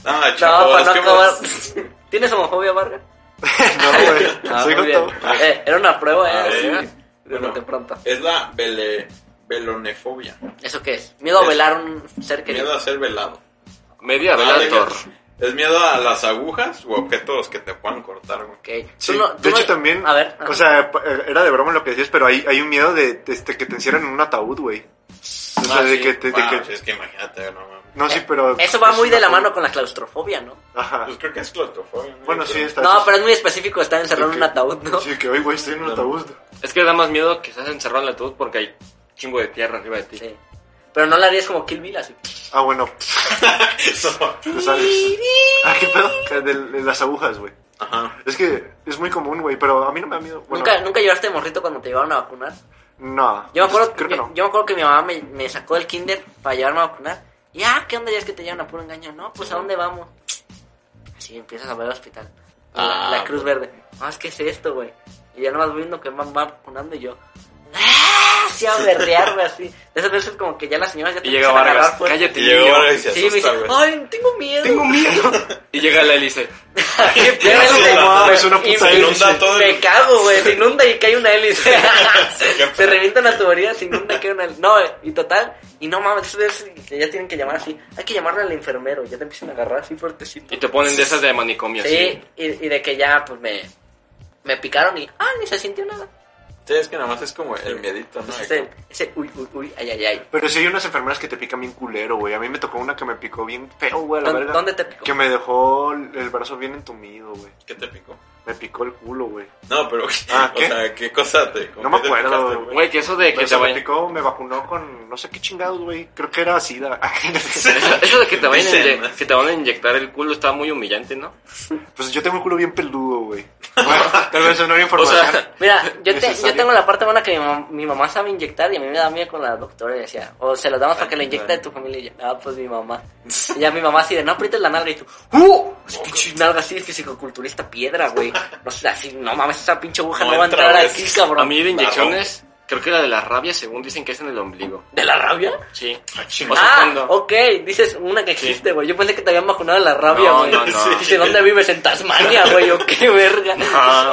Speaker 4: No,
Speaker 2: No,
Speaker 4: chavos,
Speaker 2: para no
Speaker 4: ¿qué
Speaker 2: acabar.
Speaker 4: más?
Speaker 2: ¿Tienes homofobia, Vargas?
Speaker 1: No, güey.
Speaker 2: Ah,
Speaker 1: Soy
Speaker 2: muy bien.
Speaker 1: joto.
Speaker 2: Eh, era una prueba,
Speaker 4: Ah,
Speaker 2: eh,
Speaker 4: ¿eh?
Speaker 2: así, de
Speaker 4: Bueno.
Speaker 2: bote pronto.
Speaker 4: Es la vele, velonefobia.
Speaker 2: ¿Eso qué es? ¿Miedo a
Speaker 4: Es-
Speaker 2: velar un ser querido?
Speaker 4: Miedo a ser velado.
Speaker 3: Medio a
Speaker 4: Ah,
Speaker 3: velar
Speaker 4: de
Speaker 3: a Thor.
Speaker 4: que- Es miedo a las agujas o objetos que te puedan cortar, güey.
Speaker 2: Ok. Tú
Speaker 1: Sí,
Speaker 2: no- tú
Speaker 1: de hecho
Speaker 2: no-
Speaker 1: también,
Speaker 2: A ver. ajá.
Speaker 1: o sea, pa- era de broma lo que decías, pero hay, hay un miedo de, de este, que te encierran en un ataúd, güey. O sea,
Speaker 3: Ah,
Speaker 1: de
Speaker 3: sí.
Speaker 1: que... te- de
Speaker 4: Wow,
Speaker 1: que-
Speaker 4: Es que imagínate, no mames.
Speaker 1: no, sí, pero...
Speaker 2: Eso va
Speaker 1: es
Speaker 2: muy
Speaker 1: un
Speaker 2: de la
Speaker 1: ataúd.
Speaker 2: mano con la claustrofobia, ¿no?
Speaker 1: Ajá.
Speaker 4: Pues creo que es claustrofobia. ¿no?
Speaker 1: Ah. Bueno,
Speaker 4: Yo
Speaker 1: sí,
Speaker 4: creo.
Speaker 1: está.
Speaker 2: pues, No, pero es muy específico estar encerrado en
Speaker 1: Sí,
Speaker 2: un ataúd, ¿no?
Speaker 1: Sí, que hoy, güey, estoy en un ataúd.
Speaker 3: Es que da más miedo que estás encerrado en el ataúd porque hay chingo de tierra arriba de ti.
Speaker 2: Sí. Pero no la harías como Kill Bill así.
Speaker 1: Ah, bueno,
Speaker 4: Eso.
Speaker 1: tú sabes. Ah, qué pedo. Que De, de las agujas, güey.
Speaker 4: Ajá.
Speaker 1: Es que es muy común, güey, pero a mí no me da miedo. Bueno,
Speaker 2: ¿Nunca, ¿Nunca lloraste de morrito cuando te llevaron a vacunar?
Speaker 1: No.
Speaker 2: Yo me acuerdo,
Speaker 1: Creo
Speaker 2: yo,
Speaker 1: que no.
Speaker 2: yo me acuerdo que mi mamá me, me sacó del kinder para llevarme a vacunar. Y ah, ¿qué onda ya es que te llevan a puro engaño? No, pues ¿a dónde vamos? Así empiezas a ver el hospital. La,
Speaker 4: Ah,
Speaker 2: la Cruz Verde. Más ¿qué es esto, güey? Y ya nomás viendo que me van vacunando y yo. ¡Ah! Así a berrear, güey, así. De esas veces como que ya las señoras ya te
Speaker 3: Y llega
Speaker 2: empiezan a
Speaker 3: Vargas.
Speaker 2: agarrar fuerte.
Speaker 3: Cállate,
Speaker 4: Y llegó
Speaker 3: niño.
Speaker 4: ahora y se
Speaker 2: Sí, me dice,
Speaker 4: asusta, güey.
Speaker 2: ¡ay, tengo miedo!
Speaker 3: Tengo miedo. y llega la hélice.
Speaker 2: ¿Qué pedo,
Speaker 4: Sí,
Speaker 2: güey?
Speaker 4: no
Speaker 1: mames, una
Speaker 2: Y
Speaker 1: puta
Speaker 2: me-
Speaker 4: inunda todo
Speaker 2: Me
Speaker 4: el-
Speaker 2: cago, güey. Se inunda y cae una hélice. se
Speaker 4: pedo.
Speaker 2: revienta una tubería, se inunda y cae una hélice. No, y total. Y no mames, eso es que ya tienen que llamar así. Hay que llamarle al enfermero. Ya te empiezan a agarrar así fuertecito.
Speaker 3: Y te ponen de esas de manicomio.
Speaker 2: Sí, y, y de que ya, pues me. Me picaron y. Ah, ni se sintió nada.
Speaker 4: Sí, es que nada más es como el miedito, ¿no?
Speaker 2: Ese, ese, uy, uy, uy, ay, ay, ay.
Speaker 1: Pero sí hay unas enfermeras que te pican bien culero, güey. A mí me tocó una que me picó bien feo, güey, a la
Speaker 2: ¿Dó-
Speaker 1: verga.
Speaker 2: ¿Dónde te picó?
Speaker 1: Que me dejó el brazo bien entumido, güey.
Speaker 4: ¿Qué te picó?
Speaker 1: Me picó el culo, güey.
Speaker 4: No, pero.
Speaker 1: Ah, ¿qué?
Speaker 4: O sea, ¿qué cosa te con
Speaker 1: No me
Speaker 4: qué te
Speaker 1: acuerdo,
Speaker 4: picaste,
Speaker 1: güey.
Speaker 3: así. Güey, que eso de que
Speaker 1: O
Speaker 3: te
Speaker 1: sea, me
Speaker 3: vayan.
Speaker 1: picó, me vacunó con no sé qué chingados, güey. Creo que era sida.
Speaker 3: Eso de que te vayan a
Speaker 4: Dicen,
Speaker 3: inye-
Speaker 4: ¿no?
Speaker 3: que te van a inyectar el culo está muy humillante, ¿no?
Speaker 1: pues yo tengo el culo bien peludo, güey. Bueno, tal vez eso no era
Speaker 3: O
Speaker 1: información.
Speaker 3: sea,
Speaker 2: Mira, yo, te-
Speaker 1: Necesario.
Speaker 2: yo tengo la parte buena que mi, mam- mi mamá sabe inyectar y a mí me da miedo con la doctora y decía, o se los damos para que la inyecte de tu familia y yo, ah, pues mi mamá. Y ya mi mamá así de, no aprietes la nalga y tú, ¡uh! Es pinche nalga así de fisicoculturista piedra, güey. No sé, así, no mames, esa pinche aguja no,
Speaker 4: No
Speaker 2: va a
Speaker 4: entra,
Speaker 2: entrar
Speaker 4: güey.
Speaker 2: aquí, cabrón.
Speaker 3: a mí de inyecciones, creo que la de la rabia, según dicen que es en el ombligo.
Speaker 2: ¿De la rabia?
Speaker 3: Sí.
Speaker 4: Ah,
Speaker 3: O
Speaker 4: chingada.
Speaker 3: sea,
Speaker 2: ah,
Speaker 3: cuando-
Speaker 2: ok, dices una que existe, güey. Yo pensé que te habían vacunado de la rabia,
Speaker 3: No,
Speaker 2: güey.
Speaker 3: no, no.
Speaker 2: Dice, ¿dónde vives? En Tasmania, güey, o qué verga.
Speaker 3: Ah,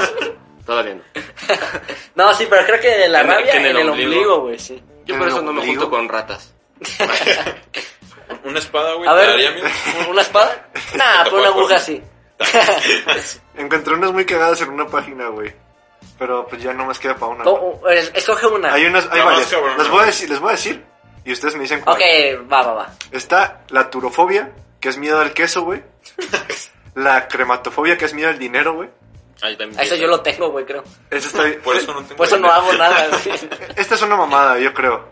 Speaker 3: todavía no.
Speaker 2: No, sí, pero creo que de la
Speaker 3: En-
Speaker 2: rabia
Speaker 3: que
Speaker 2: en el ombligo, güey, sí.
Speaker 3: Yo
Speaker 1: ¿En
Speaker 3: por
Speaker 1: el
Speaker 3: eso no me
Speaker 1: ombligo?
Speaker 3: junto con ratas.
Speaker 4: Una espada, güey.
Speaker 2: A
Speaker 4: te
Speaker 2: ver.
Speaker 4: daría miedo.
Speaker 2: ¿Una espada? Nah, pero una aguja sí.
Speaker 1: Encontré unas muy cagadas en una página, güey. Pero pues ya no más queda para una. güey.
Speaker 2: Co- es- Escoge una.
Speaker 1: Hay unas, hay
Speaker 4: No, más
Speaker 1: varias.
Speaker 4: cabrón,
Speaker 1: les
Speaker 4: no.
Speaker 1: voy a decir, les voy a decir. Y ustedes me dicen cuál.
Speaker 2: Ok, va, va, va.
Speaker 1: Está la turofobia, que es miedo al queso, güey. la crematofobia, que es miedo al dinero, güey.
Speaker 3: Ahí también.
Speaker 2: A Eso yo lo tengo, güey, creo.
Speaker 1: Esa está bien.
Speaker 4: Por eso no tengo.
Speaker 2: Por eso no
Speaker 4: dinero.
Speaker 2: hago nada, güey.
Speaker 1: Esta es una mamada, yo creo.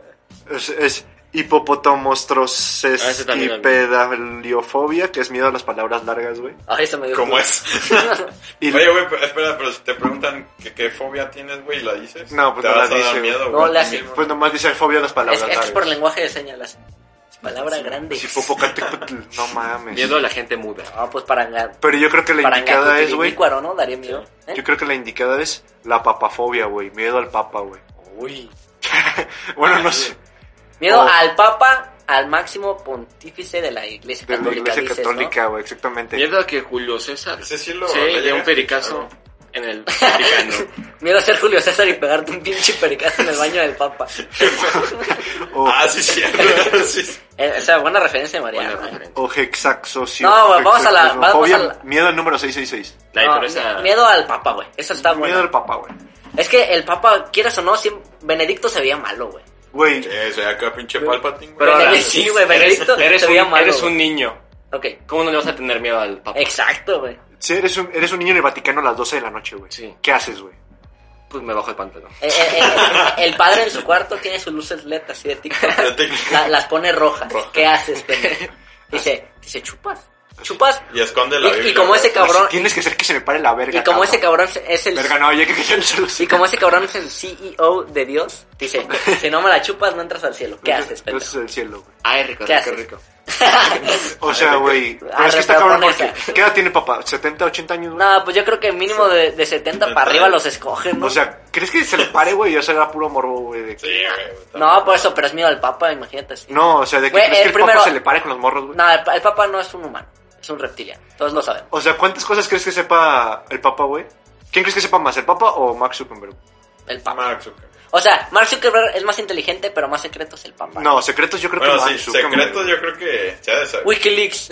Speaker 1: Es, es
Speaker 3: Ah, ese también,
Speaker 1: hipopotomostrocepidaliofobia, que es miedo a las palabras largas, güey.
Speaker 2: Ay, eso me dio.
Speaker 4: ¿Cómo
Speaker 2: culo.
Speaker 4: es?
Speaker 1: Y
Speaker 4: Oye, güey, pero espera, pero si te preguntan que, qué fobia tienes, güey, y la dices.
Speaker 1: No, pues
Speaker 4: te
Speaker 1: no la
Speaker 4: vas a
Speaker 1: dice,
Speaker 4: dar
Speaker 1: güey.
Speaker 4: miedo,
Speaker 2: No
Speaker 4: güey.
Speaker 2: le hace.
Speaker 1: pues nomás dice fobia a las palabras
Speaker 2: Es, esto es
Speaker 1: largas.
Speaker 2: por lenguaje de señas. las- Palabra grande.
Speaker 1: Hipopocatépetl, no mames.
Speaker 3: Miedo a la gente muda.
Speaker 2: Ah, pues para engañar.
Speaker 1: Pero yo creo que la
Speaker 2: Para
Speaker 1: indicada es, güey.
Speaker 2: cuaro, ¿no? Daría miedo. ¿eh?
Speaker 1: Yo creo que la indicada es la papafobia, güey. Miedo al papa, güey.
Speaker 3: Uy.
Speaker 2: Ah,
Speaker 1: Bueno, no sé.
Speaker 2: Miedo
Speaker 1: Oh.
Speaker 2: al Papa, al máximo pontífice de la Iglesia
Speaker 1: De la
Speaker 2: Católica.
Speaker 1: iglesia
Speaker 2: dices, ¿no?
Speaker 1: católica, güey, exactamente.
Speaker 3: Miedo a que Julio César
Speaker 4: Ese sí lo- le
Speaker 3: se dé
Speaker 4: llega
Speaker 3: un
Speaker 4: a
Speaker 3: pericazo
Speaker 4: escuchar,
Speaker 3: en el Vaticano.
Speaker 2: Miedo a ser Julio César y pegarte un pinche pericazo en el baño del Papa.
Speaker 1: O,
Speaker 4: Ah, sí, cierto. sí, sí.
Speaker 2: Eh, o sea, buena referencia, María.
Speaker 3: Buena
Speaker 2: Oh,
Speaker 3: referencia.
Speaker 1: o hexaxocio.
Speaker 2: No, güey, vamos a la-
Speaker 1: hexaxofobia,
Speaker 2: vamos a la-
Speaker 1: Miedo al número 666.
Speaker 3: La impresa-
Speaker 2: Miedo al Papa, güey. Eso está bueno.
Speaker 1: Miedo al papa, güey.
Speaker 2: Es que el Papa, quieras o no, siempre- Benedicto se veía malo, güey.
Speaker 1: Güey,
Speaker 4: Eh, soy acá pinche Palpatine, güey.
Speaker 3: Pero ahora-
Speaker 2: Sí, güey,
Speaker 3: eres,
Speaker 2: Benedicto
Speaker 3: eres
Speaker 2: se
Speaker 3: un,
Speaker 2: veía malo,
Speaker 3: eres
Speaker 2: güey.
Speaker 3: un niño.
Speaker 2: Ok,
Speaker 3: ¿Cómo no le vas a tener miedo al papá?
Speaker 2: exacto, güey.
Speaker 1: si eres un, eres un niño en el Vaticano a las 12 de la noche, güey.
Speaker 3: Sí.
Speaker 1: ¿Qué haces, güey?
Speaker 3: Pues me bajo el pantalón.
Speaker 2: Eh, eh, eh, el padre en su cuarto tiene sus luces LED así de TikTok.
Speaker 4: De TikTok.
Speaker 2: La- las pone rojas.
Speaker 4: Rojas.
Speaker 2: ¿Qué haces, pendejo? Dice, dice, chupas. chupas.
Speaker 4: Y esconde la
Speaker 2: Y- y
Speaker 4: Biblia.
Speaker 2: como
Speaker 4: güey.
Speaker 2: ese cabrón-
Speaker 1: Así Tienes que hacer que se me pare la verga.
Speaker 2: Y como ese cabrón es el
Speaker 1: Verga, no, ya que ya se lo sé.
Speaker 2: y como ese cabrón es el CEO de Dios, dice, si no me la chupas no entras al cielo. ¿Qué haces,
Speaker 1: Eso
Speaker 2: pendejo?
Speaker 1: es el cielo, güey.
Speaker 3: Ay, rico,
Speaker 2: ¿Qué
Speaker 3: rico,
Speaker 2: haces?
Speaker 3: rico.
Speaker 1: O sea, güey. Pero
Speaker 2: Arre,
Speaker 1: es que está
Speaker 2: pero
Speaker 1: cabrón
Speaker 2: pon
Speaker 1: porque.
Speaker 2: esa.
Speaker 1: ¿Qué edad tiene papá? ¿70, 80 años, güey?
Speaker 2: No, pues yo creo que mínimo de, de 70 para arriba los escogen, ¿no?
Speaker 1: O sea, ¿crees que se le pare, güey? Ya será puro morbo, güey. de que-
Speaker 4: Sí, güey. está-
Speaker 2: no, por eso, pero es miedo al Papa, imagínate. sí.
Speaker 1: No, o sea, ¿de que
Speaker 2: Güey,
Speaker 1: crees que
Speaker 2: el
Speaker 1: el papá
Speaker 2: primero-
Speaker 1: se le pare con los morros, güey?
Speaker 2: No, el, pa- el Papa no es un humano, es un reptiliano, todos lo sabemos.
Speaker 1: O sea, ¿cuántas cosas crees que sepa el papá, güey? ¿Quién crees que sepa más, el papá o Mark Zuckerberg?
Speaker 2: El Papa.
Speaker 4: Mark Zuckerberg.
Speaker 2: O sea, Mark Zuckerberg es más inteligente, pero más secreto es el Papa.
Speaker 1: No, secretos yo creo que
Speaker 4: Bueno,
Speaker 1: Mark
Speaker 4: sí,
Speaker 1: Zuckerberg.
Speaker 4: secretos yo creo que se ha de saber.
Speaker 2: Wikileaks.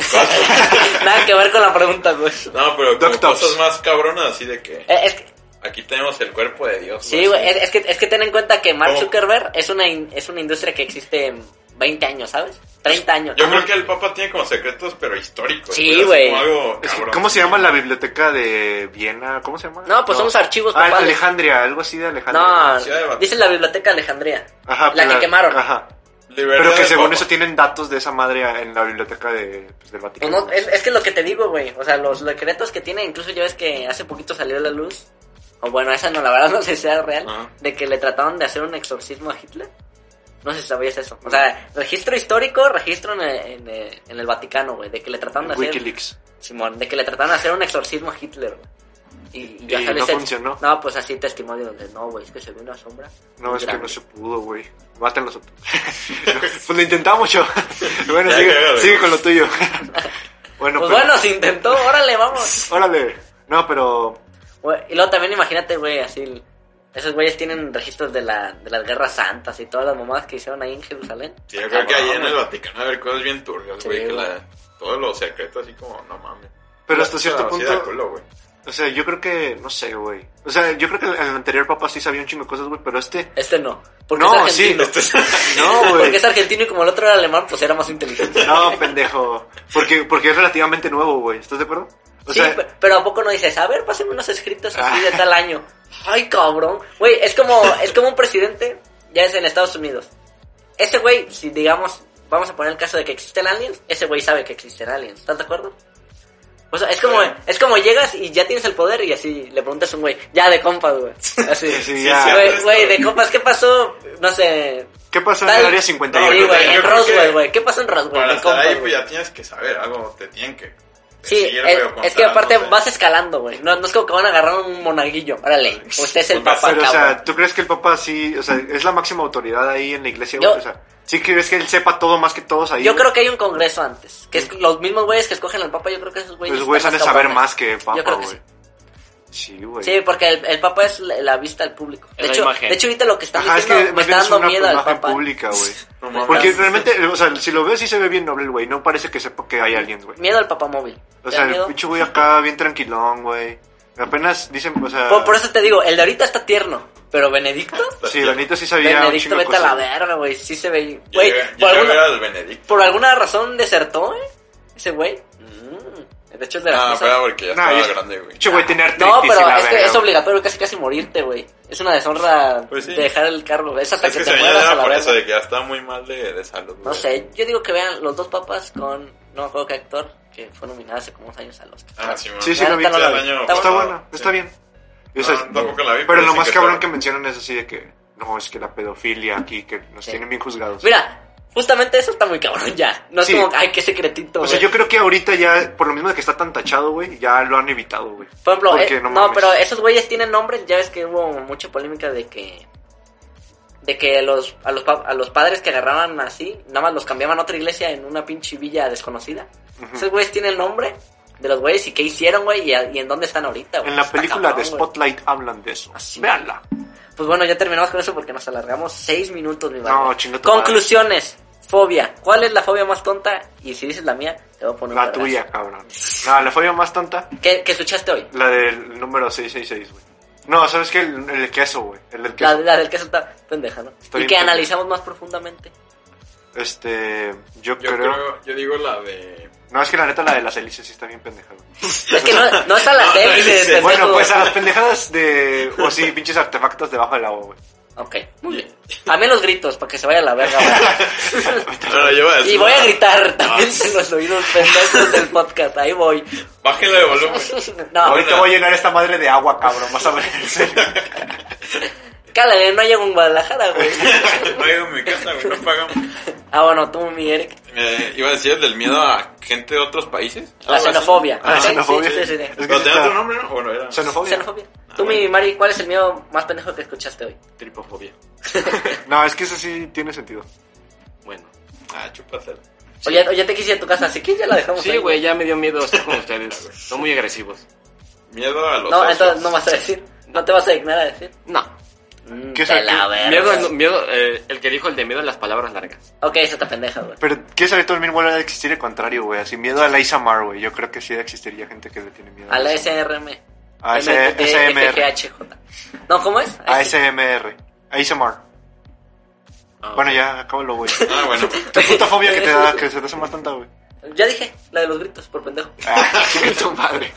Speaker 2: Nada que ver con la pregunta, güey.
Speaker 4: No, pero como
Speaker 1: Doctops.
Speaker 4: cosas más cabronas así de que
Speaker 2: Eh, Es que,
Speaker 4: aquí tenemos el cuerpo de Dios.
Speaker 2: sí, güey, es, es que, es que ten en cuenta que Mark
Speaker 4: Pues ¿Cómo?
Speaker 2: Zuckerberg es una, in- es una industria que existe en 20 años, ¿sabes? 30 años.
Speaker 4: Pues, Yo creo que el Papa tiene como secretos, pero históricos.
Speaker 2: Sí,
Speaker 4: así
Speaker 2: güey.
Speaker 4: como algo
Speaker 1: Es que,
Speaker 4: cabrón.
Speaker 1: ¿Cómo se llama la biblioteca de Viena? ¿Cómo se llama?
Speaker 2: No, pues son los archivos
Speaker 1: Ah,
Speaker 2: papales.
Speaker 1: Alejandría, algo así de Alejandría.
Speaker 2: No,
Speaker 4: Ciudad de Bat-
Speaker 2: dice la biblioteca Alejandría.
Speaker 1: Ajá,
Speaker 2: la
Speaker 1: pero-
Speaker 2: que quemaron.
Speaker 1: Ajá.
Speaker 4: Libertad
Speaker 1: Pero que
Speaker 4: del
Speaker 1: según
Speaker 4: Papa.
Speaker 1: eso tienen datos de esa madre en la biblioteca de, pues, del
Speaker 2: Pues
Speaker 1: Vaticano.
Speaker 2: no, es, es que lo que te digo, güey. O sea, los secretos que tiene, incluso yo es que hace poquito salió a la luz. O bueno, esa no, la verdad no sé si sea real.
Speaker 4: Ajá.
Speaker 2: De que le trataron de hacer un exorcismo a Hitler. No sé si sabías eso. O sea, registro histórico, registro en el, en el- en el Vaticano, güey. De que le trataron de hacer.
Speaker 1: Wikileaks.
Speaker 2: Simón, de que le trataron de hacer un exorcismo a Hitler, güey. Y, ya
Speaker 1: Y
Speaker 2: sale
Speaker 1: no
Speaker 2: ese-
Speaker 1: funcionó.
Speaker 2: No, pues así testimonio donde no, güey, es que se vio una sombra.
Speaker 1: No,
Speaker 2: muy
Speaker 1: es que
Speaker 2: grande".
Speaker 1: no se pudo, güey. Mátenlos. pues lo intentamos yo. bueno,
Speaker 4: Ya, ya,
Speaker 1: sigue,
Speaker 4: ya.
Speaker 1: sigue con lo tuyo. bueno,
Speaker 2: Pues
Speaker 1: pero-
Speaker 2: bueno, se intentó, órale, vamos.
Speaker 1: Órale. No, pero...
Speaker 2: Güey, Y luego también imagínate, güey, así. el- Esos güeyes tienen registros de, la, de las guerras santas y todas las mamadas que hicieron ahí en Jerusalén.
Speaker 4: Sí, yo creo que
Speaker 2: Cabrón,
Speaker 1: Ah,
Speaker 4: allá en el
Speaker 2: güey.
Speaker 4: Vaticano hay cosas bien turbias,
Speaker 2: Sí,
Speaker 4: güey. que
Speaker 2: güey.
Speaker 4: la- todos los secretos así como, no mames.
Speaker 1: Pero
Speaker 4: No,
Speaker 1: hasta cierto
Speaker 4: no, sí da
Speaker 1: punto...
Speaker 4: culo, güey.
Speaker 1: O sea, yo creo que... No sé, güey. O sea, yo creo que el, el anterior papá sí sabía un chingo de cosas, güey, pero este...
Speaker 2: Este no. Porque
Speaker 1: No,
Speaker 2: es
Speaker 1: sí. este
Speaker 2: argentino.
Speaker 1: No,
Speaker 2: Porque
Speaker 1: güey.
Speaker 2: es argentino y como el otro era alemán, pues era más inteligente.
Speaker 1: No, pendejo. Porque, porque es relativamente nuevo, güey. ¿Estás de acuerdo? O
Speaker 2: sí,
Speaker 1: sea, Ah.
Speaker 2: pe- pero ¿a poco no dices, a ver, pásame unos escritos así de tal año? Ay, cabrón. Güey, es como, es como un presidente, ya es en Estados Unidos. Ese güey, si digamos, vamos a poner el caso de que existen aliens, ese güey sabe que existen aliens, ¿estás de acuerdo? O sea, es como,
Speaker 4: Sí.
Speaker 2: es como llegas y ya tienes el poder y así le preguntas a un güey, ya de compas, güey. Así.
Speaker 1: sí, sí,
Speaker 4: sí,
Speaker 1: ya.
Speaker 4: sí,
Speaker 2: Güey,
Speaker 4: esto,
Speaker 2: güey,
Speaker 4: güey.
Speaker 2: de compas, ¿qué pasó? No sé.
Speaker 1: ¿Qué pasó en
Speaker 2: tal-
Speaker 1: el área
Speaker 2: Sí,
Speaker 1: 51?
Speaker 2: güey, en
Speaker 4: Yo creo que
Speaker 2: Roswell, güey. ¿Qué pasó en Roswell?
Speaker 4: Para
Speaker 2: De
Speaker 4: estar
Speaker 2: compas,
Speaker 4: ahí,
Speaker 2: güey.
Speaker 4: pues ya tienes que saber algo, te tienen que.
Speaker 2: Sí,
Speaker 4: decir,
Speaker 2: es,
Speaker 4: güey, o
Speaker 2: es que
Speaker 4: contar,
Speaker 2: aparte
Speaker 4: no sé.
Speaker 2: vas escalando, güey. No, no es como que van a agarrar un monaguillo. Órale,
Speaker 1: Pues,
Speaker 2: usted es el
Speaker 4: Puta,
Speaker 2: papá,
Speaker 1: Pero, o
Speaker 2: cabrón.
Speaker 1: sea, ¿tú crees que el papá sí, o sea, es la máxima autoridad ahí en la iglesia?
Speaker 2: Yo-
Speaker 1: güey? o sea, ¿sí crees que él sepa todo más que todos ahí?
Speaker 2: Yo creo que hay un congreso antes. Que es los mismos güeyes que escogen al papa. Pues Yo creo que esos güeyes.
Speaker 1: Los güeyes han
Speaker 2: están
Speaker 1: de saber
Speaker 2: cabrones.
Speaker 1: más que el papa,
Speaker 2: Yo creo que
Speaker 1: güey.
Speaker 2: sí.
Speaker 1: Sí, güey.
Speaker 2: Sí, porque el, el papa es la, la vista al público. De
Speaker 3: Es la
Speaker 2: hecho,
Speaker 3: imagen.
Speaker 2: de hecho, ahorita lo que están
Speaker 1: Ajá, es que
Speaker 2: diciendo me
Speaker 1: más
Speaker 2: está
Speaker 1: bien es
Speaker 2: dando
Speaker 1: una
Speaker 2: miedo al
Speaker 1: imagen
Speaker 2: papa.
Speaker 1: pública, güey.
Speaker 4: No mames.
Speaker 1: Porque realmente, o sea, si lo veo sí se ve bien noble el güey, no parece que sepa que hay alguien, güey.
Speaker 2: Miedo al papa móvil. ¿Te
Speaker 1: O
Speaker 2: da
Speaker 1: sea, el
Speaker 2: miedo?
Speaker 1: pinche güey acá bien tranquilón, güey. Apenas dicen, o sea...
Speaker 2: por, por eso te digo, el de ahorita está tierno. Pero Benedicto.
Speaker 1: Sí, Benito sí sabía un
Speaker 2: Benedicto,
Speaker 1: chingo de
Speaker 2: vete a la
Speaker 1: cosas.
Speaker 2: verga, güey. Sí se ve.
Speaker 4: Yo
Speaker 2: Güey,
Speaker 4: iba-
Speaker 2: por
Speaker 4: yo iba a ver
Speaker 2: alguna,
Speaker 4: al Benedicto.
Speaker 2: por alguna razón desertó, ¿eh? Ese güey. Mm, De hecho, es de las
Speaker 4: No,
Speaker 2: cosas-
Speaker 4: Ah, pero porque ya
Speaker 1: No,
Speaker 4: estaba
Speaker 1: yo-
Speaker 4: grande, güey.
Speaker 1: Pinche güey tiene artritis
Speaker 2: No,
Speaker 1: y
Speaker 2: pero
Speaker 1: la
Speaker 2: es que
Speaker 1: verga,
Speaker 2: es
Speaker 1: güey.
Speaker 2: obligatorio casi casi morirte, güey. Es una deshonra
Speaker 4: Pues sí.
Speaker 2: dejar el cargo. Es hasta
Speaker 4: Es
Speaker 2: que,
Speaker 4: que
Speaker 2: te
Speaker 4: Ah, se
Speaker 2: mueras a
Speaker 4: era
Speaker 2: la
Speaker 4: por
Speaker 2: vez.
Speaker 4: eso de que ya estaba muy mal de, de salud.
Speaker 2: No
Speaker 4: güey.
Speaker 2: sé, yo digo que vean los dos papas con no me acuerdo qué actor que fue nominado hace como unos años al Oscar.
Speaker 4: Ah, sí,
Speaker 1: Sí, sí,
Speaker 2: Ya
Speaker 1: lo vi.
Speaker 2: no la vi.
Speaker 4: Está
Speaker 1: Está,
Speaker 4: bueno.
Speaker 1: bueno, está bien. Y, o sea,
Speaker 4: No, tampoco la vi,
Speaker 1: pero
Speaker 4: pero
Speaker 1: lo
Speaker 4: sí
Speaker 1: más
Speaker 4: que
Speaker 1: cabrón
Speaker 4: está-
Speaker 1: que mencionan es así de que no, es que la pedofilia aquí, que nos
Speaker 2: Sí.
Speaker 1: tienen bien juzgados.
Speaker 2: Mira, justamente eso está muy cabrón ya. No es
Speaker 1: Sí.
Speaker 2: como, ay, qué secretito.
Speaker 1: o sea,
Speaker 2: güey.
Speaker 1: yo creo que ahorita ya, por lo mismo de que está tan tachado, güey, ya lo han evitado, güey.
Speaker 2: Por ejemplo,
Speaker 1: Porque
Speaker 2: eh, no,
Speaker 1: mames.
Speaker 2: pero esos güeyes tienen nombres, ya ves que hubo mucha polémica de que de que los a los pa- a los padres que agarraban así, nada más los cambiaban a otra iglesia en una pinche villa desconocida.
Speaker 1: Ujú.
Speaker 2: Esos güeyes tienen nombre de los güeyes y qué hicieron, güey, y, a- y en dónde están ahorita, güey.
Speaker 1: En la
Speaker 2: Está
Speaker 1: película
Speaker 2: cabrón,
Speaker 1: de
Speaker 2: güey.
Speaker 1: Spotlight hablan de eso.
Speaker 2: Así.
Speaker 1: Veanla.
Speaker 2: Pues bueno, ya terminamos con eso porque nos alargamos seis minutos, mi
Speaker 1: No,
Speaker 2: barba.
Speaker 1: chinga tu
Speaker 2: Conclusiones. Fobia. ¿Cuál es la fobia más tonta? Y si dices la mía, te voy a poner
Speaker 1: La
Speaker 2: un pedazo.
Speaker 1: tuya, cabrón. No, la fobia más tonta,
Speaker 2: ¿Qué, qué escuchaste hoy?
Speaker 1: la del número 666, güey. No, ¿sabes qué? El, el queso, güey. El del
Speaker 2: La,
Speaker 1: queso.
Speaker 2: la del que está pendeja, ¿no?
Speaker 1: Está
Speaker 2: y
Speaker 1: bien
Speaker 2: que
Speaker 1: pendeja.
Speaker 2: analizamos más profundamente.
Speaker 1: Este, yo,
Speaker 4: Yo,
Speaker 1: creo...
Speaker 4: creo, yo digo la de.
Speaker 1: No, es que la neta la de las hélices sí está bien pendeja, güey.
Speaker 2: Es que no, no es a las
Speaker 4: No, no
Speaker 2: hélices,
Speaker 4: dices.
Speaker 1: pues, ah.
Speaker 2: pendejo.
Speaker 1: Bueno, pues a las pendejadas de. O sí, pinches artefactos debajo del agua, güey.
Speaker 2: Ok. A mí los gritos, para que se vaya a la verga. ¿vale?
Speaker 4: Ahora yo voy a decir,
Speaker 2: Y voy a gritar también en los oídos pendejos del podcast. Ahí voy.
Speaker 4: Bájale de volumen.
Speaker 2: No,
Speaker 1: Ahorita voy a llenar esta madre de agua, cabrón. Vas a ver. en serio.
Speaker 2: cálale, no llego a Guadalajara, güey.
Speaker 4: No llego a mi casa, güey, no pagamos.
Speaker 2: Ah, bueno, tú, mi Eric.
Speaker 4: Eh, iba a decir el del miedo a gente de otros países.
Speaker 2: La xenofobia.
Speaker 1: Ah,
Speaker 2: Ok,
Speaker 1: xenofobia. Ah,
Speaker 2: Sí, sí, sí, sí.
Speaker 1: Es que
Speaker 4: ¿No
Speaker 1: sí
Speaker 4: tenía
Speaker 1: está-
Speaker 4: otro nombre, no? Bueno, era.
Speaker 1: Xenofobia.
Speaker 2: Xenofobia. Tú, mi Mari, ¿cuál es el miedo más pendejo que escuchaste hoy?
Speaker 3: Tripofobia.
Speaker 1: No, es que eso sí tiene sentido.
Speaker 3: Bueno.
Speaker 4: Ah, chupasel.
Speaker 2: Oye, oye, te quise a tu casa, así que ya la dejamos
Speaker 3: Sí,
Speaker 2: ahí.
Speaker 3: güey, ya me dio miedo estar con ustedes. Son muy agresivos.
Speaker 4: Miedo a los
Speaker 2: No,
Speaker 4: osos.
Speaker 2: entonces no vas a decir. No te vas a dignar a decir.
Speaker 3: No.
Speaker 2: Mm,
Speaker 1: ¿Qué
Speaker 2: te
Speaker 1: es
Speaker 2: la verga.
Speaker 3: Miedo, no, miedo eh, el que dijo el de miedo a las palabras largas.
Speaker 2: Ok, esa está pendeja, güey.
Speaker 1: Pero quiere saber todo el mismo vuelve a existir el contrario, güey. Así miedo a la Isamar, güey. Yo creo que sí existiría gente que le tiene miedo.
Speaker 2: A la
Speaker 1: eso.
Speaker 2: SRM.
Speaker 1: A S-
Speaker 2: MTT,
Speaker 1: SMR.
Speaker 2: FGHJ. No, ¿cómo es?
Speaker 1: A
Speaker 2: Ahí sí.
Speaker 1: SMR. A Isamar.
Speaker 3: Ah.
Speaker 1: Bueno, ya, acábalo, güey.
Speaker 4: Ah, bueno.
Speaker 1: ¿Qué puta fobia que te da, que se te hace más tonta, güey?
Speaker 2: Ya dije, la de los gritos, por pendejo.
Speaker 1: Ah,
Speaker 3: tu madre.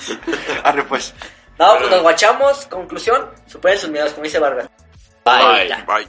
Speaker 1: arre, pues.
Speaker 2: No, pues nos guachamos. Conclusión, superen sus miedos, como dice Barbas. Bye. ya.
Speaker 4: Bye.